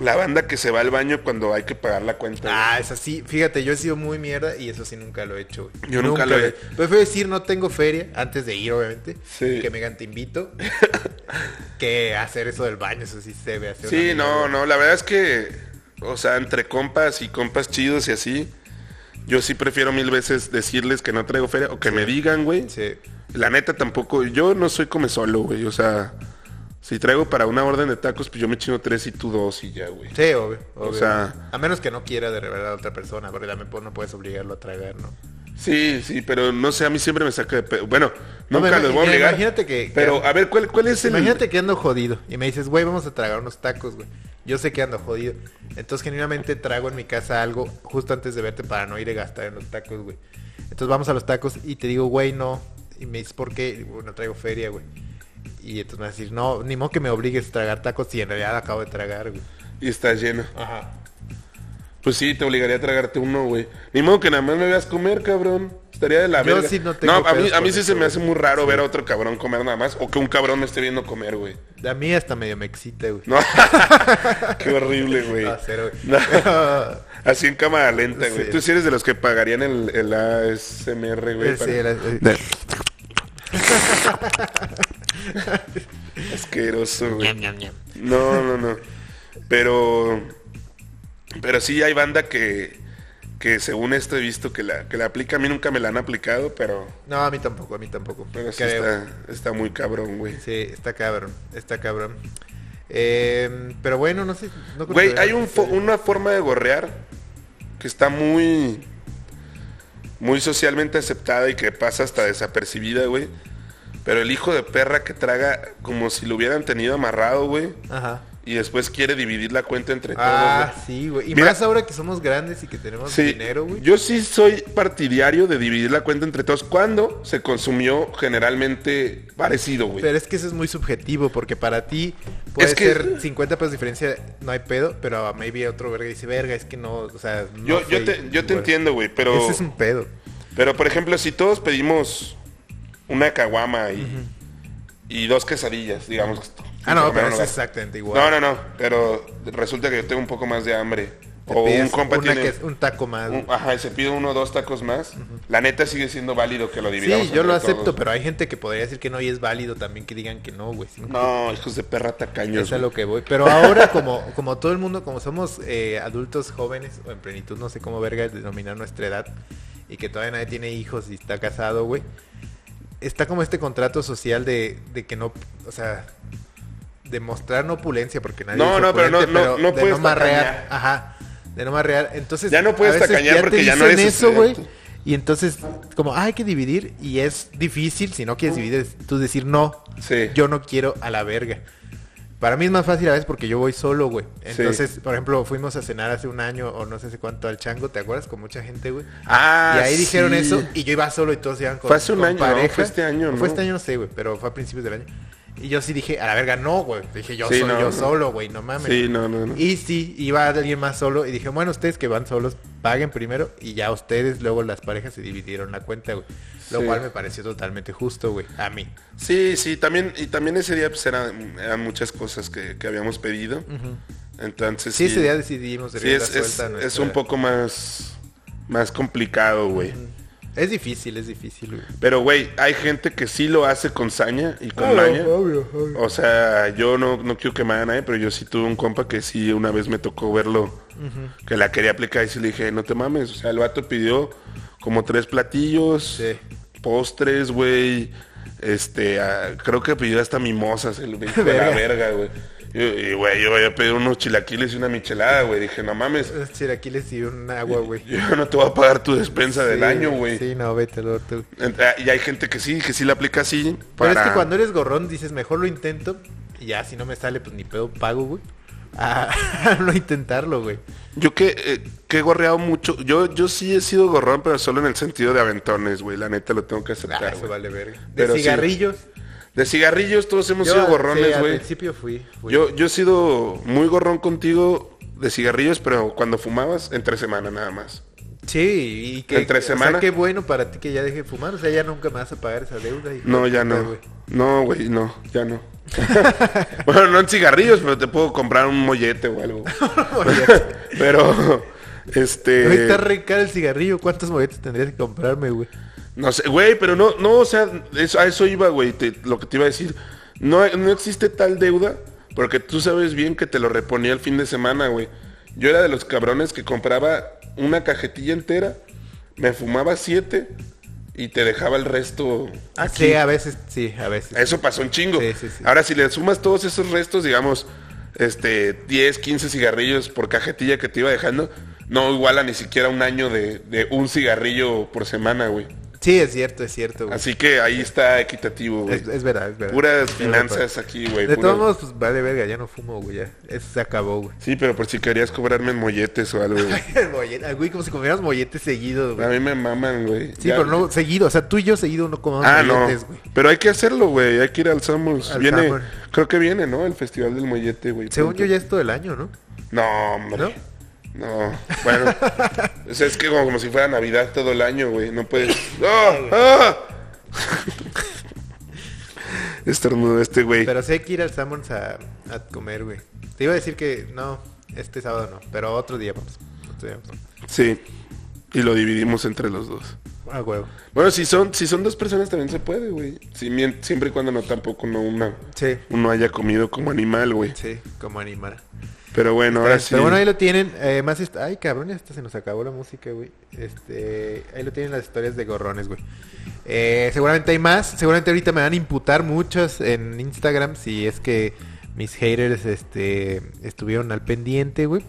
S2: La banda que se va al baño cuando hay que pagar la cuenta. güey.
S1: Ah, es así. Fíjate, yo he sido muy mierda y eso sí nunca lo he hecho, güey.
S2: Yo nunca lo he-
S1: Prefiero decir, no tengo feria, antes de ir, obviamente.
S2: Sí.
S1: Que me digan, te invito. que hacer eso del baño, eso sí se ve hacer una
S2: Sí,
S1: mierda,
S2: no,
S1: güey.
S2: no, la verdad es que, o sea, entre compas y compas chidos y así, yo sí prefiero mil veces decirles que no traigo feria o que me digan, güey.
S1: Sí.
S2: La neta tampoco, yo no soy come solo, güey, o sea, si traigo para una orden de tacos, pues yo me chino tres y tú dos y ya, güey.
S1: Sí, obvio,
S2: O
S1: obvio.
S2: sea-
S1: a menos que no quiera de revelar a otra persona, porque también pues, no puedes obligarlo a tragar, ¿no?
S2: Sí, sí, pero no sé, a mí siempre me saca de pedo. Bueno,
S1: No,
S2: nunca
S1: me-
S2: los voy a
S1: mira,
S2: obligar.
S1: imagínate que-
S2: Pero,
S1: que-
S2: a ver, ¿cuál, cuál es el...?
S1: Imagínate que ando jodido y me dices, güey, vamos a tragar unos tacos, güey. Yo sé que ando jodido. Entonces, genuinamente trago en mi casa algo justo antes de verte para no ir a gastar en los tacos, güey. Entonces, vamos a los tacos y te digo, güey, no. Y me dices, ¿por qué? Y digo, No traigo feria, güey. Y entonces me vas a decir, no, ni modo que me obligues a tragar tacos si en realidad acabo de tragar, güey.
S2: Y está lleno.
S1: Ajá.
S2: Pues sí, te obligaría a tragarte uno, güey. Ni modo que nada más me veas comer, cabrón. Estaría de la
S1: Yo
S2: verga.
S1: sí no tengo
S2: a mí,
S1: pedos
S2: a mí
S1: con
S2: sí
S1: eso,
S2: se me
S1: güey.
S2: hace muy raro ver a otro cabrón comer nada más. O que un cabrón me esté viendo comer, güey.
S1: A mí hasta medio me excita, güey.
S2: No. Qué horrible, güey.
S1: Ah, cero, güey.
S2: No.
S1: Pero-
S2: Así en cámara lenta, güey.
S1: Sí.
S2: Tú sí eres de los que pagarían el, el ASMR, güey.
S1: Sí,
S2: para-
S1: el- el-
S2: De- Asqueroso, güey. No, no, no. Pero Pero sí hay banda que, que según esto he visto que la, que la aplica. A mí nunca me la han aplicado, pero,
S1: No, a mí tampoco, a mí tampoco.
S2: pero sí
S1: Creo.
S2: está, está muy cabrón, güey.
S1: Sí, está cabrón, está cabrón. Eh, pero bueno, no sé. no creo
S2: Güey,
S1: que-
S2: hay un fo- una forma de gorrear que está muy, muy socialmente aceptada y que pasa hasta desapercibida, güey. Pero el hijo de perra que traga como si lo hubieran tenido amarrado, güey.
S1: Ajá.
S2: Y después quiere dividir la cuenta entre todos,
S1: Ah,
S2: güey.
S1: sí, güey. Y
S2: Mira-
S1: más ahora que somos grandes y que tenemos
S2: Sí,
S1: dinero, güey.
S2: yo sí soy partidario de dividir la cuenta entre todos cuando se consumió generalmente parecido, güey.
S1: Pero es que eso es muy subjetivo, porque para ti puede
S2: Es que-
S1: ser 50 pesos de diferencia, no hay pedo, pero a maybe otro verga dice, verga, es que no, o sea... no
S2: Yo,
S1: fue
S2: yo te, yo te
S1: igual".
S2: entiendo, güey, pero...
S1: Ese es un pedo.
S2: Pero por ejemplo, si todos pedimos una caguama y, y dos quesadillas, digamos. que est-
S1: Ah, no, pero
S2: que comieron
S1: es
S2: hogar.
S1: exactamente igual.
S2: No, no, no, pero resulta que yo tengo un poco más de hambre.
S1: Te
S2: o un
S1: pides
S2: compa
S1: una
S2: tiene...
S1: que- un taco más.
S2: un- ajá, y se pide uno o dos tacos más. La neta sigue siendo válido que lo dividamos.
S1: sí, yo lo
S2: entre
S1: acepto,
S2: todos.
S1: pero hay gente que podría decir que no y es válido también que digan que no, güey. Sí,
S2: No, hijos de perra tacaños.
S1: Es a
S2: güey.
S1: lo que voy. Pero ahora, como, como todo el mundo, como somos eh, adultos jóvenes o en plenitud, no sé cómo verga denominar nuestra edad, y que todavía nadie tiene hijos y está casado, güey, está como este contrato social de, de que no, o sea, de mostrar no opulencia, porque nadie
S2: No,
S1: es
S2: no, pero no-
S1: opulente,
S2: no- no
S1: de
S2: puedes
S1: no marrear.
S2: tacañar.
S1: Ajá, de no marrear. Entonces,
S2: Ya no puedes
S1: a veces
S2: tacañar porque
S1: te
S2: ya no
S1: dicen
S2: eres
S1: eso, güey.
S2: estudiante.
S1: Y entonces, como, ah, hay que dividir, y es difícil, si no quieres dividir, es tú decir no,
S2: Sí.
S1: yo no quiero a la verga. Para mí es más fácil a veces porque yo voy solo, güey. Entonces, por ejemplo, fuimos a cenar hace un año o no sé hace cuánto al Chango, ¿te acuerdas? Con mucha gente, güey.
S2: Ah,
S1: y ahí
S2: sí.
S1: dijeron eso y yo iba solo y todos iban con,
S2: Fue hace un
S1: con
S2: año, ¿no?
S1: pareja.
S2: Fue este año,
S1: O Fue
S2: ¿no?
S1: este año, no sé, güey, pero fue a principios del año. Y yo sí dije, a la verga, no, güey. Dije, yo
S2: Sí,
S1: soy
S2: no,
S1: yo
S2: no.
S1: solo, güey, no mames.
S2: Sí, no, no, no.
S1: Y sí, iba alguien más solo y dije, bueno, ustedes que van solos, paguen primero y ya ustedes, luego las parejas se dividieron la cuenta, güey. Lo
S2: Sí.
S1: cual me pareció totalmente justo, güey, a mí.
S2: Sí, sí, también, y también ese día pues, eran, eran muchas cosas que, que habíamos pedido. Entonces,
S1: Sí, ese día decidimos
S2: Sí,
S1: darle la
S2: es, es-
S1: suelta a
S2: es
S1: nuestra-
S2: un poco más, más complicado, güey.
S1: Es difícil, es difícil, güey.
S2: Pero, güey, hay gente que sí lo hace con saña y con maña. O sea, yo no, no quiero quemar a nadie, pero yo sí tuve un compa que sí una vez me tocó verlo, que la quería aplicar y sí le dije, no te mames. O sea, el vato pidió como tres platillos,
S1: Sí.
S2: postres, güey. Este, ah, creo que pidió hasta mimosas, el hijo de la verga, güey. Y, y, güey, yo voy a pedir unos chilaquiles y una michelada, güey. Dije, no mames.
S1: Unos Chilaquiles y un agua, güey.
S2: Yo no te voy a pagar tu despensa del
S1: Sí,
S2: año, güey.
S1: Sí, no, vete al orto.
S2: Ent- ah, Y hay gente que sí, que sí la aplica así.
S1: Pero es
S2: para-
S1: que cuando eres gorrón dices, mejor lo intento. Y ya, si no me sale, pues ni pedo pago, güey. A no intentarlo, güey.
S2: Yo que, eh, que he gorreado mucho. Yo, yo sí he sido gorrón, pero solo en el sentido de aventones, güey. La neta lo tengo que
S1: Ah,
S2: aceptar.
S1: eso
S2: güey.
S1: vale verga. De
S2: Pero sí.
S1: cigarrillos.
S2: De cigarrillos todos hemos
S1: Yo,
S2: sido
S1: sí,
S2: gorrones,
S1: Al
S2: güey.
S1: principio fui. fui.
S2: Yo, yo he sido muy gorrón contigo de cigarrillos, pero cuando fumabas, entre semana nada más.
S1: Sí, y que.
S2: Entre
S1: o sea,
S2: semana.
S1: qué bueno para ti que ya deje de fumar. O sea, ya nunca me vas a pagar esa deuda. hijo
S2: No,
S1: de
S2: ya
S1: puta,
S2: no.
S1: güey.
S2: No, güey, no, ya no. bueno, no en cigarrillos, pero te puedo comprar un mollete o algo. pero,
S1: Ahorita
S2: este...
S1: re caro el cigarrillo. ¿Cuántos moletes tendrías que comprarme, güey?
S2: No sé, güey, pero no, no, o sea, eso, a eso iba, güey, te- lo que te iba a decir. No, no existe tal deuda porque tú sabes bien que te lo reponía el fin de semana, güey. Yo era de los cabrones que compraba una cajetilla entera, me fumaba siete y te dejaba el resto aquí.
S1: Sí, a veces, sí, a veces.
S2: Eso pasó un chingo.
S1: Sí, sí, sí.
S2: Ahora, si le sumas todos esos restos, digamos, este, 10, 15 cigarrillos por cajetilla que te iba dejando, no iguala ni siquiera un año de, de un cigarrillo por semana, güey.
S1: Sí, es cierto, es cierto, güey.
S2: Así que ahí está equitativo, güey.
S1: Es, es verdad, es verdad.
S2: Puras
S1: Es verdad,
S2: finanzas
S1: padre.
S2: aquí, güey.
S1: De
S2: puro-
S1: todos modos, pues vale verga, ya no fumo, güey, ya. Eso se acabó, güey.
S2: Sí, pero por si querías cobrarme en molletes o algo, güey.
S1: El mollete, ah, güey, como si comieras molletes seguidos,
S2: A
S1: güey.
S2: mí me maman, güey.
S1: Sí,
S2: Ah, Ya-
S1: pero no seguido, o sea, tú y yo seguido no comemos
S2: Ah, no.
S1: molletes, güey.
S2: Pero hay que hacerlo, güey. Hay que ir al Summers.
S1: Al
S2: viene,
S1: Summers.
S2: creo que viene, ¿no? El Festival del Mollete, güey.
S1: Según
S2: pronto.
S1: yo ya es todo el año, ¿no?
S2: No, hombre. ¿No? Bueno. o sea, es que como, como si fuera Navidad todo el año, güey. No puedes. ¡Ah! ¡Ah! Estornudo este, güey.
S1: Pero sí hay que ir al Sammons a, a comer, güey. Te iba a decir que no, este sábado no, pero otro día pues, vamos. Otro día vamos.
S2: Sí. Y lo dividimos entre los dos.
S1: Ah, huevo.
S2: Bueno, si son, si son dos personas también se puede, güey. Si mien- siempre y cuando no tampoco no una,
S1: Sí,
S2: uno haya comido como animal, güey.
S1: sí, como animar.
S2: Pero bueno, ahora sí.
S1: Pero bueno, ahí lo tienen. eh, más hist- Ay, cabrón, ya hasta se nos acabó la música, güey. Este, ahí lo tienen las historias de gorrones, güey. Eh, seguramente hay más. Seguramente ahorita me van a imputar muchas en Instagram si es que mis haters este, estuvieron al pendiente, güey.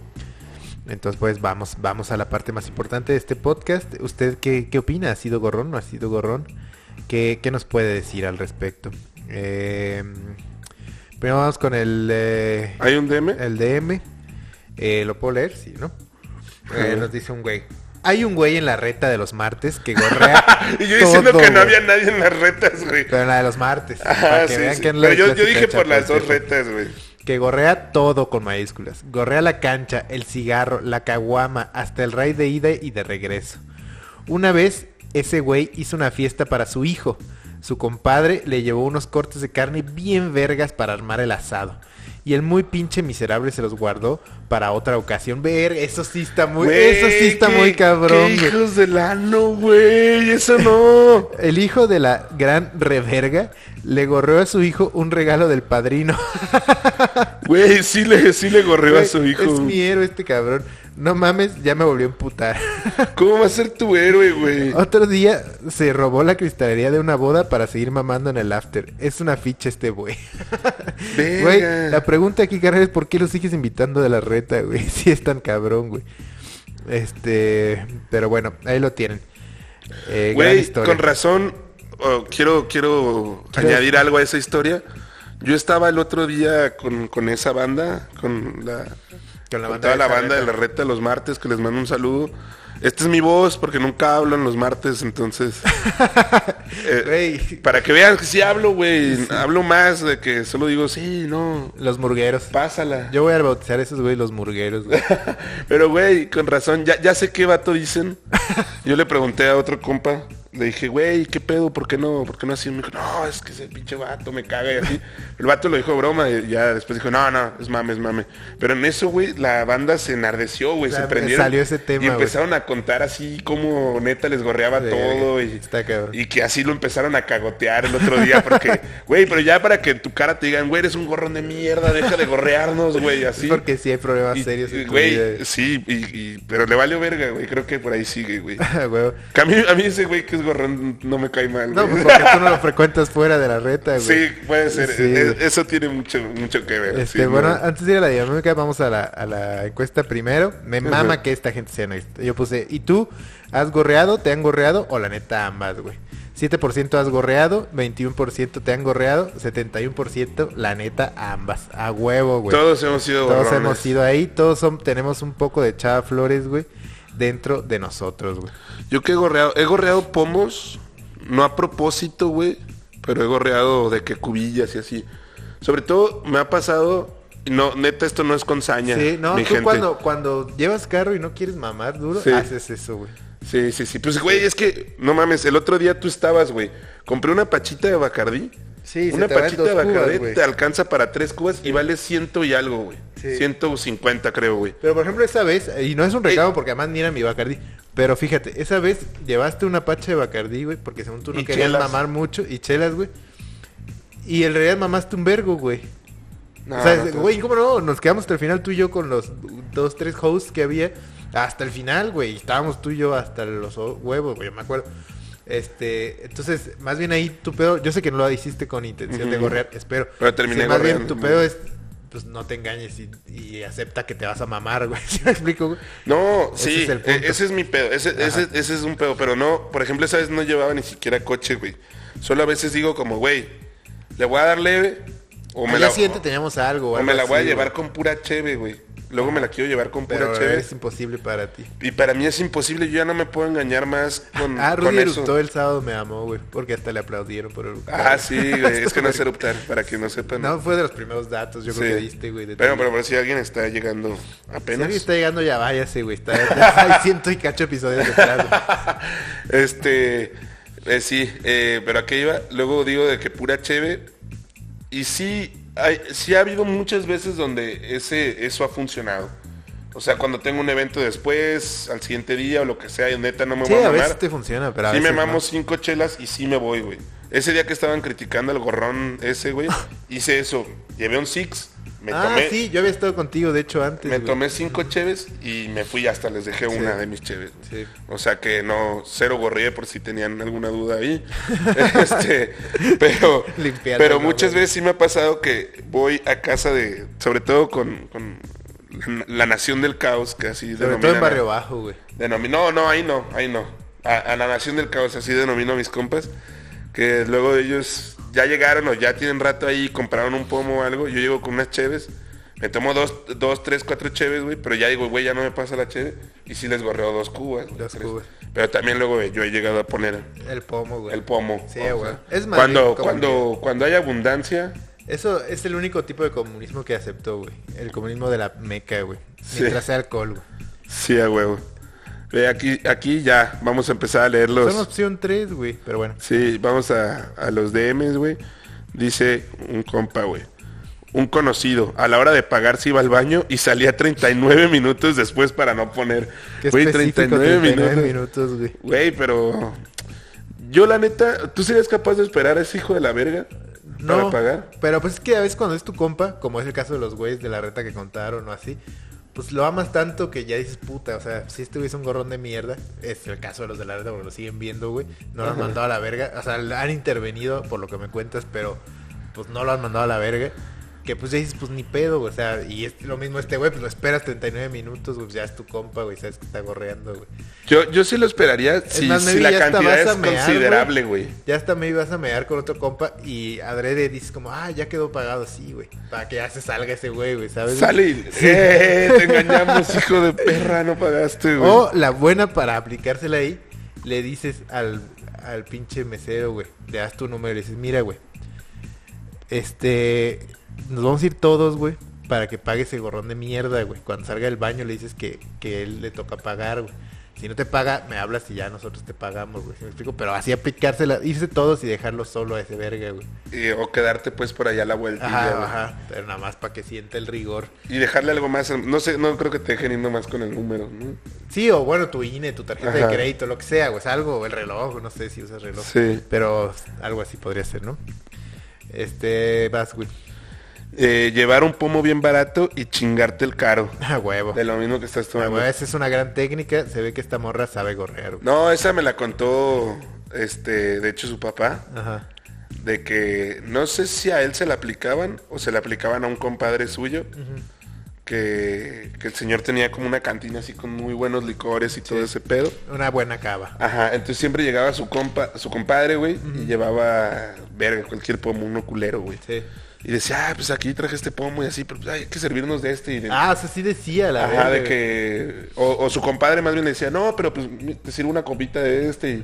S1: Entonces, pues vamos, vamos a la parte más importante de este podcast. ¿Usted qué, qué opina? ¿Ha sido gorrón o no ha sido gorrón? ¿Qué, qué nos puede decir al respecto? Eh, primero vamos con el... eh,
S2: ¿Hay un DM?
S1: el DM. eh, lo puedo leer, sí, ¿no? Eh,
S2: Ajá.
S1: nos dice un güey. Hay un güey en la reta de los martes que gorrea.
S2: Y yo diciendo
S1: todo,
S2: que no
S1: güey.
S2: había nadie en las retas, güey.
S1: Pero en la de los martes.
S2: Ajá,
S1: para que
S2: sí,
S1: vean
S2: sí.
S1: que no
S2: Pero
S1: es
S2: yo,
S1: la
S2: yo dije
S1: fecha,
S2: por las
S1: pues,
S2: dos
S1: sí.
S2: retas, güey.
S1: Que gorrea todo con mayúsculas. Gorrea la cancha, el cigarro, la caguama, hasta el rey de ida y de regreso. Una vez, ese güey hizo una fiesta para su hijo. Su compadre le llevó unos cortes de carne bien vergas para armar el asado. Y el muy pinche miserable se los guardó para otra ocasión. Ver, eso sí está muy,
S2: Güey,
S1: eso sí está
S2: qué-
S1: muy cabrón.
S2: qué
S1: güey.
S2: hijos del ano, güey. Eso no.
S1: El hijo de la gran reverga le gorreó a su hijo un regalo del padrino.
S2: Güey, sí le, sí le gorreó a su
S1: Güey,
S2: hijo.
S1: Es mi héroe este cabrón. No mames, ya me volvió a emputar.
S2: ¿Cómo va a ser tu héroe, güey?
S1: Otro día se robó la cristalería de una boda para seguir mamando en el after. Es una ficha este güey. Güey,
S2: Verga.
S1: la pregunta aquí, carnal, es por qué lo sigues invitando de la reta, güey. Si es tan cabrón, güey. Este, pero bueno, ahí lo tienen. Eh, gran
S2: Güey,
S1: historia.
S2: con razón, oh, quiero, quiero
S1: Quiero-
S2: añadir algo a esa historia. Yo estaba el otro día con, con esa banda, con la,
S1: Con la
S2: con
S1: banda
S2: toda
S1: de
S2: la
S1: esa
S2: banda de
S1: reta.
S2: la reta los martes, que les mando un saludo. Esta es mi voz, porque nunca hablo en los martes, entonces... eh,
S1: Güey,
S2: para que vean que sí hablo, güey. Hablo más de que solo digo, sí, no,
S1: los murgueros.
S2: pásala.
S1: Yo voy a bautizar a esos güey los murgueros, güey.
S2: Pero, güey, con razón, ya, ya sé qué vato dicen. Yo le pregunté a otro compa, le dije, güey, ¿qué pedo? ¿Por qué no? ¿Por qué no así? Me dijo, no, es que ese pinche vato me caga y así. El vato lo dijo broma y ya después dijo, no, no, es mame, es mame. Pero en eso, güey, la banda se enardeció, güey,
S1: O
S2: se
S1: sea,
S2: prendieron.
S1: salió ese tema,
S2: Y
S1: güey.
S2: empezaron a contar así como neta les gorreaba
S1: Verga,
S2: todo y,
S1: está cabrón.
S2: y que así lo empezaron a cagotear el otro día porque, güey, pero ya para que en tu cara te digan, güey, eres un gorrón de mierda, deja de gorrearnos, güey, así.
S1: Porque sí hay problemas
S2: Y-
S1: serios en tu vida.
S2: Güey, sí, y, y- pero le valió verga, güey. Creo que por ahí sigue, güey.
S1: Ah, güey.
S2: Que A mí, a mí ese güey que es gorrón no me cae mal.
S1: No,
S2: güey.
S1: pues porque tú no lo frecuentas fuera de la reta, güey.
S2: sí, puede ser.
S1: Sí,
S2: E-
S1: güey.
S2: Eso tiene mucho, mucho que ver.
S1: Este,
S2: sí,
S1: bueno,
S2: ¿no?
S1: antes de ir a la dinámica, vamos a la, a la encuesta primero. Me
S2: Ajá.
S1: mama que esta gente sea honesta. Yo puse, ¿y tú has gorreado, te han gorreado o la neta ambas, güey? 7% has gorreado, 21% te han gorreado, 71% la neta ambas. A huevo, güey.
S2: todos hemos sido
S1: Todos
S2: gorrones.
S1: hemos sido ahí, todos son, tenemos un poco de chava flores, güey, dentro de nosotros, güey.
S2: Yo que he gorreado, he gorreado pomos, no a propósito, güey, pero he gorreado de que cubillas y así. Sobre todo me ha pasado, y no, neta, esto no es con saña.
S1: Sí, no,
S2: mi
S1: tú
S2: gente.
S1: cuando, cuando llevas carro y no quieres mamar duro,
S2: Sí.
S1: haces eso, güey.
S2: Sí, sí, sí. Pues, güey, es que, no mames, el otro día tú estabas, güey. Compré una pachita de Bacardí.
S1: Sí, se
S2: Una
S1: te van
S2: pachita
S1: dos
S2: de
S1: cubas,
S2: Bacardí
S1: güey.
S2: te alcanza para tres cubas y vale ciento y algo, güey.
S1: Sí.
S2: Ciento cincuenta, creo, güey.
S1: Pero por ejemplo, esa vez, y no es un recado porque además ni era mi Bacardí, pero fíjate, esa vez llevaste una pacha de Bacardí, güey, porque según tú no
S2: Y
S1: querías
S2: chelas.
S1: mamar mucho y chelas, güey. Y en realidad mamaste un vergo, güey.
S2: No,
S1: o sea,
S2: no te-
S1: güey, ¿cómo no? Nos quedamos hasta el final tú y yo con los dos, tres hosts que había. Hasta el final, güey. y Estábamos tú y yo hasta los o- huevos, güey, yo me acuerdo. Este, entonces, más bien ahí tu pedo, yo sé que no lo hiciste con intención de
S2: Ujú.
S1: gorrear, espero.
S2: Pero terminé
S1: Sí, más bien
S2: gorreando.
S1: tu pedo es, pues no te engañes y, y acepta que te vas a mamar, güey. ¿Sí me explico, güey?
S2: No,
S1: Ese
S2: sí,
S1: es el
S2: e-
S1: punto.
S2: ese es mi pedo, ese, ese, ese es un pedo, pero no, por ejemplo, esa vez no llevaba ni siquiera coche, güey. Solo a veces digo como, güey, le voy a dar leve o me
S1: Al
S2: la,
S1: día siguiente teníamos algo,
S2: o
S1: algo
S2: me la voy a
S1: así,
S2: llevar
S1: güey,
S2: con pura cheve, güey. Luego me la quiero llevar con pura
S1: Pero
S2: cheve.
S1: es imposible para ti.
S2: Y para mí es imposible, yo ya no me puedo engañar más con,
S1: Ah,
S2: Mm, con
S1: Rudy
S2: eso.
S1: eructó el sábado, me amó, güey. Porque hasta le aplaudieron por eructar.
S2: Ah, sí, güey, es que no sé eruptar, para que no sepan.
S1: No, fue de los primeros datos, yo
S2: Sí.
S1: creo que diste, güey. de
S2: Pero,
S1: tu-
S2: pero, pero si alguien está llegando
S1: Si
S2: apenas.
S1: alguien está llegando, ya váyase, güey. Está, ya hay ciento y cacho episodios detrás, güey.
S2: Este, eh, sí, eh, pero a qué iba, luego digo de que pura cheve. Y sí, hay, sí ha habido muchas veces donde ese, eso ha funcionado. O sea, cuando tengo un evento después, al siguiente día o lo que sea, y neta no me
S1: Sí,
S2: voy a
S1: a
S2: mamar.
S1: veces te funciona, pero a
S2: sí me
S1: veces no.
S2: mamo cinco chelas y sí me voy, güey. Ese día que estaban criticando al gorrón ese, güey, hice eso. Llevé un six, Me
S1: ah,
S2: tomé,
S1: sí, yo había estado contigo, de hecho, antes.
S2: me
S1: güey.
S2: tomé cinco cheves y me fui hasta les dejé una de mis cheves. güey.
S1: Sí.
S2: O sea que no, cero gorrié por si tenían alguna duda ahí. este, pero
S1: Limpiando,
S2: pero
S1: ¿no,
S2: muchas
S1: güey?
S2: veces sí me ha pasado que voy a casa de, sobre todo con, con la, la nación del caos, que así
S1: Sobre todo
S2: denominan
S1: en
S2: a-
S1: Barrio Bajo, güey.
S2: Denomi- no, no, ahí no, ahí no. A, a la Nación del Caos, así denomino a mis compas, que luego ellos ya llegaron o ya tienen rato ahí, compraron un pomo o algo, yo llego con unas cheves, me tomo dos, dos tres, cuatro cheves, güey, pero ya digo, güey, ya no me pasa la cheve, y sí les gorreo dos cubas. güey,
S1: Dos
S2: tres.
S1: cubas.
S2: Pero también luego güey, yo he llegado a poner
S1: El pomo, güey.
S2: el pomo.
S1: Sí,
S2: o sea,
S1: güey. Es más
S2: cuando,
S1: rico,
S2: cuando, cuando hay abundancia,
S1: Eso es el único tipo de comunismo que aceptó, güey. El comunismo de la meca, güey.
S2: Sí.
S1: Mientras sea alcohol, güey.
S2: sí, a huevo. Ve, Aquí, aquí ya vamos a empezar a leer los...
S1: Son opción 3, güey. Pero bueno.
S2: Sí, vamos a, a los DMs, güey. Dice un compa, güey. Un conocido, a la hora de pagar se iba al baño y salía 39 minutos después para no poner.
S1: Qué
S2: Güey,
S1: específico,
S2: 39,
S1: 39
S2: minutos.
S1: minutos, güey.
S2: Güey, pero... Yo la neta, ¿tú serías capaz de esperar a ese hijo de la verga para
S1: No,
S2: pagar?
S1: pero pues es que a veces cuando es tu compa, como es el caso de los güeyes de la reta que contaron o así, pues lo amas tanto que ya dices, puta, o sea, si este güey es un gorrón de mierda, es el caso de los de la reta porque lo siguen viendo, güey, no lo han mandado a la verga, o sea, le han intervenido por lo que me cuentas, pero pues no lo han mandado a la verga. Que pues ya dices, pues ni pedo, güey, o sea, y es lo mismo este güey, pues lo esperas 39 minutos, güey, pues, ya es tu compa, güey, sabes que está gorreando, güey.
S2: Yo, yo sí lo esperaría si,
S1: más,
S2: si
S1: maybe
S2: la
S1: ya hasta
S2: cantidad
S1: vas
S2: es
S1: a mear,
S2: considerable, güey.
S1: Ya hasta me ibas a mear con otro compa y adrede dices como, ah, ya quedó pagado, sí, güey. Para que ya se salga ese güey, güey, ¿sabes?
S2: Sale y... ¡Eh, te engañamos, hijo de perra, no pagaste, güey.
S1: O la buena para aplicársela ahí, le dices al, al pinche mesero, güey. Le das tu número y le dices, mira, güey. Este, nos vamos a ir todos, güey. Para que pague ese gorrón de mierda, güey. Cuando salga del baño le dices que, que él le toca pagar, güey. Si no te paga, me hablas y ya nosotros te pagamos, güey. ¿Sí me explico? Pero así aplicársela, irse todos y dejarlo solo a ese verga, güey.
S2: Y- o quedarte pues por allá a la vuelta.
S1: Ajá, ajá. Pero nada más para que sienta el rigor.
S2: Y dejarle algo más. No sé, no creo que te dejen ir nomás con el número, ¿no?
S1: Sí, o bueno, tu INE, tu tarjeta
S2: Ajá.
S1: de crédito, lo que sea, güey, es algo, o el reloj, no sé si usas reloj.
S2: Sí.
S1: Pero algo así podría ser, ¿no? Este, vas, güey.
S2: Eh, llevar un pomo bien barato y chingarte el caro.
S1: A huevo.
S2: De lo mismo que estás
S1: A
S2: tomando.
S1: huevo, Esa es una gran técnica, se ve que esta morra sabe gorrear, güey.
S2: No, esa me la contó, este, de hecho su papá,
S1: Ajá.
S2: de que no sé si a él se la aplicaban o se la aplicaban a un compadre suyo, que, que el señor tenía como una cantina así con muy buenos licores y todo ese pedo.
S1: Una buena cava.
S2: Ajá, entonces siempre llegaba su compa, su compadre, güey, y llevaba, verga, cualquier pomo, uno culero, güey.
S1: Sí.
S2: Y decía, ah, pues aquí traje este pomo y así, pero pues, hay que servirnos de este y de...
S1: Ah, o sea, sí decía la
S2: Ajá,
S1: verga,
S2: de
S1: güey.
S2: que... O, o su compadre más bien le decía, no, pero pues mi- te sirvo una copita de este y...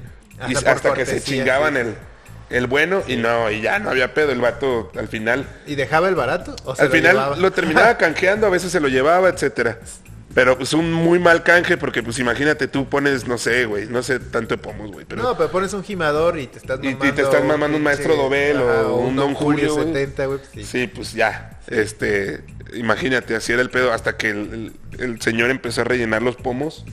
S2: y
S1: Hasta
S2: hasta
S1: por
S2: que se
S1: cortesía,
S2: chingaban
S1: sí.
S2: el, el bueno y no, y ya no había pedo el vato al final.
S1: ¿Y dejaba el barato? ¿O se
S2: al final
S1: llevaba?
S2: lo terminaba canjeando, a veces se lo llevaba, etcétera. Pero pues un muy mal canje porque pues imagínate tú pones, no sé, güey, no sé tanto de pomos, güey, pero...
S1: No, pero pones un gimador y te estás
S2: Y- y te
S1: mamando...
S2: estás mamando un
S1: pinche-
S2: maestro Dobel o
S1: Ajá,
S2: un Don Julio, güey.
S1: 70, güey. pues sí.
S2: Sí, pues ya. Este, imagínate, así era el pedo hasta que el, el- el señor empezó a rellenar los pomos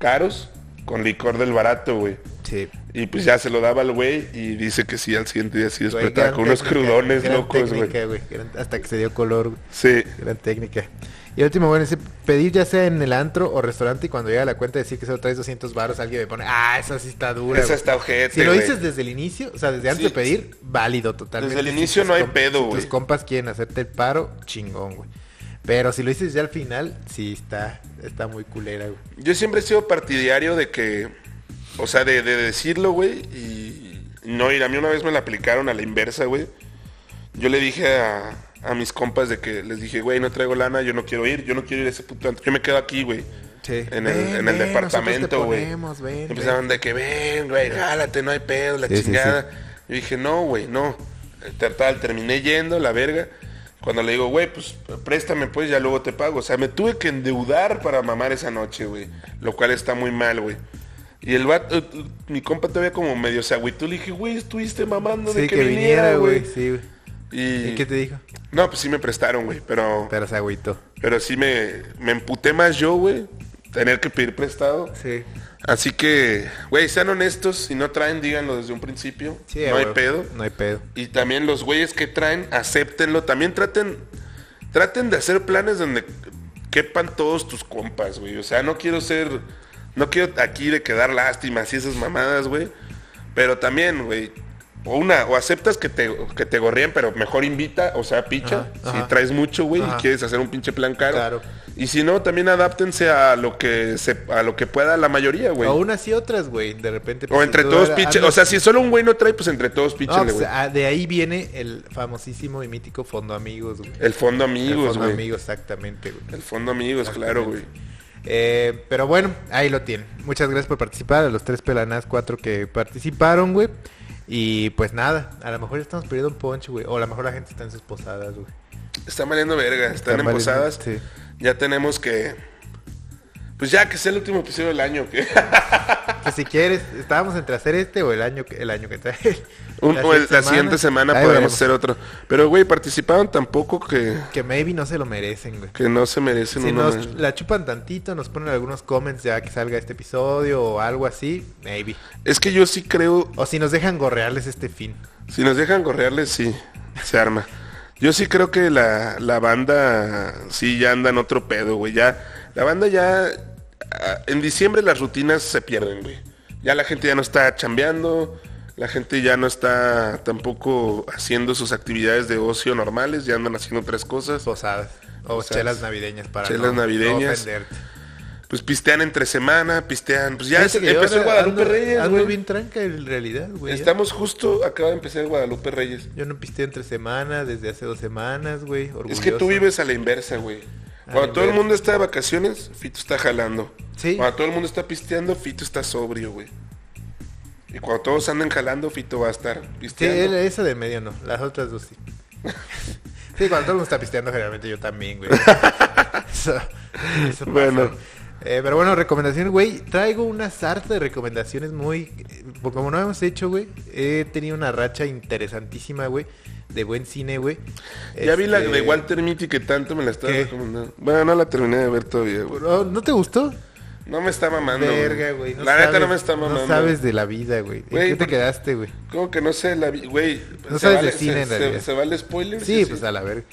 S2: caros con licor del barato, güey.
S1: Sí.
S2: Y pues ya se lo daba al güey y dice que sí, al siguiente día sí
S1: Güey,
S2: despertaba
S1: gran
S2: con unos
S1: técnica,
S2: crudones
S1: gran
S2: locos, güey.
S1: técnica, güey, gran- Hasta que se dio color, güey.
S2: Sí,
S1: Gran técnica. Y el último, bueno, dice, pedir ya sea en el antro o restaurante y cuando llega la cuenta decir que solo traes 200 baros, alguien me pone, ah, esa sí está dura.
S2: esa
S1: güey".
S2: está ojete,
S1: Si lo
S2: güey.
S1: dices desde el inicio, o sea, desde antes
S2: Sí.
S1: de pedir, válido totalmente.
S2: Desde el
S1: Si
S2: inicio
S1: tus
S2: no hay
S1: comp-
S2: pedo,
S1: si
S2: güey.
S1: tus compas quieren hacerte el paro, chingón, güey. Pero si lo dices ya al final, sí está, está muy culera, güey.
S2: Yo siempre he sido partidario de que, o sea, de, de decirlo, güey, y no ir. A mí una vez me la aplicaron a la inversa, güey. Yo le dije a, a mis compas de que les dije, güey, no traigo lana, yo no quiero ir, yo no quiero ir a ese puto antro, yo me quedo aquí, güey.
S1: Sí.
S2: En el,
S1: Ven,
S2: en el
S1: ven,
S2: departamento,
S1: nosotros te
S2: güey.
S1: ponemos, ven, ven.
S2: Empezaron de que ven, güey, jálate, no hay pedo, la
S1: Sí, sí, sí.
S2: chingada. Yo dije, no, güey, no. Tal, tal, terminé yendo, la verga. Cuando le digo, güey, pues préstame, pues ya luego te pago. O sea, me tuve que endeudar para mamar esa noche, güey. Lo cual está muy mal, güey. Y el vato, eh, eh, mi compa todavía como medio se agüitó. Le dije, güey, estuviste mamando de
S1: Sí,
S2: que, viniera, güey.
S1: Sí, güey.
S2: Y,
S1: ¿Y qué te dijo?
S2: No, pues sí me prestaron, güey. Pero, pero,
S1: Pero se agüitó.
S2: sí me, me emputé más yo, güey. Tener que pedir prestado.
S1: Sí.
S2: Así que, güey, sean honestos. Si no traen, díganlo desde un principio.
S1: Sí,
S2: no hay
S1: güey.
S2: pedo.
S1: No hay pedo.
S2: Y también los güeyes que traen, acéptenlo. También traten. Traten de hacer planes donde quepan todos tus compas, güey. O sea, no quiero ser. No quiero aquí de quedar lástimas y esas mamadas, güey. Pero también, güey. O una, o aceptas que te, que te gorreen, pero mejor invita, o sea, picha.
S1: Ajá,
S2: si
S1: ajá.
S2: traes mucho, güey, y
S1: Ajá.
S2: quieres hacer un pinche plan caro.
S1: Claro.
S2: Y si no, también adáptense a lo que se, a lo que pueda la mayoría, güey.
S1: O unas y otras, güey, de repente.
S2: O
S1: pues,
S2: entre
S1: si tú
S2: todos
S1: ahora
S2: pinche,
S1: andas-
S2: o sea, si solo un güey no trae, pues entre todos
S1: No,
S2: píchenle,
S1: pues,
S2: güey.
S1: ah, de ahí viene el famosísimo y mítico Fondo Amigos, güey.
S2: El fondo
S1: El
S2: amigos,
S1: fondo
S2: güey.
S1: amigos, exactamente, güey.
S2: El fondo amigos, claro, güey.
S1: Eh, pero bueno, ahí lo tienen. Muchas gracias por participar, a los tres pelanás, cuatro que participaron, güey. Y pues nada, a lo mejor estamos perdiendo un punch, güey. O a lo mejor la gente está en sus posadas, güey.
S2: Están valiendo verga, están, en
S1: valiendo-
S2: posadas.
S1: sí.
S2: Ya tenemos que. Pues ya que sea el último episodio del año, que
S1: Que si quieres, estábamos entre hacer este o el año, que- el año que trae.
S2: un- o el- la siguiente semana
S1: Ahí
S2: podremos
S1: veremos.
S2: hacer otro. Pero, güey, participaron tampoco que,
S1: Que maybe no se lo merecen, güey.
S2: que no se merecen
S1: Si
S2: uno
S1: nos
S2: más.
S1: la chupan tantito, nos ponen algunos comments ya que salga este episodio o algo así, maybe.
S2: Es que yo sí creo,
S1: O si nos dejan gorrearles este fin.
S2: si nos dejan correarles, sí, se arma. Yo sí creo que la, la banda sí ya anda en otro pedo, güey. Ya, la banda ya. ah, En diciembre las rutinas se pierden, güey. Ya la gente ya no está chambeando. La gente ya no está tampoco haciendo sus actividades de ocio normales. Ya andan haciendo otras cosas.
S1: Posadas. O
S2: Posadas.
S1: chelas navideñas para
S2: Chelas
S1: no-
S2: navideñas.
S1: no ofenderte.
S2: Pues pistean entre semana, pistean. Pues ya
S1: Fíjate
S2: es-
S1: que yo
S2: empezó el
S1: ahora
S2: Guadalupe
S1: ando-
S2: Reyes,
S1: Ando
S2: güey.
S1: bien tranca en realidad, güey. ¿eh? ya.
S2: Estamos justo, acaba de empezar el Guadalupe Reyes.
S1: Yo no pisté entre semanas, desde hace dos semanas, güey.
S2: Es
S1: orgulloso.
S2: que tú vives a la inversa, güey.
S1: A
S2: Cuando
S1: la
S2: todo el
S1: inversa.
S2: mundo está de vacaciones, Fito está jalando.
S1: Sí.
S2: Cuando todo el mundo está pisteando, Fito está sobrio, güey. Y cuando todos andan jalando, Fito va a estar
S1: Sí, él-
S2: pisteando.
S1: esa de medio no, las otras dos sí. sí, cuando todo el mundo está pisteando, generalmente yo también, güey. eso, eso pasa.
S2: Bueno.
S1: Eh, pero bueno, recomendaciones, güey. Traigo una sarta de recomendaciones muy... eh, porque como no hemos hecho, güey, he tenido una racha interesantísima, güey, de buen cine, güey.
S2: ya vi la
S1: Este,
S2: de Walter Mitty que tanto me la estaba
S1: ¿Qué?
S2: recomendando. Bueno, no la terminé de ver todavía, güey.
S1: ¿No ¿no te gustó?
S2: No me está mamando.
S1: Verga, güey. no
S2: la neta no
S1: sabes-
S2: me está mamando.
S1: No sabes de la vida, güey. ¿En
S2: Güey,
S1: qué te
S2: porque-
S1: quedaste, güey?
S2: Como que no sé, la vi- güey.
S1: No
S2: se
S1: sabes
S2: vale-
S1: de cine,
S2: se-
S1: en
S2: se-
S1: realidad.
S2: ¿Se vale spoiler?
S1: Sí, pues a la verga.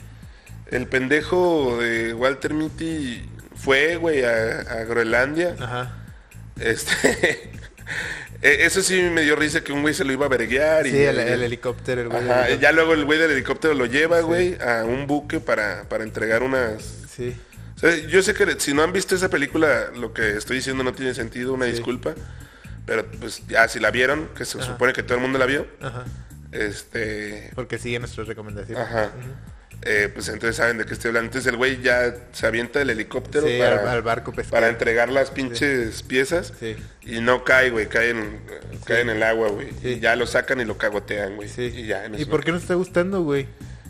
S2: El pendejo de Walter Mitty fue, güey, a, a Groenlandia.
S1: Ajá.
S2: Este. e- Eso sí me dio risa que un güey se lo iba a verguear. y,
S1: Sí, el, el helicóptero, el güey. del
S2: Ajá,
S1: helicóptero.
S2: ya luego el güey del helicóptero lo lleva, güey, a un buque para, para entregar unas.
S1: Sí.
S2: O sea, yo sé que le- si no han visto esa película, lo que estoy diciendo no tiene sentido, una
S1: Sí.
S2: disculpa. Pero pues ya, si la vieron, que se supone que todo el mundo la vio,
S1: Ajá.
S2: este.
S1: Porque sigue nuestras recomendaciones.
S2: Ajá. Eh, pues entonces saben de qué estoy hablando. Entonces el güey ya se avienta del helicóptero
S1: Sí,
S2: para,
S1: al- al barco pesquero.
S2: para entregar las pinches piezas.
S1: Sí.
S2: Y no cae, güey. Cae en, cae en el agua, güey.
S1: Sí.
S2: Y ya lo sacan y lo cagotean, güey.
S1: Sí.
S2: Y ya. en eso.
S1: por qué no te está gustando, güey?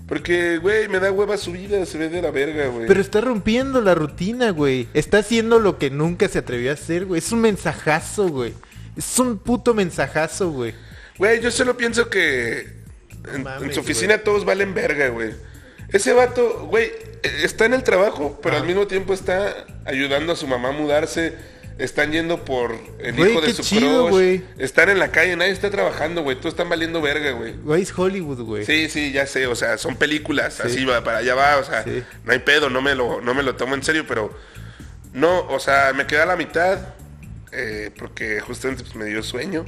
S2: Porque, güey, me da hueva su vida. Se ve de la verga, güey.
S1: Pero está rompiendo la rutina, güey. Está haciendo lo que nunca se atrevió a hacer, güey. Es un mensajazo, güey. Es un puto mensajazo, güey.
S2: Güey, yo solo pienso que en,
S1: mames,
S2: en su oficina todos valen verga, güey. Ese vato, güey, eh, está en el trabajo, pero
S1: Ah.
S2: al mismo tiempo está ayudando a su mamá a mudarse. Están yendo por el
S1: Güey,
S2: hijo de
S1: qué
S2: su
S1: chido,
S2: crush.
S1: güey.
S2: Están en la calle, nadie está trabajando, güey. Todos están valiendo verga, güey.
S1: Güey, es Hollywood, güey.
S2: Sí, sí, ya sé, o sea, son películas, así va, para allá va, o sea,
S1: Sí.
S2: no hay pedo, no me, lo, no me lo tomo en serio, pero no, o sea, me quedé a la mitad, eh, porque justamente pues, me dio sueño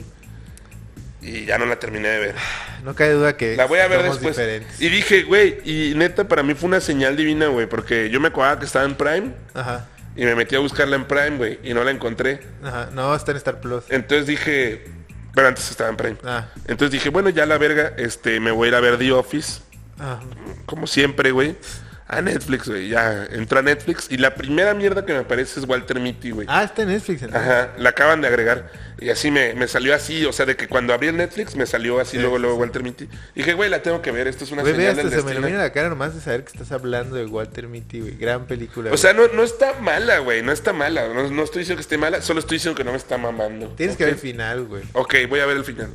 S2: y ya no la terminé de ver.
S1: No cae duda que
S2: La voy a ver
S1: somos
S2: después.
S1: diferentes.
S2: Y dije, güey, y neta, para mí fue una señal divina, güey, porque yo me acordaba que estaba en Prime
S1: Ajá.
S2: y me metí a buscarla en Prime, güey, y no la encontré.
S1: Ajá. No, está en Star Plus.
S2: Entonces dije, pero antes estaba en Prime.
S1: Ah.
S2: Entonces dije, bueno, ya la verga, este, me voy a ir a ver The Office
S1: Ajá.
S2: como siempre, güey, a Netflix, güey. Ya entró a Netflix y la primera mierda que me aparece es Walter Mitty, güey.
S1: Ah, está en Netflix. entonces.
S2: Ajá, la acaban de agregar. Y así me, me salió así, o sea, de que cuando abrí el Netflix me salió así luego, luego Walter Mitty. Dije, güey, la tengo que ver, esto es una
S1: Güey, ve,
S2: señal
S1: hasta
S2: del
S1: se me ilumina
S2: destino.
S1: la cara nomás de saber que estás hablando de Walter Mitty, güey. Gran película.
S2: O
S1: güey.
S2: sea, no, no está mala, güey, no está mala. No, no estoy diciendo que esté mala, solo estoy diciendo que no me está mamando.
S1: Tienes
S2: ¿ok?
S1: que ver el final, güey.
S2: Ok, voy a ver el final.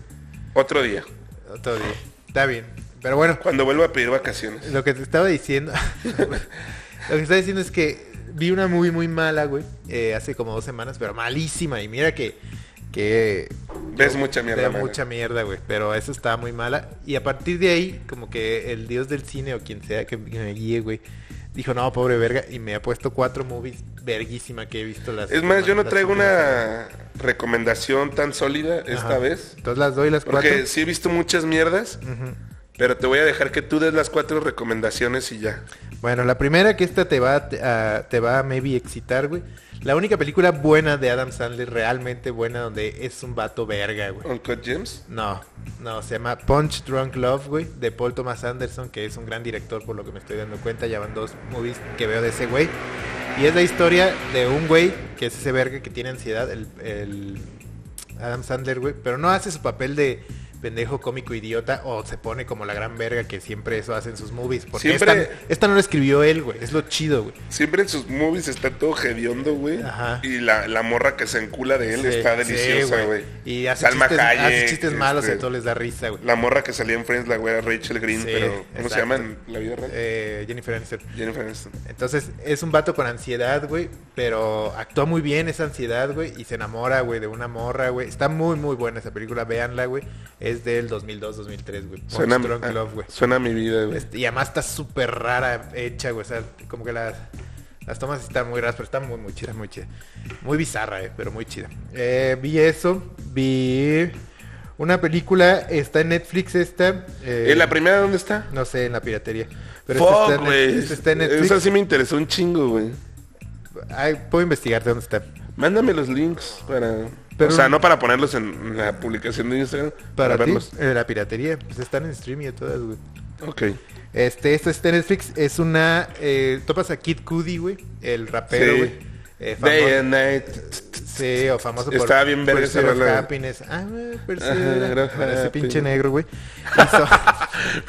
S2: Otro día,
S1: Otro día. Está bien. Pero bueno,
S2: cuando vuelva a pedir vacaciones.
S1: lo que te estaba diciendo. lo que estaba diciendo es que vi una muy, muy mala, güey. eh, hace como dos semanas, pero malísima. Y mira que. que
S2: Ves mucha mierda
S1: veo
S2: mala.
S1: mucha mierda, güey. Pero esa estaba muy mala. Y a partir de ahí, como que el dios del cine o quien sea que me guíe, güey. Dijo, no, pobre verga. Y me ha puesto cuatro movies verguísima que he visto las.
S2: Es más, yo no
S1: las
S2: traigo
S1: últimas
S2: una recomendación tan sólida esta
S1: Ajá.
S2: vez.
S1: Entonces las doy las cuatro.
S2: Porque sí he visto muchas mierdas, pero te voy a dejar que tú des las cuatro recomendaciones y ya.
S1: Bueno, la primera que esta te va a, te- a- te va a maybe excitar, güey. La única película buena de Adam Sandler, realmente buena, donde es un vato verga, güey.
S2: Uncle James.
S1: No, no, se llama Punch Drunk Love, güey, de Paul Thomas Anderson, que es un gran director, por lo que me estoy dando cuenta. Ya van dos movies que veo de ese güey. Y es la historia de un güey, que es ese verga que tiene ansiedad, el, el Adam Sandler, güey, pero no hace su papel de pendejo cómico idiota o se pone como la gran verga que siempre eso hacen sus movies. Porque
S2: Siempre-
S1: esta, esta no la escribió él, güey, es lo chido, güey.
S2: Siempre en sus movies está todo hediondo, güey.
S1: Ajá.
S2: Y la, la morra que se encula de él
S1: Sí,
S2: está
S1: sí,
S2: deliciosa, güey.
S1: y hace
S2: Salma
S1: chistes,
S2: Hayek,
S1: hace chistes malos,
S2: este,
S1: entonces les da risa, güey.
S2: La morra que salía en Friends, la güera Rachel Green,
S1: Sí,
S2: pero ¿cómo se
S1: exacto.
S2: llama en la vida real?
S1: Eh, Jennifer Aniston.
S2: Jennifer Aniston.
S1: Entonces es un vato con ansiedad, güey, pero actúa muy bien esa ansiedad, güey, y se enamora, güey, de una morra, güey. Está muy, muy buena esa película, véanla, güey. Es del 2002-2003, güey. Punch
S2: Suena, ah,
S1: Drunk
S2: a,
S1: Love, güey.
S2: suena a mi vida, güey.
S1: Este, y además está súper rara hecha, güey. O sea, como que las, las tomas están muy raras, pero está muy, muy chida, muy chida. Muy bizarra, eh, pero muy chida. Eh, vi eso, vi una película, está en Netflix esta. eh,
S2: ¿Eh, ¿La primera dónde está?
S1: No sé, en la piratería. Pero esta
S2: Fuck,
S1: está en-
S2: güey.
S1: esta está en Netflix.
S2: Esa sí me interesó un chingo, güey.
S1: Ay, puedo investigarte dónde está.
S2: Mándame los links para...
S1: Pero-
S2: o sea, no para ponerlos en la publicación de Instagram, para,
S1: Para, ti,
S2: verlos.
S1: eh, la piratería. Pues están en stream y todas, güey.
S2: Ok.
S1: Este, esta está en Netflix. Es una... eh, Topas a Kid Cudi, güey. El rapero,
S2: Sí.
S1: güey. Eh,
S2: Day
S1: famoso-
S2: and night.
S1: Sí, o famoso por...
S2: Estaba bien verga
S1: Pursuit
S2: esa
S1: of
S2: rola.
S1: Happiness. Ah, güey, Pursuit
S2: Ajá,
S1: of-
S2: Pursuit of
S1: Ese pinche
S2: Happiness.
S1: negro, güey. Hizo-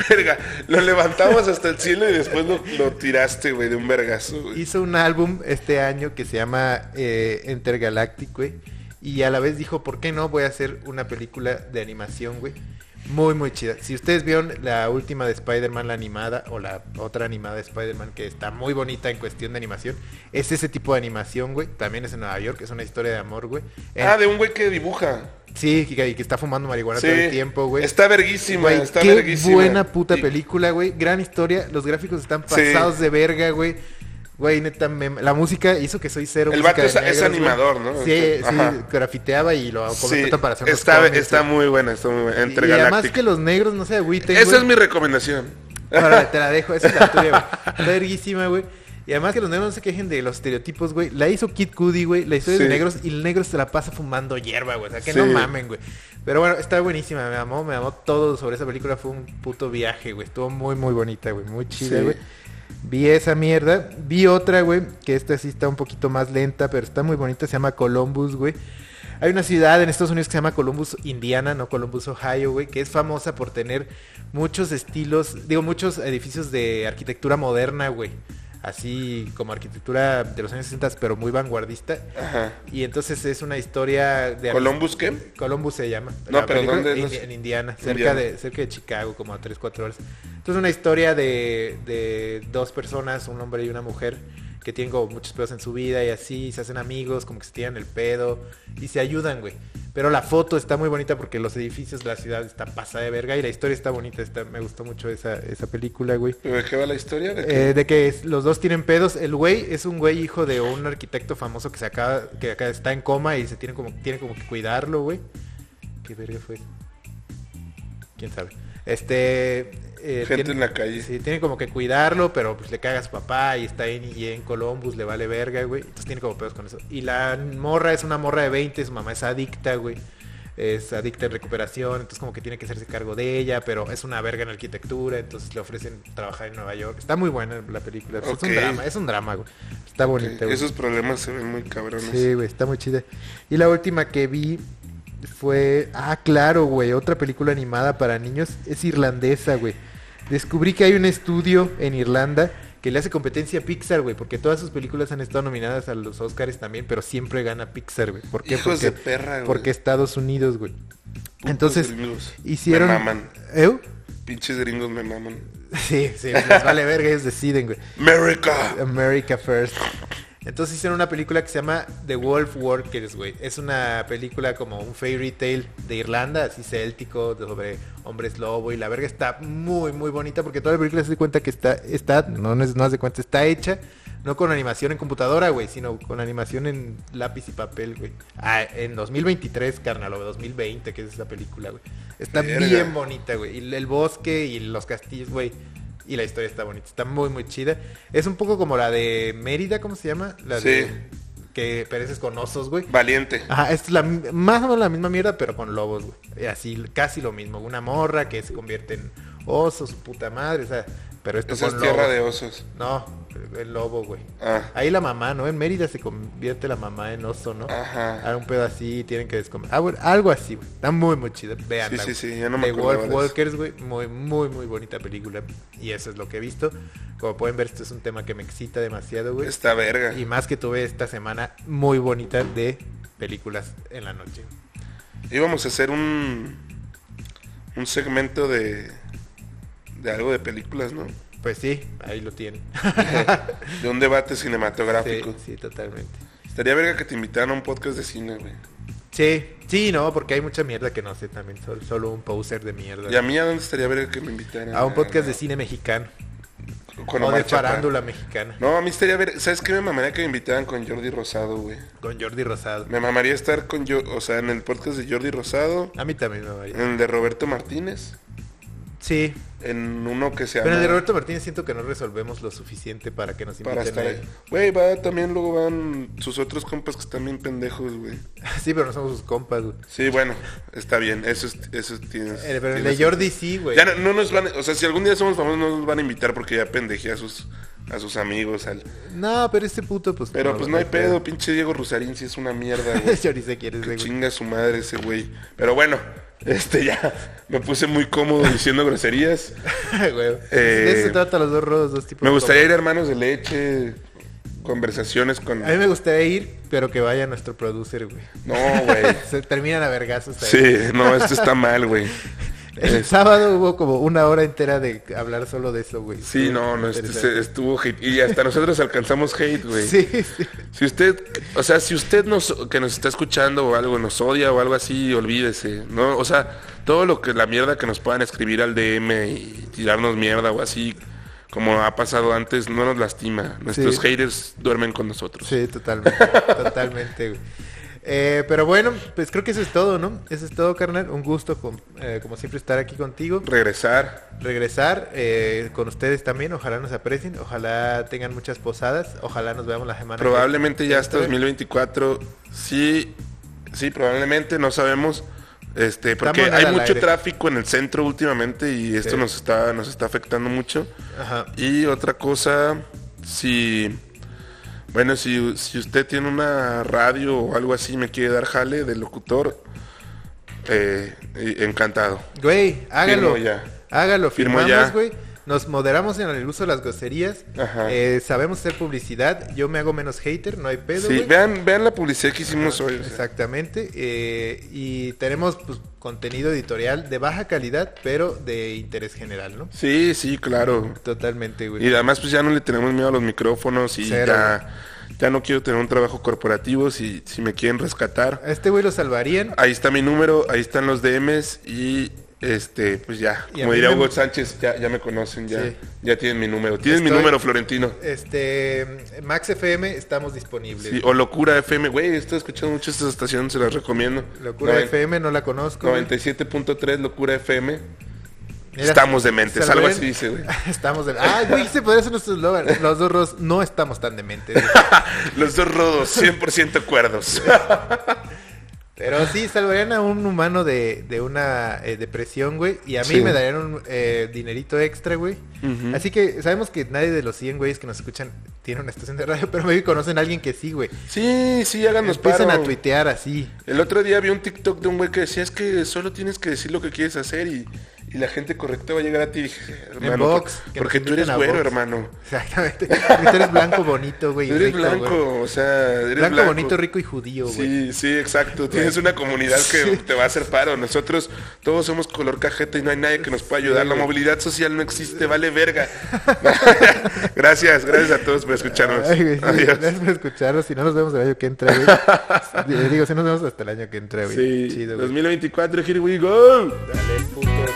S2: Verga, lo levantamos hasta el cielo y después lo, lo tiraste, güey, de un vergazo, güey.
S1: hizo un álbum este año que se llama eh, Intergalactic, güey. Y a la vez dijo, ¿por qué no voy a hacer una película de animación, güey? Muy, muy chida. Si ustedes vieron la última de Spider-Man, la animada, o la otra animada de Spider-Man, que está muy bonita en cuestión de animación, es ese tipo de animación, güey. También es en Nueva York, es una historia de amor, güey. Eh,
S2: Ah, de un güey que dibuja.
S1: Sí, y que, y que está fumando marihuana
S2: Sí.
S1: todo el tiempo, güey.
S2: Está verguísima,
S1: Güey,
S2: está
S1: qué
S2: verguísima.
S1: buena puta
S2: Y-
S1: película, güey. Gran historia. Los gráficos están
S2: Sí.
S1: pasados de verga, güey. Güey, neta, me- la música hizo que soy cero.
S2: El
S1: música
S2: vato
S1: de
S2: es- es
S1: negros, güey.
S2: animador, ¿no? Este,
S1: Sí, sí,
S2: Ajá.
S1: grafiteaba y lo
S2: Sí,
S1: comentó para hacer unos
S2: está,
S1: cómics,
S2: está
S1: güey.
S2: muy buena, está muy buena.
S1: Y- Y además
S2: Intergaláctica.
S1: que los negros no se agüiten,
S2: Esa
S1: güey.
S2: es mi recomendación.
S1: Órale, te la dejo, esa es la tuya, güey. Está verguísima, güey. Y además que los negros no se quejen de los estereotipos, güey. La hizo Kid Cudi, güey. La historia de
S2: Sí.
S1: negros y el negro se la pasa fumando hierba, güey. O sea, que
S2: Sí.
S1: no mamen, güey. Pero bueno, está buenísima. Me amó, me amó todo sobre esa película. Fue un puto viaje, güey. Estuvo muy, muy bonita, güey. Muy chida,
S2: Sí.
S1: güey. Vi esa mierda. Vi otra, güey. Que esta sí está un poquito más lenta, pero está muy bonita. Se llama Columbus, güey. Hay una ciudad en Estados Unidos que se llama Columbus, Indiana, no Columbus, Ohio, güey, que es famosa por tener muchos estilos, digo, muchos edificios de arquitectura moderna, güey. Así como arquitectura de los años 60, pero muy vanguardista.
S2: Ajá.
S1: Y entonces es una historia de...
S2: ¿Columbus qué?
S1: Columbus se llama.
S2: No,
S1: La
S2: pero
S1: película
S2: ¿dónde
S1: en,
S2: es?
S1: en Indiana, cerca
S2: Indiana.
S1: de cerca de Chicago, como a 3, 4 horas. Entonces una historia de, de dos personas, un hombre y una mujer, que tienen como muchos pedos en su vida y así, y se hacen amigos, como que se tiran el pedo y se ayudan, güey. Pero la foto está muy bonita porque los edificios de la ciudad está pasada de verga y la historia está bonita, está, me gustó mucho esa, esa película, güey.
S2: ¿Pero ¿De qué va la historia? ¿De qué?
S1: Eh, de que es- los dos tienen pedos. El güey es un güey hijo de un arquitecto famoso que se acaba, que acá está en coma y se tiene como, tiene como que cuidarlo, güey. ¿Qué verga fue? ¿Quién sabe? Este. eh,
S2: Gente en la calle.
S1: Sí, tiene como que cuidarlo, pero pues le caga a su papá y está en, y en Columbus, le vale verga, güey. Entonces tiene como pedos con eso. Y la morra es una morra de 20, su mamá es adicta, güey. Es adicta en recuperación, entonces como que tiene que hacerse cargo de ella, pero es una verga en arquitectura, entonces le ofrecen trabajar en Nueva York. Está muy buena la película, pues, es
S2: Ok.
S1: un drama, es un drama, güey. Está bonita, güey.
S2: Esos problemas se ven muy cabrones.
S1: Sí, güey, está muy chida. Y la última que vi fue. Ah, claro, güey. Otra película animada para niños. Es irlandesa, güey. Descubrí que hay un estudio en Irlanda que le hace competencia a Pixar, güey. Porque todas sus películas han estado nominadas a los Oscars también, pero siempre gana Pixar, güey. ¿Por qué?
S2: Hijos de
S1: porque,
S2: perra, güey.
S1: porque Estados Unidos, güey.
S2: Putos
S1: Entonces,
S2: gringos.
S1: hicieron. ¿Eh?
S2: Me maman.
S1: ¿Eu?
S2: Pinches gringos me maman.
S1: Sí, sí, les vale verga, ellos deciden, güey.
S2: Ah. America.
S1: America First. Entonces hicieron una película que se llama The Wolf Workers, güey. Es una película como un fairy tale de Irlanda, así céltico, de- sobre hombres lobo y la verga está muy, muy bonita porque toda la película se da cuenta que está, está no, no, es- no hace cuenta, está hecha no con animación en computadora, güey, sino con animación en lápiz y papel, güey. Ah, en 2023, carnal, o 2020, que es esa película, güey. Está
S2: Verga.
S1: bien bonita, güey. Y el bosque y los castillos, güey. Y la historia está bonita, está muy, muy chida. Es un poco como la de Mérida, ¿cómo se llama? La
S2: Sí.
S1: de que pereces con osos, güey.
S2: Valiente.
S1: Ajá, es la, mi- más o menos la misma mierda, pero con lobos, güey. Y Así, casi lo mismo. Una morra que se convierte en oso, su puta madre, o sea, pero esto
S2: Esa
S1: con
S2: es tierra
S1: lobos.
S2: de osos.
S1: No, el lobo, güey.
S2: Ah.
S1: Ahí la mamá, ¿no? En Mérida se convierte la mamá en oso, ¿no?
S2: Ajá.
S1: Era un pedo así, tienen que descomer. Ah, bueno, algo así, güey. Está muy, muy chida. Vean.
S2: Sí, sí, sí, ya no me
S1: The
S2: acordaba
S1: Wolf
S2: de eso.
S1: Walkers, güey. Muy, muy, muy bonita película. Y eso es lo que he visto. Como pueden ver, esto es un tema que me excita demasiado, güey.
S2: Está verga.
S1: Y más que tuve esta semana muy bonita de películas en la noche.
S2: Íbamos a hacer un un segmento de de algo de películas, ¿no?
S1: Pues sí, ahí lo tienen.
S2: De un debate
S1: sí,
S2: cinematográfico.
S1: sí, totalmente.
S2: Estaría verga que te invitaran a un podcast de cine, güey.
S1: Sí, sí, no, porque hay mucha mierda que no sé también. Solo, solo un poser de mierda.
S2: ¿Y a mí a dónde estaría verga que me invitaran?
S1: A un podcast de cine mexicano.
S2: Con
S1: o
S2: Omar
S1: de
S2: Chaparro.
S1: farándula mexicana.
S2: No, a mí estaría verga. ¿Sabes qué me mamaría que me invitaran con Jordi Rosado, güey?
S1: Con Jordi Rosado.
S2: Me mamaría estar con yo, o sea, en el podcast de Jordi Rosado,
S1: A mí también me
S2: en
S1: varía.
S2: el de Roberto Martínez,
S1: Sí.
S2: en uno que se llama
S1: Pero el de Roberto Martínez siento que no resolvemos lo suficiente para que nos
S2: para
S1: inviten
S2: estar
S1: a
S2: ahí. Güey, va también luego van sus otros compas que están bien pendejos, güey.
S1: Sí, pero no somos sus compas, güey.
S2: Sí, bueno, está bien, eso es- eso tienes.
S1: Eh, Pero el
S2: tienes-
S1: de Jordi sí, güey.
S2: Ya no, no nos van, a- o sea, si algún día somos famosos no nos van a invitar porque ya pendejé a sus a sus amigos al
S1: No, pero este puto, pues.
S2: Pero
S1: no,
S2: pues no hay pedo, pinche Diego Rusarín sí es una mierda, güey.
S1: Jordi se quiere ese,
S2: Que
S1: güey.
S2: chinga a su madre ese güey. Pero bueno, este ya me puse muy cómodo diciendo groserías.
S1: Güey. pues,
S2: Eh,
S1: De eso se trata los dos rodos, dos tipos.
S2: Me
S1: de
S2: gustaría ir a hermanos de leche, conversaciones con.
S1: compas. A mí me gustaría ir, pero que vaya nuestro producer, güey.
S2: No, güey.
S1: Se terminan a vergazos ahí.
S2: Sí, no, esto está mal, güey.
S1: El
S2: Es-
S1: sábado hubo como una hora entera de hablar solo de eso, güey.
S2: Sí, no, no, este-
S1: Interesante.
S2: se- estuvo hate. Y hasta nosotros alcanzamos hate, güey.
S1: Sí, sí.
S2: Si usted, o sea, si usted nos, que nos está escuchando o algo nos odia o algo así, olvídese, ¿no? O sea, todo lo que, la mierda que nos puedan escribir al DM y tirarnos mierda o así, como ha pasado antes, no nos lastima. Nuestros
S1: Sí.
S2: haters duermen con nosotros.
S1: Sí, totalmente, totalmente, güey. Eh, pero bueno, pues creo que eso es todo, ¿no? Eso es todo, carnal. Un gusto, con- eh, como siempre, estar aquí contigo.
S2: Regresar,
S1: Regresar eh, con ustedes también. Ojalá nos aprecien. Ojalá tengan muchas posadas. Ojalá nos veamos la semana. que-
S2: probablemente ya hasta
S1: entra.
S2: 2024, sí, sí, probablemente, no sabemos. Este, porque
S1: Estamos en
S2: hay
S1: el
S2: mucho
S1: aire.
S2: tráfico en el centro últimamente y esto
S1: Sí.
S2: nos está, nos está afectando mucho.
S1: Ajá.
S2: Y otra cosa, si. Bueno, si, si usted tiene una radio o algo así, me quiere dar jale de locutor, eh, y- encantado.
S1: Güey, hágalo.
S2: Firmo ya.
S1: Hágalo,
S2: Firmo
S1: firmamos,
S2: ya.
S1: güey. Nos moderamos en el uso de las groserías.
S2: Ajá.
S1: Eh, sabemos hacer publicidad. Yo me hago menos hater, no hay pedo.
S2: sí,
S1: güey.
S2: vean, vean la publicidad que hicimos hoy. o sea.
S1: Exactamente. eh, y tenemos pues, contenido editorial de baja calidad, pero de interés general, ¿no?
S2: Sí, sí, claro.
S1: Totalmente, güey.
S2: Y además, pues ya no le tenemos miedo a los micrófonos y
S1: Cero,
S2: ya, ya no quiero tener un trabajo corporativo. Si, si me quieren rescatar,
S1: A este güey lo salvarían.
S2: ahí está mi número, ahí están los DMs y este, pues ya,
S1: Y a
S2: como
S1: mí
S2: diría
S1: me-
S2: Hugo Sánchez, ya, ya me conocen, ya,
S1: Sí.
S2: ya tienen mi número. Tienen mi
S1: Estoy-
S2: número, Florentino.
S1: Este, Max FM, estamos disponibles.
S2: Sí, o Locura FM, güey, estoy escuchando mucho esta estación, se las recomiendo.
S1: Locura
S2: Noven-
S1: FM, no la conozco. güey.
S2: 97.3, Locura FM.
S1: Mira,
S2: estamos dementes,
S1: Salvador-
S2: algo así dice, güey.
S1: Estamos de... Ah, güey, se podría ser nuestro eslogan. Los dos ros no estamos tan dementes. güey.
S2: Los dos rodos, 100% cuerdos.
S1: Pero sí, salvarían a un humano de, de una eh, depresión, güey. Y a mí
S2: Sí.
S1: me darían un eh, dinerito extra, güey.
S2: Ujú.
S1: Así que sabemos que nadie de los 100 güeyes que nos escuchan tiene una estación de radio, pero maybe conocen a alguien que sí, güey.
S2: sí, sí, háganos
S1: Empiezan
S2: paro.
S1: a tuitear así.
S2: El otro día vi un TikTok de un güey que decía, es que solo tienes que decir lo que quieres hacer y, y la gente correcta va a llegar a ti. Hermano,
S1: En box,
S2: por-
S1: que
S2: porque
S1: nos
S2: tú eres
S1: inviten a
S2: güero,
S1: box.
S2: hermano.
S1: Exactamente. Porque tú eres blanco, bonito, güey. y
S2: Tú eres
S1: rico,
S2: blanco,
S1: güey.
S2: o sea, eres
S1: Blanco,
S2: blanco.
S1: bonito, rico y judío, güey.
S2: Sí, sí, exacto. Tienes una comunidad que te va a hacer paro. Nosotros todos somos color cajeta y no hay nadie que nos pueda ayudar. La movilidad social no existe, vale verga. gracias, gracias a todos por escucharnos.
S1: Ay, güey, sí,
S2: Adiós.
S1: Gracias por escucharnos. Si no nos vemos el año que entra, güey. Digo, si nos vemos hasta el año que entra, güey.
S2: Sí,
S1: Chido, güey.
S2: 2024, here we go.
S3: Dale, puto.